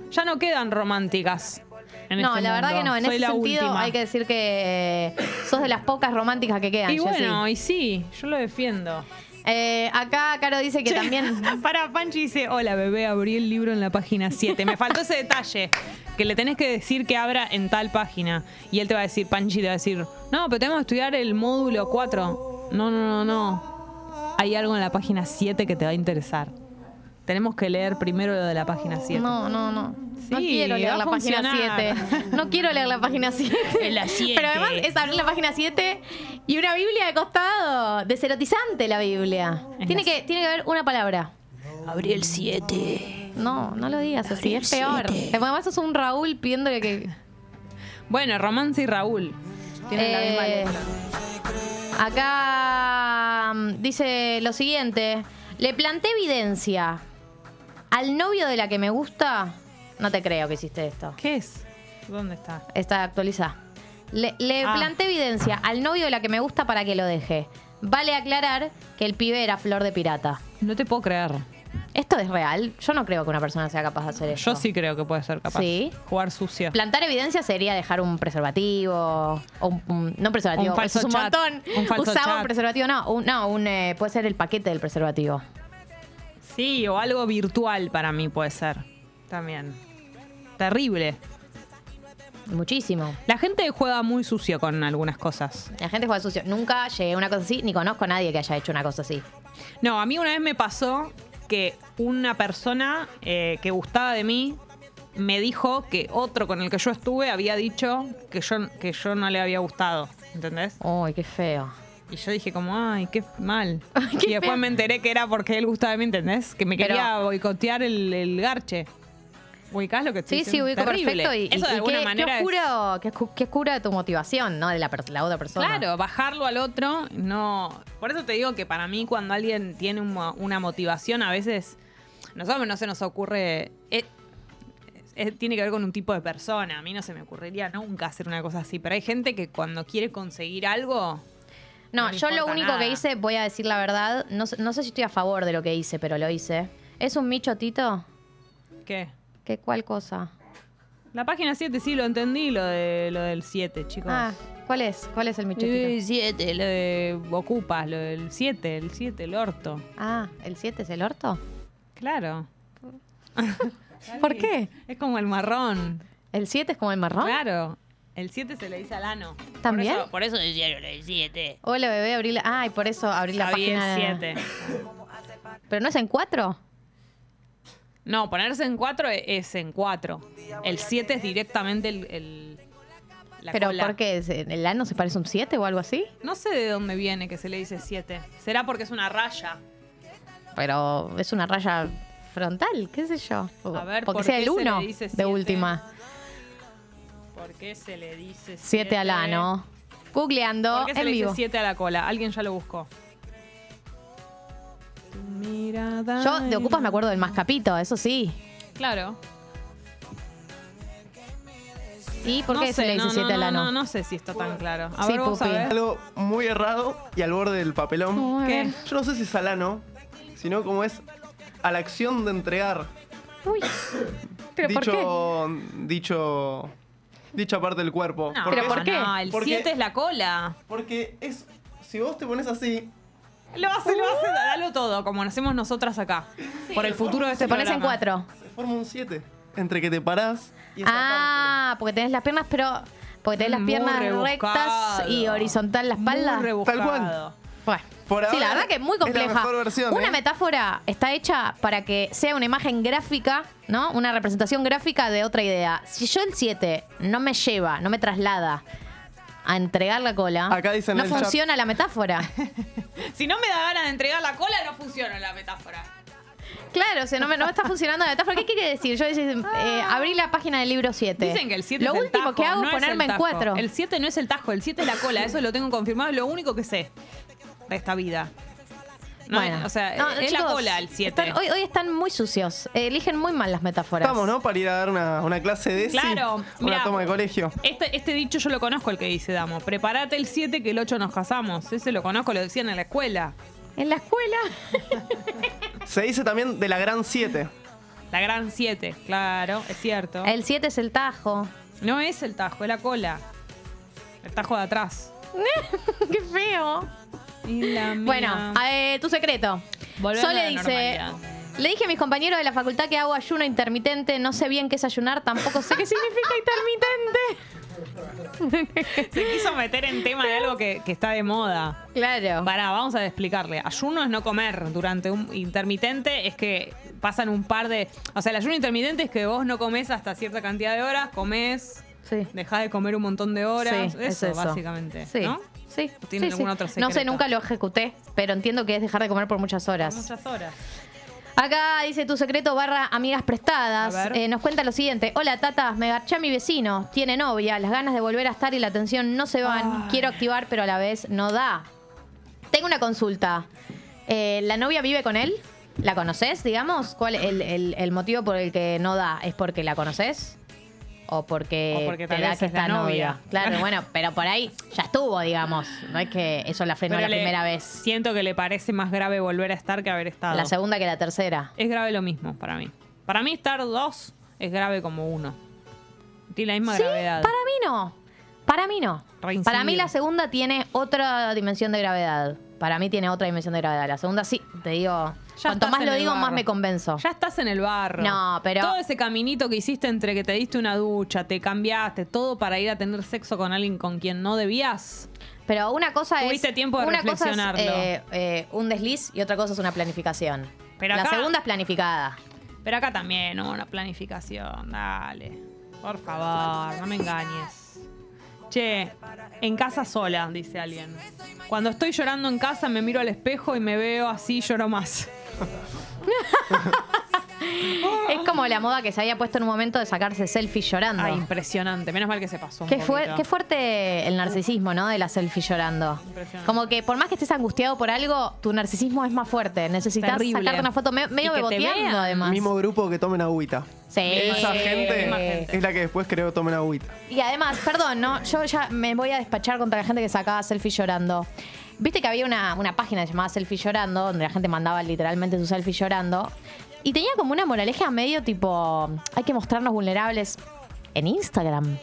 G: ya no quedan románticas. en
F: no,
G: este
F: la verdad
G: mundo.
F: que no. En
G: Soy
F: ese
G: la
F: sentido
G: última.
F: hay que decir que sos de las pocas románticas que quedan.
G: Y
F: Jessy.
G: bueno, y sí, yo lo defiendo.
F: Eh, acá Caro dice que también.
G: Para Panchi dice, hola bebé, abrí el libro en la página 7. Me faltó ese detalle, que le tenés que decir que abra en tal página. Y él te va a decir, Panchi te va a decir, no, pero tenemos que estudiar el módulo 4. No, no, no, no. Hay algo en la página 7 que te va a interesar. Tenemos que leer primero lo de la página 7.
F: No, no, no. no
G: Sí,
F: quiero
G: va
F: leer
G: a
F: la página
G: funcionar.
F: 7. No quiero leer la página 7.
G: Es la 7.
F: Pero además es abrir la página 7 y una Biblia de costado. Deserotizante la Biblia. Tiene que, tiene que haber una palabra.
K: Abrí el 7.
F: No, no lo digas así. Es peor. Además sos un Raúl pidiéndole que.
G: Bueno, Romance y Raúl. Tienen la misma
F: Eh,
G: letra.
F: Acá mm, dice lo siguiente. Le planté evidencia al novio de la que me gusta. No te creo que hiciste esto.
G: ¿Qué es? ¿Dónde está?
F: Está actualizada. Le, le
G: Ah.
F: planté evidencia al novio de la que me gusta para que lo deje. Vale aclarar que el pibe era flor de pirata.
G: No te puedo creer.
F: ¿Esto es real? Yo no creo que una persona sea capaz de hacer eso.
G: Yo sí creo que puede ser capaz.
F: Sí.
G: Jugar sucio.
F: Plantar evidencia sería dejar un preservativo. O un, un- no un preservativo,
G: Un falso
F: eso es un
G: chat,
F: montón.
G: un falso
F: Usaba un
G: chat.
F: preservativo, no. un- no, un, eh, puede ser el paquete del preservativo.
G: Sí, o algo virtual para mí puede ser. También. Terrible.
F: Muchísimo.
G: La gente juega muy sucio con algunas cosas.
F: La gente juega sucio. Nunca llegué a una cosa así, ni conozco a nadie que haya hecho una cosa así.
G: No, a mí una vez me pasó que una persona eh, que gustaba de mí me dijo que otro con el que yo estuve había dicho que yo, que yo no le había gustado. ¿Entendés?
F: Uy, qué feo.
G: Y yo dije como, ay, qué mal. y después me enteré que era porque él gustaba de mí, ¿entendés? Que me
F: Pero-
G: quería boicotear el, el garche. ¿Ubicás lo que estoy
F: Sí, sí,
G: diciendo?
F: ubico
G: Terrible.
F: perfecto. Y,
G: Eso
F: y-
G: de
F: y
G: alguna
F: qué,
G: manera
F: qué
G: es-
F: oscuro, qué oscu- qué oscura tu motivación, ¿no? De la, per- la otra persona.
G: Claro, bajarlo al otro, no. Por eso te digo que para mí, cuando alguien tiene un mo- una motivación, a veces. Nosotros no se nos ocurre. eh, eh, tiene que ver con un tipo de persona. A mí no se me ocurriría nunca hacer una cosa así. Pero hay gente que cuando quiere conseguir algo.
F: No,
G: No le
F: yo lo
G: importa
F: único
G: nada.
F: que hice, voy a decir la verdad, no, sé- no sé si estoy a favor de lo que hice, pero lo hice. ¿Es un micho, Tito?
G: ¿Qué?
F: ¿Qué, ¿Cuál cosa?
G: La página 7, sí, lo entendí, lo, de, lo del 7, chicos.
F: Ah, ¿cuál es? ¿Cuál es el micho,
G: el
F: Tito?
G: 7, eh, lo de ocupas, lo del 7, el 7, el orto.
F: Ah, ¿el 7 es el orto?
G: Claro.
F: ¿Por qué?
G: Es como el marrón.
F: ¿El 7 es como el marrón?
G: Claro. El 7 se le dice al ano.
F: ¿Ah? ¿También?
G: Por eso, por eso decía yo le 7.
F: Hola, bebé, abrí la... Ay, por eso abrí la página...
G: el 7.
F: ¿Pero no es en 4?
G: No, ponerse en 4 es en 4. El 7 es directamente el, el- la
F: ¿Pero
G: cola.
F: por qué? ¿Es- ¿El ano se parece a un 7 o algo así?
G: No sé de dónde viene que se le dice 7. Será porque es una raya.
F: Pero es una raya frontal, qué sé yo.
G: A ver,
F: Porque
G: ¿por
F: sea
G: qué
F: el
G: se le
F: 1
G: dice
F: de
G: siete?
F: última.
G: ¿Por qué se le dice
F: 7 al ano. Googleando
G: ¿Por qué se
F: en
G: le dice
F: vivo.
G: 7 a la cola? Alguien ya lo buscó. Tu mirada
F: Yo de
G: y-
F: Ocupas me acuerdo del mascapito, eso sí.
G: Claro.
F: ¿Y por qué
G: No
F: se
G: sé,
F: le
G: no,
F: dice
G: no,
F: 7 al
G: no,
F: ano?
G: No, no sé si está tan claro. A
F: Sí, pues,
G: ver, vos
F: Pupi.
G: sabés.
I: Algo muy errado y al borde del papelón. ¿Qué? Yo no sé si es al ano, sino como es a la acción de entregar.
F: Uy. ¿Pero por
I: dicho, dicho. Dicha parte del cuerpo.
G: No,
I: Porque
G: pero ¿por
I: es-
G: qué? No, el
I: porque
G: 7 es la cola.
I: Porque es. Si vos te pones así.
G: Lo hace, lo
F: Uh.
G: hace, dalo todo, como hacemos nosotras acá. Por el futuro de este
F: Te pones en
G: programa.
F: cuatro.
I: Se forma un 7. Entre que te parás.
F: Ah, porque tenés las piernas, pero. Porque tenés las
I: Muy
F: piernas rectas
I: rebuscado.
F: y horizontal la espalda.
I: Tal cual.
F: Bueno.
I: Por
F: sí, la
I: ahora
F: verdad que es muy
I: es la
F: compleja.
I: mejor versión,
F: una
I: ¿eh?
F: metáfora está hecha para que sea una imagen gráfica, ¿no? Una representación gráfica de otra idea. Si yo el 7 no me lleva, no me traslada a entregar la cola,
I: Acá dicen
F: no
I: en el chat-
F: funciona la metáfora.
G: Si no me da ganas de entregar la cola, no funciona la metáfora.
F: claro, o sea, no me, no me está funcionando la metáfora. ¿Qué quiere decir? Yo eh, abrí la página del libro 7.
G: Dicen que el 7
F: Lo
G: es el
F: último
G: tajo,
F: que hago
G: no
F: es
G: es el
F: ponerme en
G: tajo.
F: 4.
G: El 7 no es el tajo, el 7 es la cola. Eso lo tengo confirmado, es lo único que sé de esta vida. No,
F: Bueno.
G: o sea,
F: No,
G: es la
F: chicos,
G: cola el 7.
F: están- hoy, hoy están muy sucios. Eh, Eligen muy mal las metáforas.
I: Estamos, ¿no? Para ir a dar una, una clase de ESI,
G: Claro,
I: Una
G: mirá.
I: toma de colegio.
G: Este, este dicho yo lo conozco, el que dice Damo. Prepárate el 7 que el 8 nos casamos. Ese lo conozco, lo decían en la escuela.
F: ¿En la escuela?
I: Se dice también de la gran 7.
G: La gran 7, claro, es cierto.
F: El 7 es el tajo.
G: No es el tajo, es la cola. El tajo de atrás.
F: ¡Qué feo!
G: Y la mía.
F: Bueno, eh, tu secreto.
G: Volver a
F: Sole
G: la
F: dice.
G: normalidad.
F: Le dije a mis compañeros de la facultad que hago ayuno intermitente, no sé bien qué es ayunar, tampoco sé qué significa intermitente.
G: Se quiso meter en tema de algo que, que está de moda.
F: Claro.
G: Pará, vamos a explicarle. Ayuno es no comer durante un intermitente, es que pasan un par de. O sea, el ayuno intermitente es que vos no comes hasta cierta cantidad de horas, comés, dejás de comer un montón de horas.
F: Sí, es
G: eso,
F: eso.
G: básicamente.
F: Sí.
G: ¿no?
F: Sí.
G: ¿Tienen
F: sí,
G: algún
F: sí.
G: otro
F: No sé,
G: secreto?
F: nunca lo ejecuté, pero entiendo que es dejar de comer por muchas horas. Este
G: Muchas horas.
F: Acá dice tu secreto barra amigas prestadas.
G: A ver.
F: Eh, nos cuenta lo siguiente. Hola, tatas. Me garché a mi vecino. Tiene novia. Las ganas de volver a estar y la atención no se van. Quiero activar, pero a la vez no da. Tengo una consulta. Eh, ¿La novia vive con él? ¿La conoces, digamos? ¿Cuál el, el- el motivo por el que no da? ¿Es porque la conoces? ¿O porque,
G: O porque
F: te
G: tal
F: da
G: vez
F: que
G: es
F: está
G: la novia.
F: novia? Claro, bueno, pero por ahí ya estuvo, digamos. No es que eso la frenó la
G: le-
F: primera vez.
G: Siento que le parece más grave volver a estar que haber estado.
F: La segunda que la tercera.
G: Es grave lo mismo para mí. Para mí estar dos es grave como uno. Tiene la misma
F: Sí,
G: gravedad.
F: Para mí no. Para mí no.
G: Reincido.
F: Para mí la segunda tiene otra dimensión de gravedad. Para mí tiene otra dimensión de gravedad. La segunda sí, te digo. cuanto
G: estás
F: más
G: en
F: lo
G: el
F: digo, más
G: barro.
F: me convenzo.
G: Ya estás en el barro.
F: No, pero-
G: Todo ese caminito que hiciste entre que te diste una ducha, te cambiaste, todo para ir a tener sexo con alguien con quien no debías.
F: Pero una cosa
G: Tuviste
F: es.
G: tiempo de
F: una
G: reflexionarlo.
F: Cosa es, eh, eh, un desliz y otra cosa es una planificación.
G: Pero
F: la
G: acá-
F: segunda es planificada.
G: Pero acá también hubo una planificación. Dale. Por favor, no me engañes. Che, en casa sola, dice alguien. Cuando estoy llorando en casa me miro al espejo y me veo así lloro más.
F: Es como la moda que se había puesto en un momento de sacarse selfies llorando.
G: Ay, impresionante. Menos mal que se pasó. un
F: Qué, fue-
G: poquito.
F: qué fuerte el narcisismo, ¿no? De la selfie llorando.
G: Impresionante.
F: Como que por más que estés angustiado por algo, tu narcisismo es más fuerte. Necesitas
G: Terrible.
F: sacarte una foto me- medio
G: Y que te vean.
F: beboteando, además.
I: Mismo grupo que tomen agüita.
F: Sí.
I: Esa
F: Misma
I: gente
F: gente.
I: es la que después creo tomen agüita.
F: Y además, perdón, ¿no? Yo ya me voy a despachar contra la gente que sacaba selfie llorando. Viste que había una, una página llamada Selfie Llorando, donde la gente mandaba literalmente su selfie llorando. Y tenía como una moraleja medio tipo, hay que mostrarnos vulnerables en Instagram.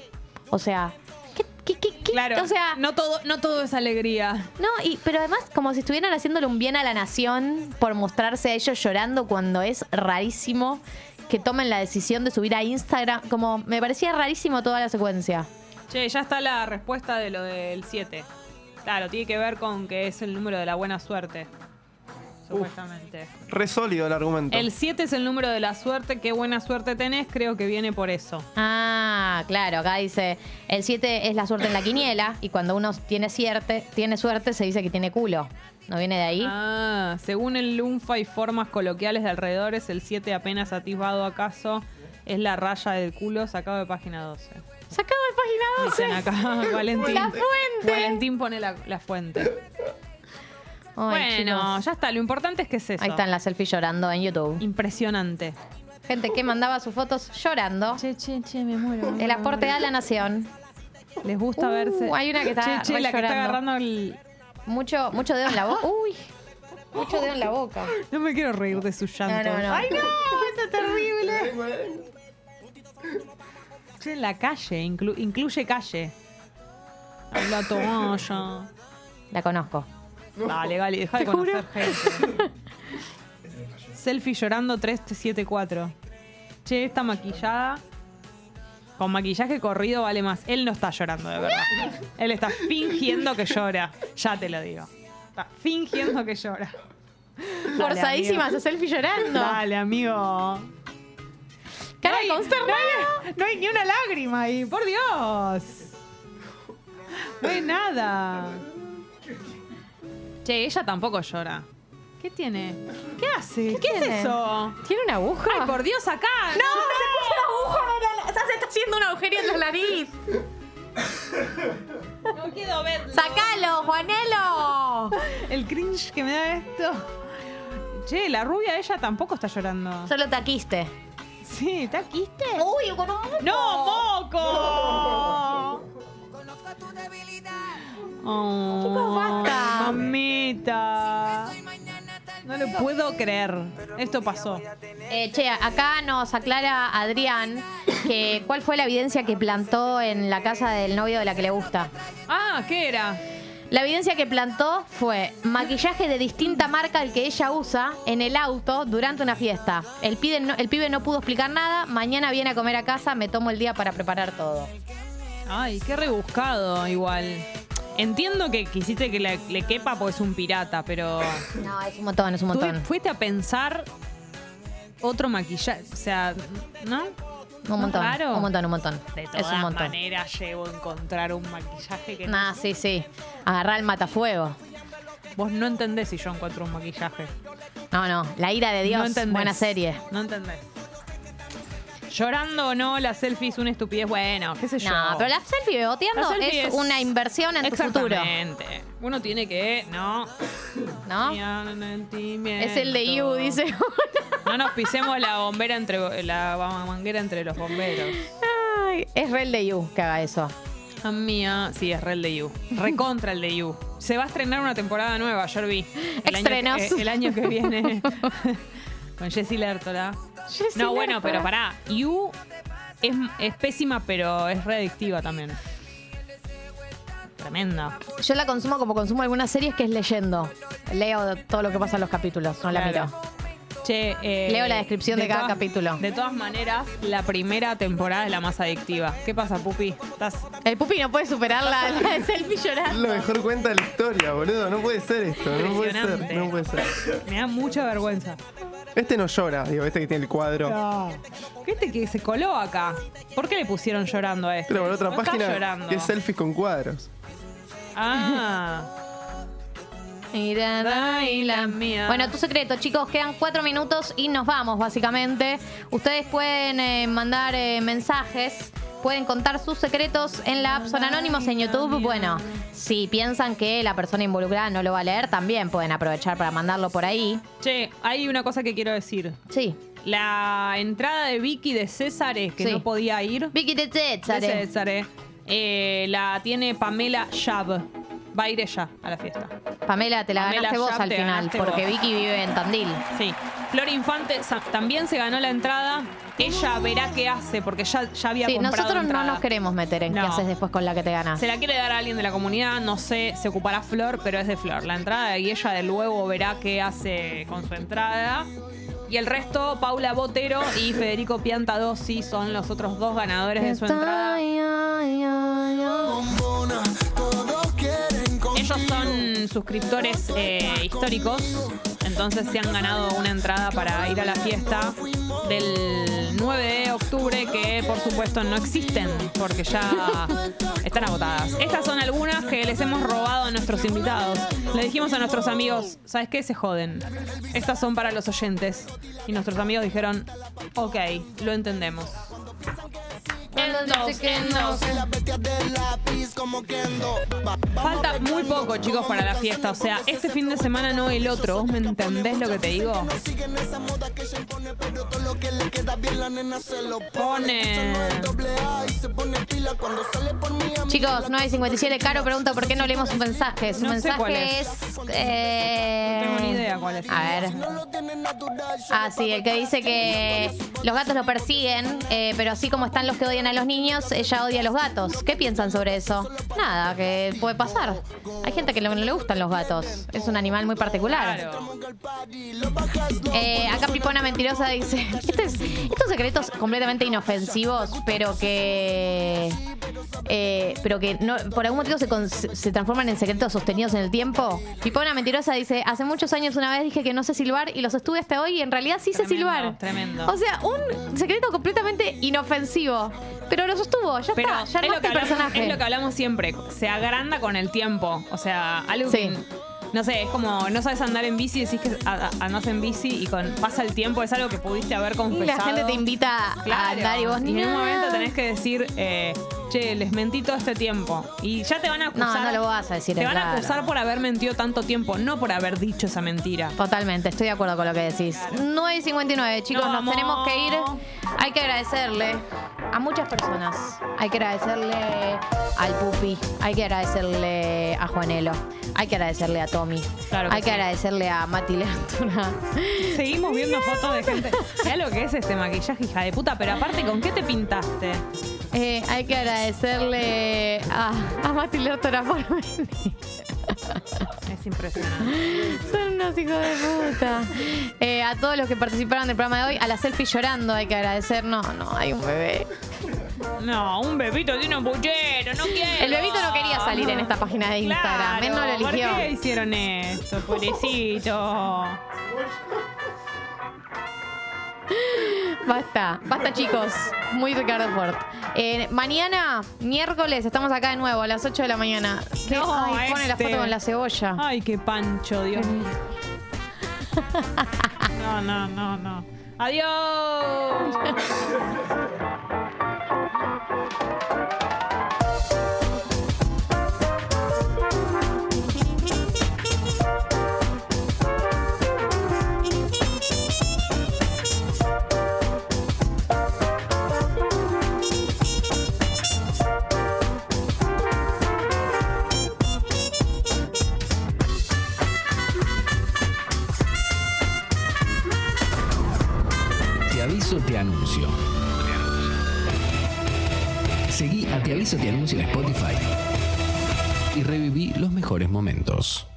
F: O sea,
G: Claro.
F: o sea-
G: no todo, no todo es alegría.
F: No, y, pero además como si estuvieran haciéndole un bien a la nación por mostrarse a ellos llorando cuando es rarísimo que tomen la decisión de subir a Instagram. Como me parecía rarísimo toda la secuencia.
G: Che, ya está la respuesta de lo del 7. Claro, tiene que ver con que es el número de la buena suerte. Supuestamente.
I: Re sólido el argumento.
G: El 7 es el número de la suerte. Qué buena suerte tenés, creo que viene por eso.
F: Ah, claro, acá dice, el 7 es la suerte en la quiniela y cuando uno tiene, cierte, tiene suerte se dice que tiene culo. ¿No viene de ahí?
G: Ah, según el lunfa y formas coloquiales de alrededores, el 7 apenas atisbado acaso es la raya del culo sacado de página 12.
F: Sacado de
G: Dicen
F: página 12.
G: acá, Valentín.
F: Ah, La fuente.
G: Valentín pone la, la fuente.
F: Ay,
G: bueno,
F: chicos.
G: ya está. Lo importante es que es eso.
F: Ahí están las selfies llorando en YouTube.
G: Impresionante.
F: Gente que mandaba sus fotos llorando. Che, che, che, me muero. El aporte a la nación.
G: Les gusta verse.
F: Hay una que está
G: Che, che,
F: re
G: la que está
F: llorando.
G: agarrando el.
F: Mucho, mucho dedo en la boca. Uy. Mucho dedo en la boca.
G: No me quiero reír de su llanto.
F: No, no, no.
G: ¡Ay, no! ¡Esto es terrible! Che, en la calle, inclu- incluye calle. Ay, La toalla.
F: La conozco.
G: Dale, vale, deja de
F: Te juro.
G: conocer gente. Selfie llorando 374. Che, esta maquillada. Con maquillaje corrido vale más. Él no está llorando, de verdad. Él está fingiendo que llora. Ya te lo digo. Está fingiendo que llora. Dale,
F: Forzadísima,
G: amigo.
F: esa selfie llorando.
G: Dale, amigo.
F: Cara
G: No hay- no hay- no hay ni una lágrima ahí, por Dios. No hay nada. Che, ella tampoco llora. ¿Qué tiene? ¿Qué hace? ¿Qué,
F: tiene?
G: es eso?
F: ¿Tiene una aguja?
G: Ay, por Dios, acá.
F: No, se puso una aguja en la- o sea, se está haciendo un agujería en la nariz.
G: No quiero verlo.
F: ¡Sacalo, Juanelo!
G: El cringe que me da esto. Che, la rubia ella tampoco está llorando.
F: Solo taquiste.
G: Sí, Oh, ¿taquiste?
F: ¡Uy, con un moco!
G: ¡No, moco! Oh,
F: Chicos, basta.
G: Mamita. No lo puedo creer. Esto pasó.
F: Eh, che, acá nos aclara Adrián que cuál fue la evidencia que plantó en la casa del novio de la que le gusta.
G: Ah, ¿qué era?
F: La evidencia que plantó fue maquillaje de distinta marca al que ella usa en el auto durante una fiesta. El pibe, no, el pibe no pudo explicar nada, mañana viene a comer a casa, me tomo el día para preparar todo.
G: Ay, qué rebuscado igual. Entiendo que quisiste que le, le quepa porque es un pirata, pero...
F: No, es un montón, es un montón.
G: Tuvi- Fuiste a pensar otro maquillaje, o sea, ¿no?
F: Un montón,
G: Claro.
F: un montón, un montón.
G: De todas
F: Es un montón.
G: maneras llevo a encontrar un maquillaje que...
F: Ah, sí, sí. Agarrar el matafuego.
G: Vos no entendés si yo encuentro un maquillaje.
F: No, no. La ira de
G: No
F: Dios.
G: entendés.
F: Buena serie.
G: No entendés. Llorando o no, la selfie es una estupidez. Bueno, qué sé yo.
F: No, pero la selfie beboteando
G: La selfie
F: es, una inversión en tu futuro.
G: Exactamente. Uno tiene que, no.
F: ¿No?
G: Es
F: Es el de You, dice.
G: No nos pisemos la bombera entre la manguera entre los bomberos.
F: Ay, es re el de You que haga eso.
G: Ah, mía, sí, es re el de You. Recontra el de You. Se va a estrenar una temporada nueva, ayer vi. El año que-
F: Estrenos.
G: eh, el año que viene. Con Jessie Lertola.
F: Jessie
G: no, bueno,
F: Lertola.
G: pero pará. You es, es pésima, pero es re adictiva también. Tremenda.
F: Yo la consumo como consumo algunas series que es leyendo. Leo todo lo que pasa en los capítulos, no la
G: Claro.
F: miro.
G: Che, eh,
F: Leo la descripción de cada
G: todas-
F: capítulo.
G: De todas maneras, la primera temporada es la más adictiva. ¿Qué pasa, Pupi? ¿Estás
F: El pupi no puede superar la, la de selfie
I: Es
F: llorando.
I: la mejor cuenta de la historia, boludo. No puede ser esto. No puede ser.
G: Impresionante.
I: No puede ser.
G: Me da mucha vergüenza.
I: Este no llora, digo, este que tiene el cuadro.
G: Este que se coló acá. ¿Por qué le pusieron llorando a este?
I: Pero por otra
G: No está
I: página
G: llorando.
I: que es selfies con cuadros.
G: Ah.
F: Mira, dai, la mía. Bueno, tu secreto, chicos, quedan cuatro minutos y nos vamos, básicamente. Ustedes pueden eh, mandar eh, mensajes, pueden contar sus secretos en la app Son Anónimos en YouTube. Bueno, si piensan que la persona involucrada no lo va a leer, también pueden aprovechar para mandarlo por ahí.
G: Che, hay una cosa que quiero decir.
F: Sí.
G: La entrada de Vicky de Césares, que
F: Sí.
G: no podía ir.
F: Vicky de Césare.
G: De Césares. eh, la tiene Pamela Shab. Va a ir ella a la fiesta.
F: Pamela, te la
G: Pamela
F: ganaste vos
G: Sharp,
F: al
G: te
F: final,
G: ganaste
F: porque
G: vos.
F: Vicky vive en Tandil.
G: Sí. Flor Infante sa- también se ganó la entrada. Ella verá qué hace, porque ya, ya había
F: Sí,
G: comprado
F: nosotros no
G: entrada.
F: nos queremos meter en qué
G: No.
F: haces después con la que te ganas.
G: Se la quiere dar a alguien de la comunidad, no sé, se ocupará Flor, pero es de Flor. La entrada y ella de luego verá qué hace con su entrada. Y el resto, Paula Botero y Federico Piantadosi son los otros dos ganadores de su entrada. Ellos son suscriptores eh, históricos, entonces se han ganado una entrada para ir a la fiesta del 9 de octubre que por supuesto no existen porque ya están agotadas. Estas son algunas que les hemos robado a nuestros invitados. Le dijimos a nuestros amigos, ¿sabes qué? Se joden. Estas son para los oyentes. Y nuestros amigos dijeron, ok, lo entendemos. Falta muy poco, chicos, para la fiesta. O sea, este fin de semana no el otro. ¿Vos me entendés lo que te digo?
N: lo que le queda bien, la nena se lo pone. Eso no es doble A y se pone pila cuando sale por mí a mí
F: Chicos, 9.57, Caro pregunta por qué no leemos su mensaje. Su
N: No sé
F: mensaje
N: cuál
F: es.
N: es.
F: eh,
N: No tengo ni idea cuál es.
F: A ver. Ah, sí, el que dice que los gatos lo persiguen, eh, pero así como están los que odian a los niños, ella odia a los gatos. ¿Qué piensan sobre eso? Nada, que puede pasar. Hay gente que no le gustan los gatos. Es un animal muy particular. Eh, acá Pipona Mentirosa dice, "Este es- estos secretos completamente inofensivos, pero que... eh, pero que no, por algún motivo se, con- se transforman en secretos sostenidos en el tiempo. Pipona Mentirosa dice, hace muchos años una vez dije que no sé silbar y los estuve hasta hoy y en realidad sí sé silbar.
G: Tremendo.
F: O sea, un secreto completamente inofensivo. Pero lo sostuvo, ya
G: Pero
F: está, ya
G: es, lo
F: armaste el
G: que hablamos,
F: personaje.
G: es lo que hablamos siempre. Se agranda con el tiempo. O sea, algo que- No sé, es como no sabes andar en bici, decís que a- a- andás en bici y con, pasa el tiempo, es algo que pudiste haber confesado.
F: Y la gente te invita a
G: Claro.
F: andar y vos
G: en un
F: "Nah".
G: momento tenés que decir, eh, che, les mentí todo este tiempo. Y ya te van a acusar.
F: no lo vas a decir,
G: Te van a
F: claro.
G: acusar por haber mentido tanto tiempo, no por haber dicho esa mentira.
F: Totalmente, estoy de acuerdo con lo que decís. 9 y 59, chicos,
G: Nos
F: nos,
G: vamos.
F: tenemos que ir. Hay que agradecerle a muchas personas. Hay que agradecerle al Pupi, hay que agradecerle a Juanelo, hay que agradecerle a Tommy,
G: que
F: hay que
G: sí.
F: agradecerle a Mati Lertura.
G: Seguimos viendo fotos de gente. Mirá lo que es este maquillaje, hija de puta, pero aparte, ¿con qué te pintaste?
F: Eh, hay que agradecerle a, a Mati Lertora por venir.
G: Es impresionante.
F: Son unos hijos de puta. Eh, a todos los que participaron del programa de hoy, a la selfie llorando hay que agradecer. No, no, hay un bebé.
G: No, un bebito tiene un puchero, no quiero.
F: El bebito no quería salir en esta página de Instagram. Él no lo
G: ¿Por
F: eligió.
G: qué hicieron esto, pobrecito?
F: Basta, basta chicos. Muy Ricardo Ford. Eh, mañana, miércoles, estamos acá de nuevo a las 8 de la mañana. ¿Qué? Ay, pone la
G: este.
F: foto con la cebolla.
G: Ay, qué pancho, Dios mío. No, no, no, no. Adiós.
J: Te aviso, te anuncio. Seguí a Te aviso, te anuncio en Spotify y reviví los mejores momentos.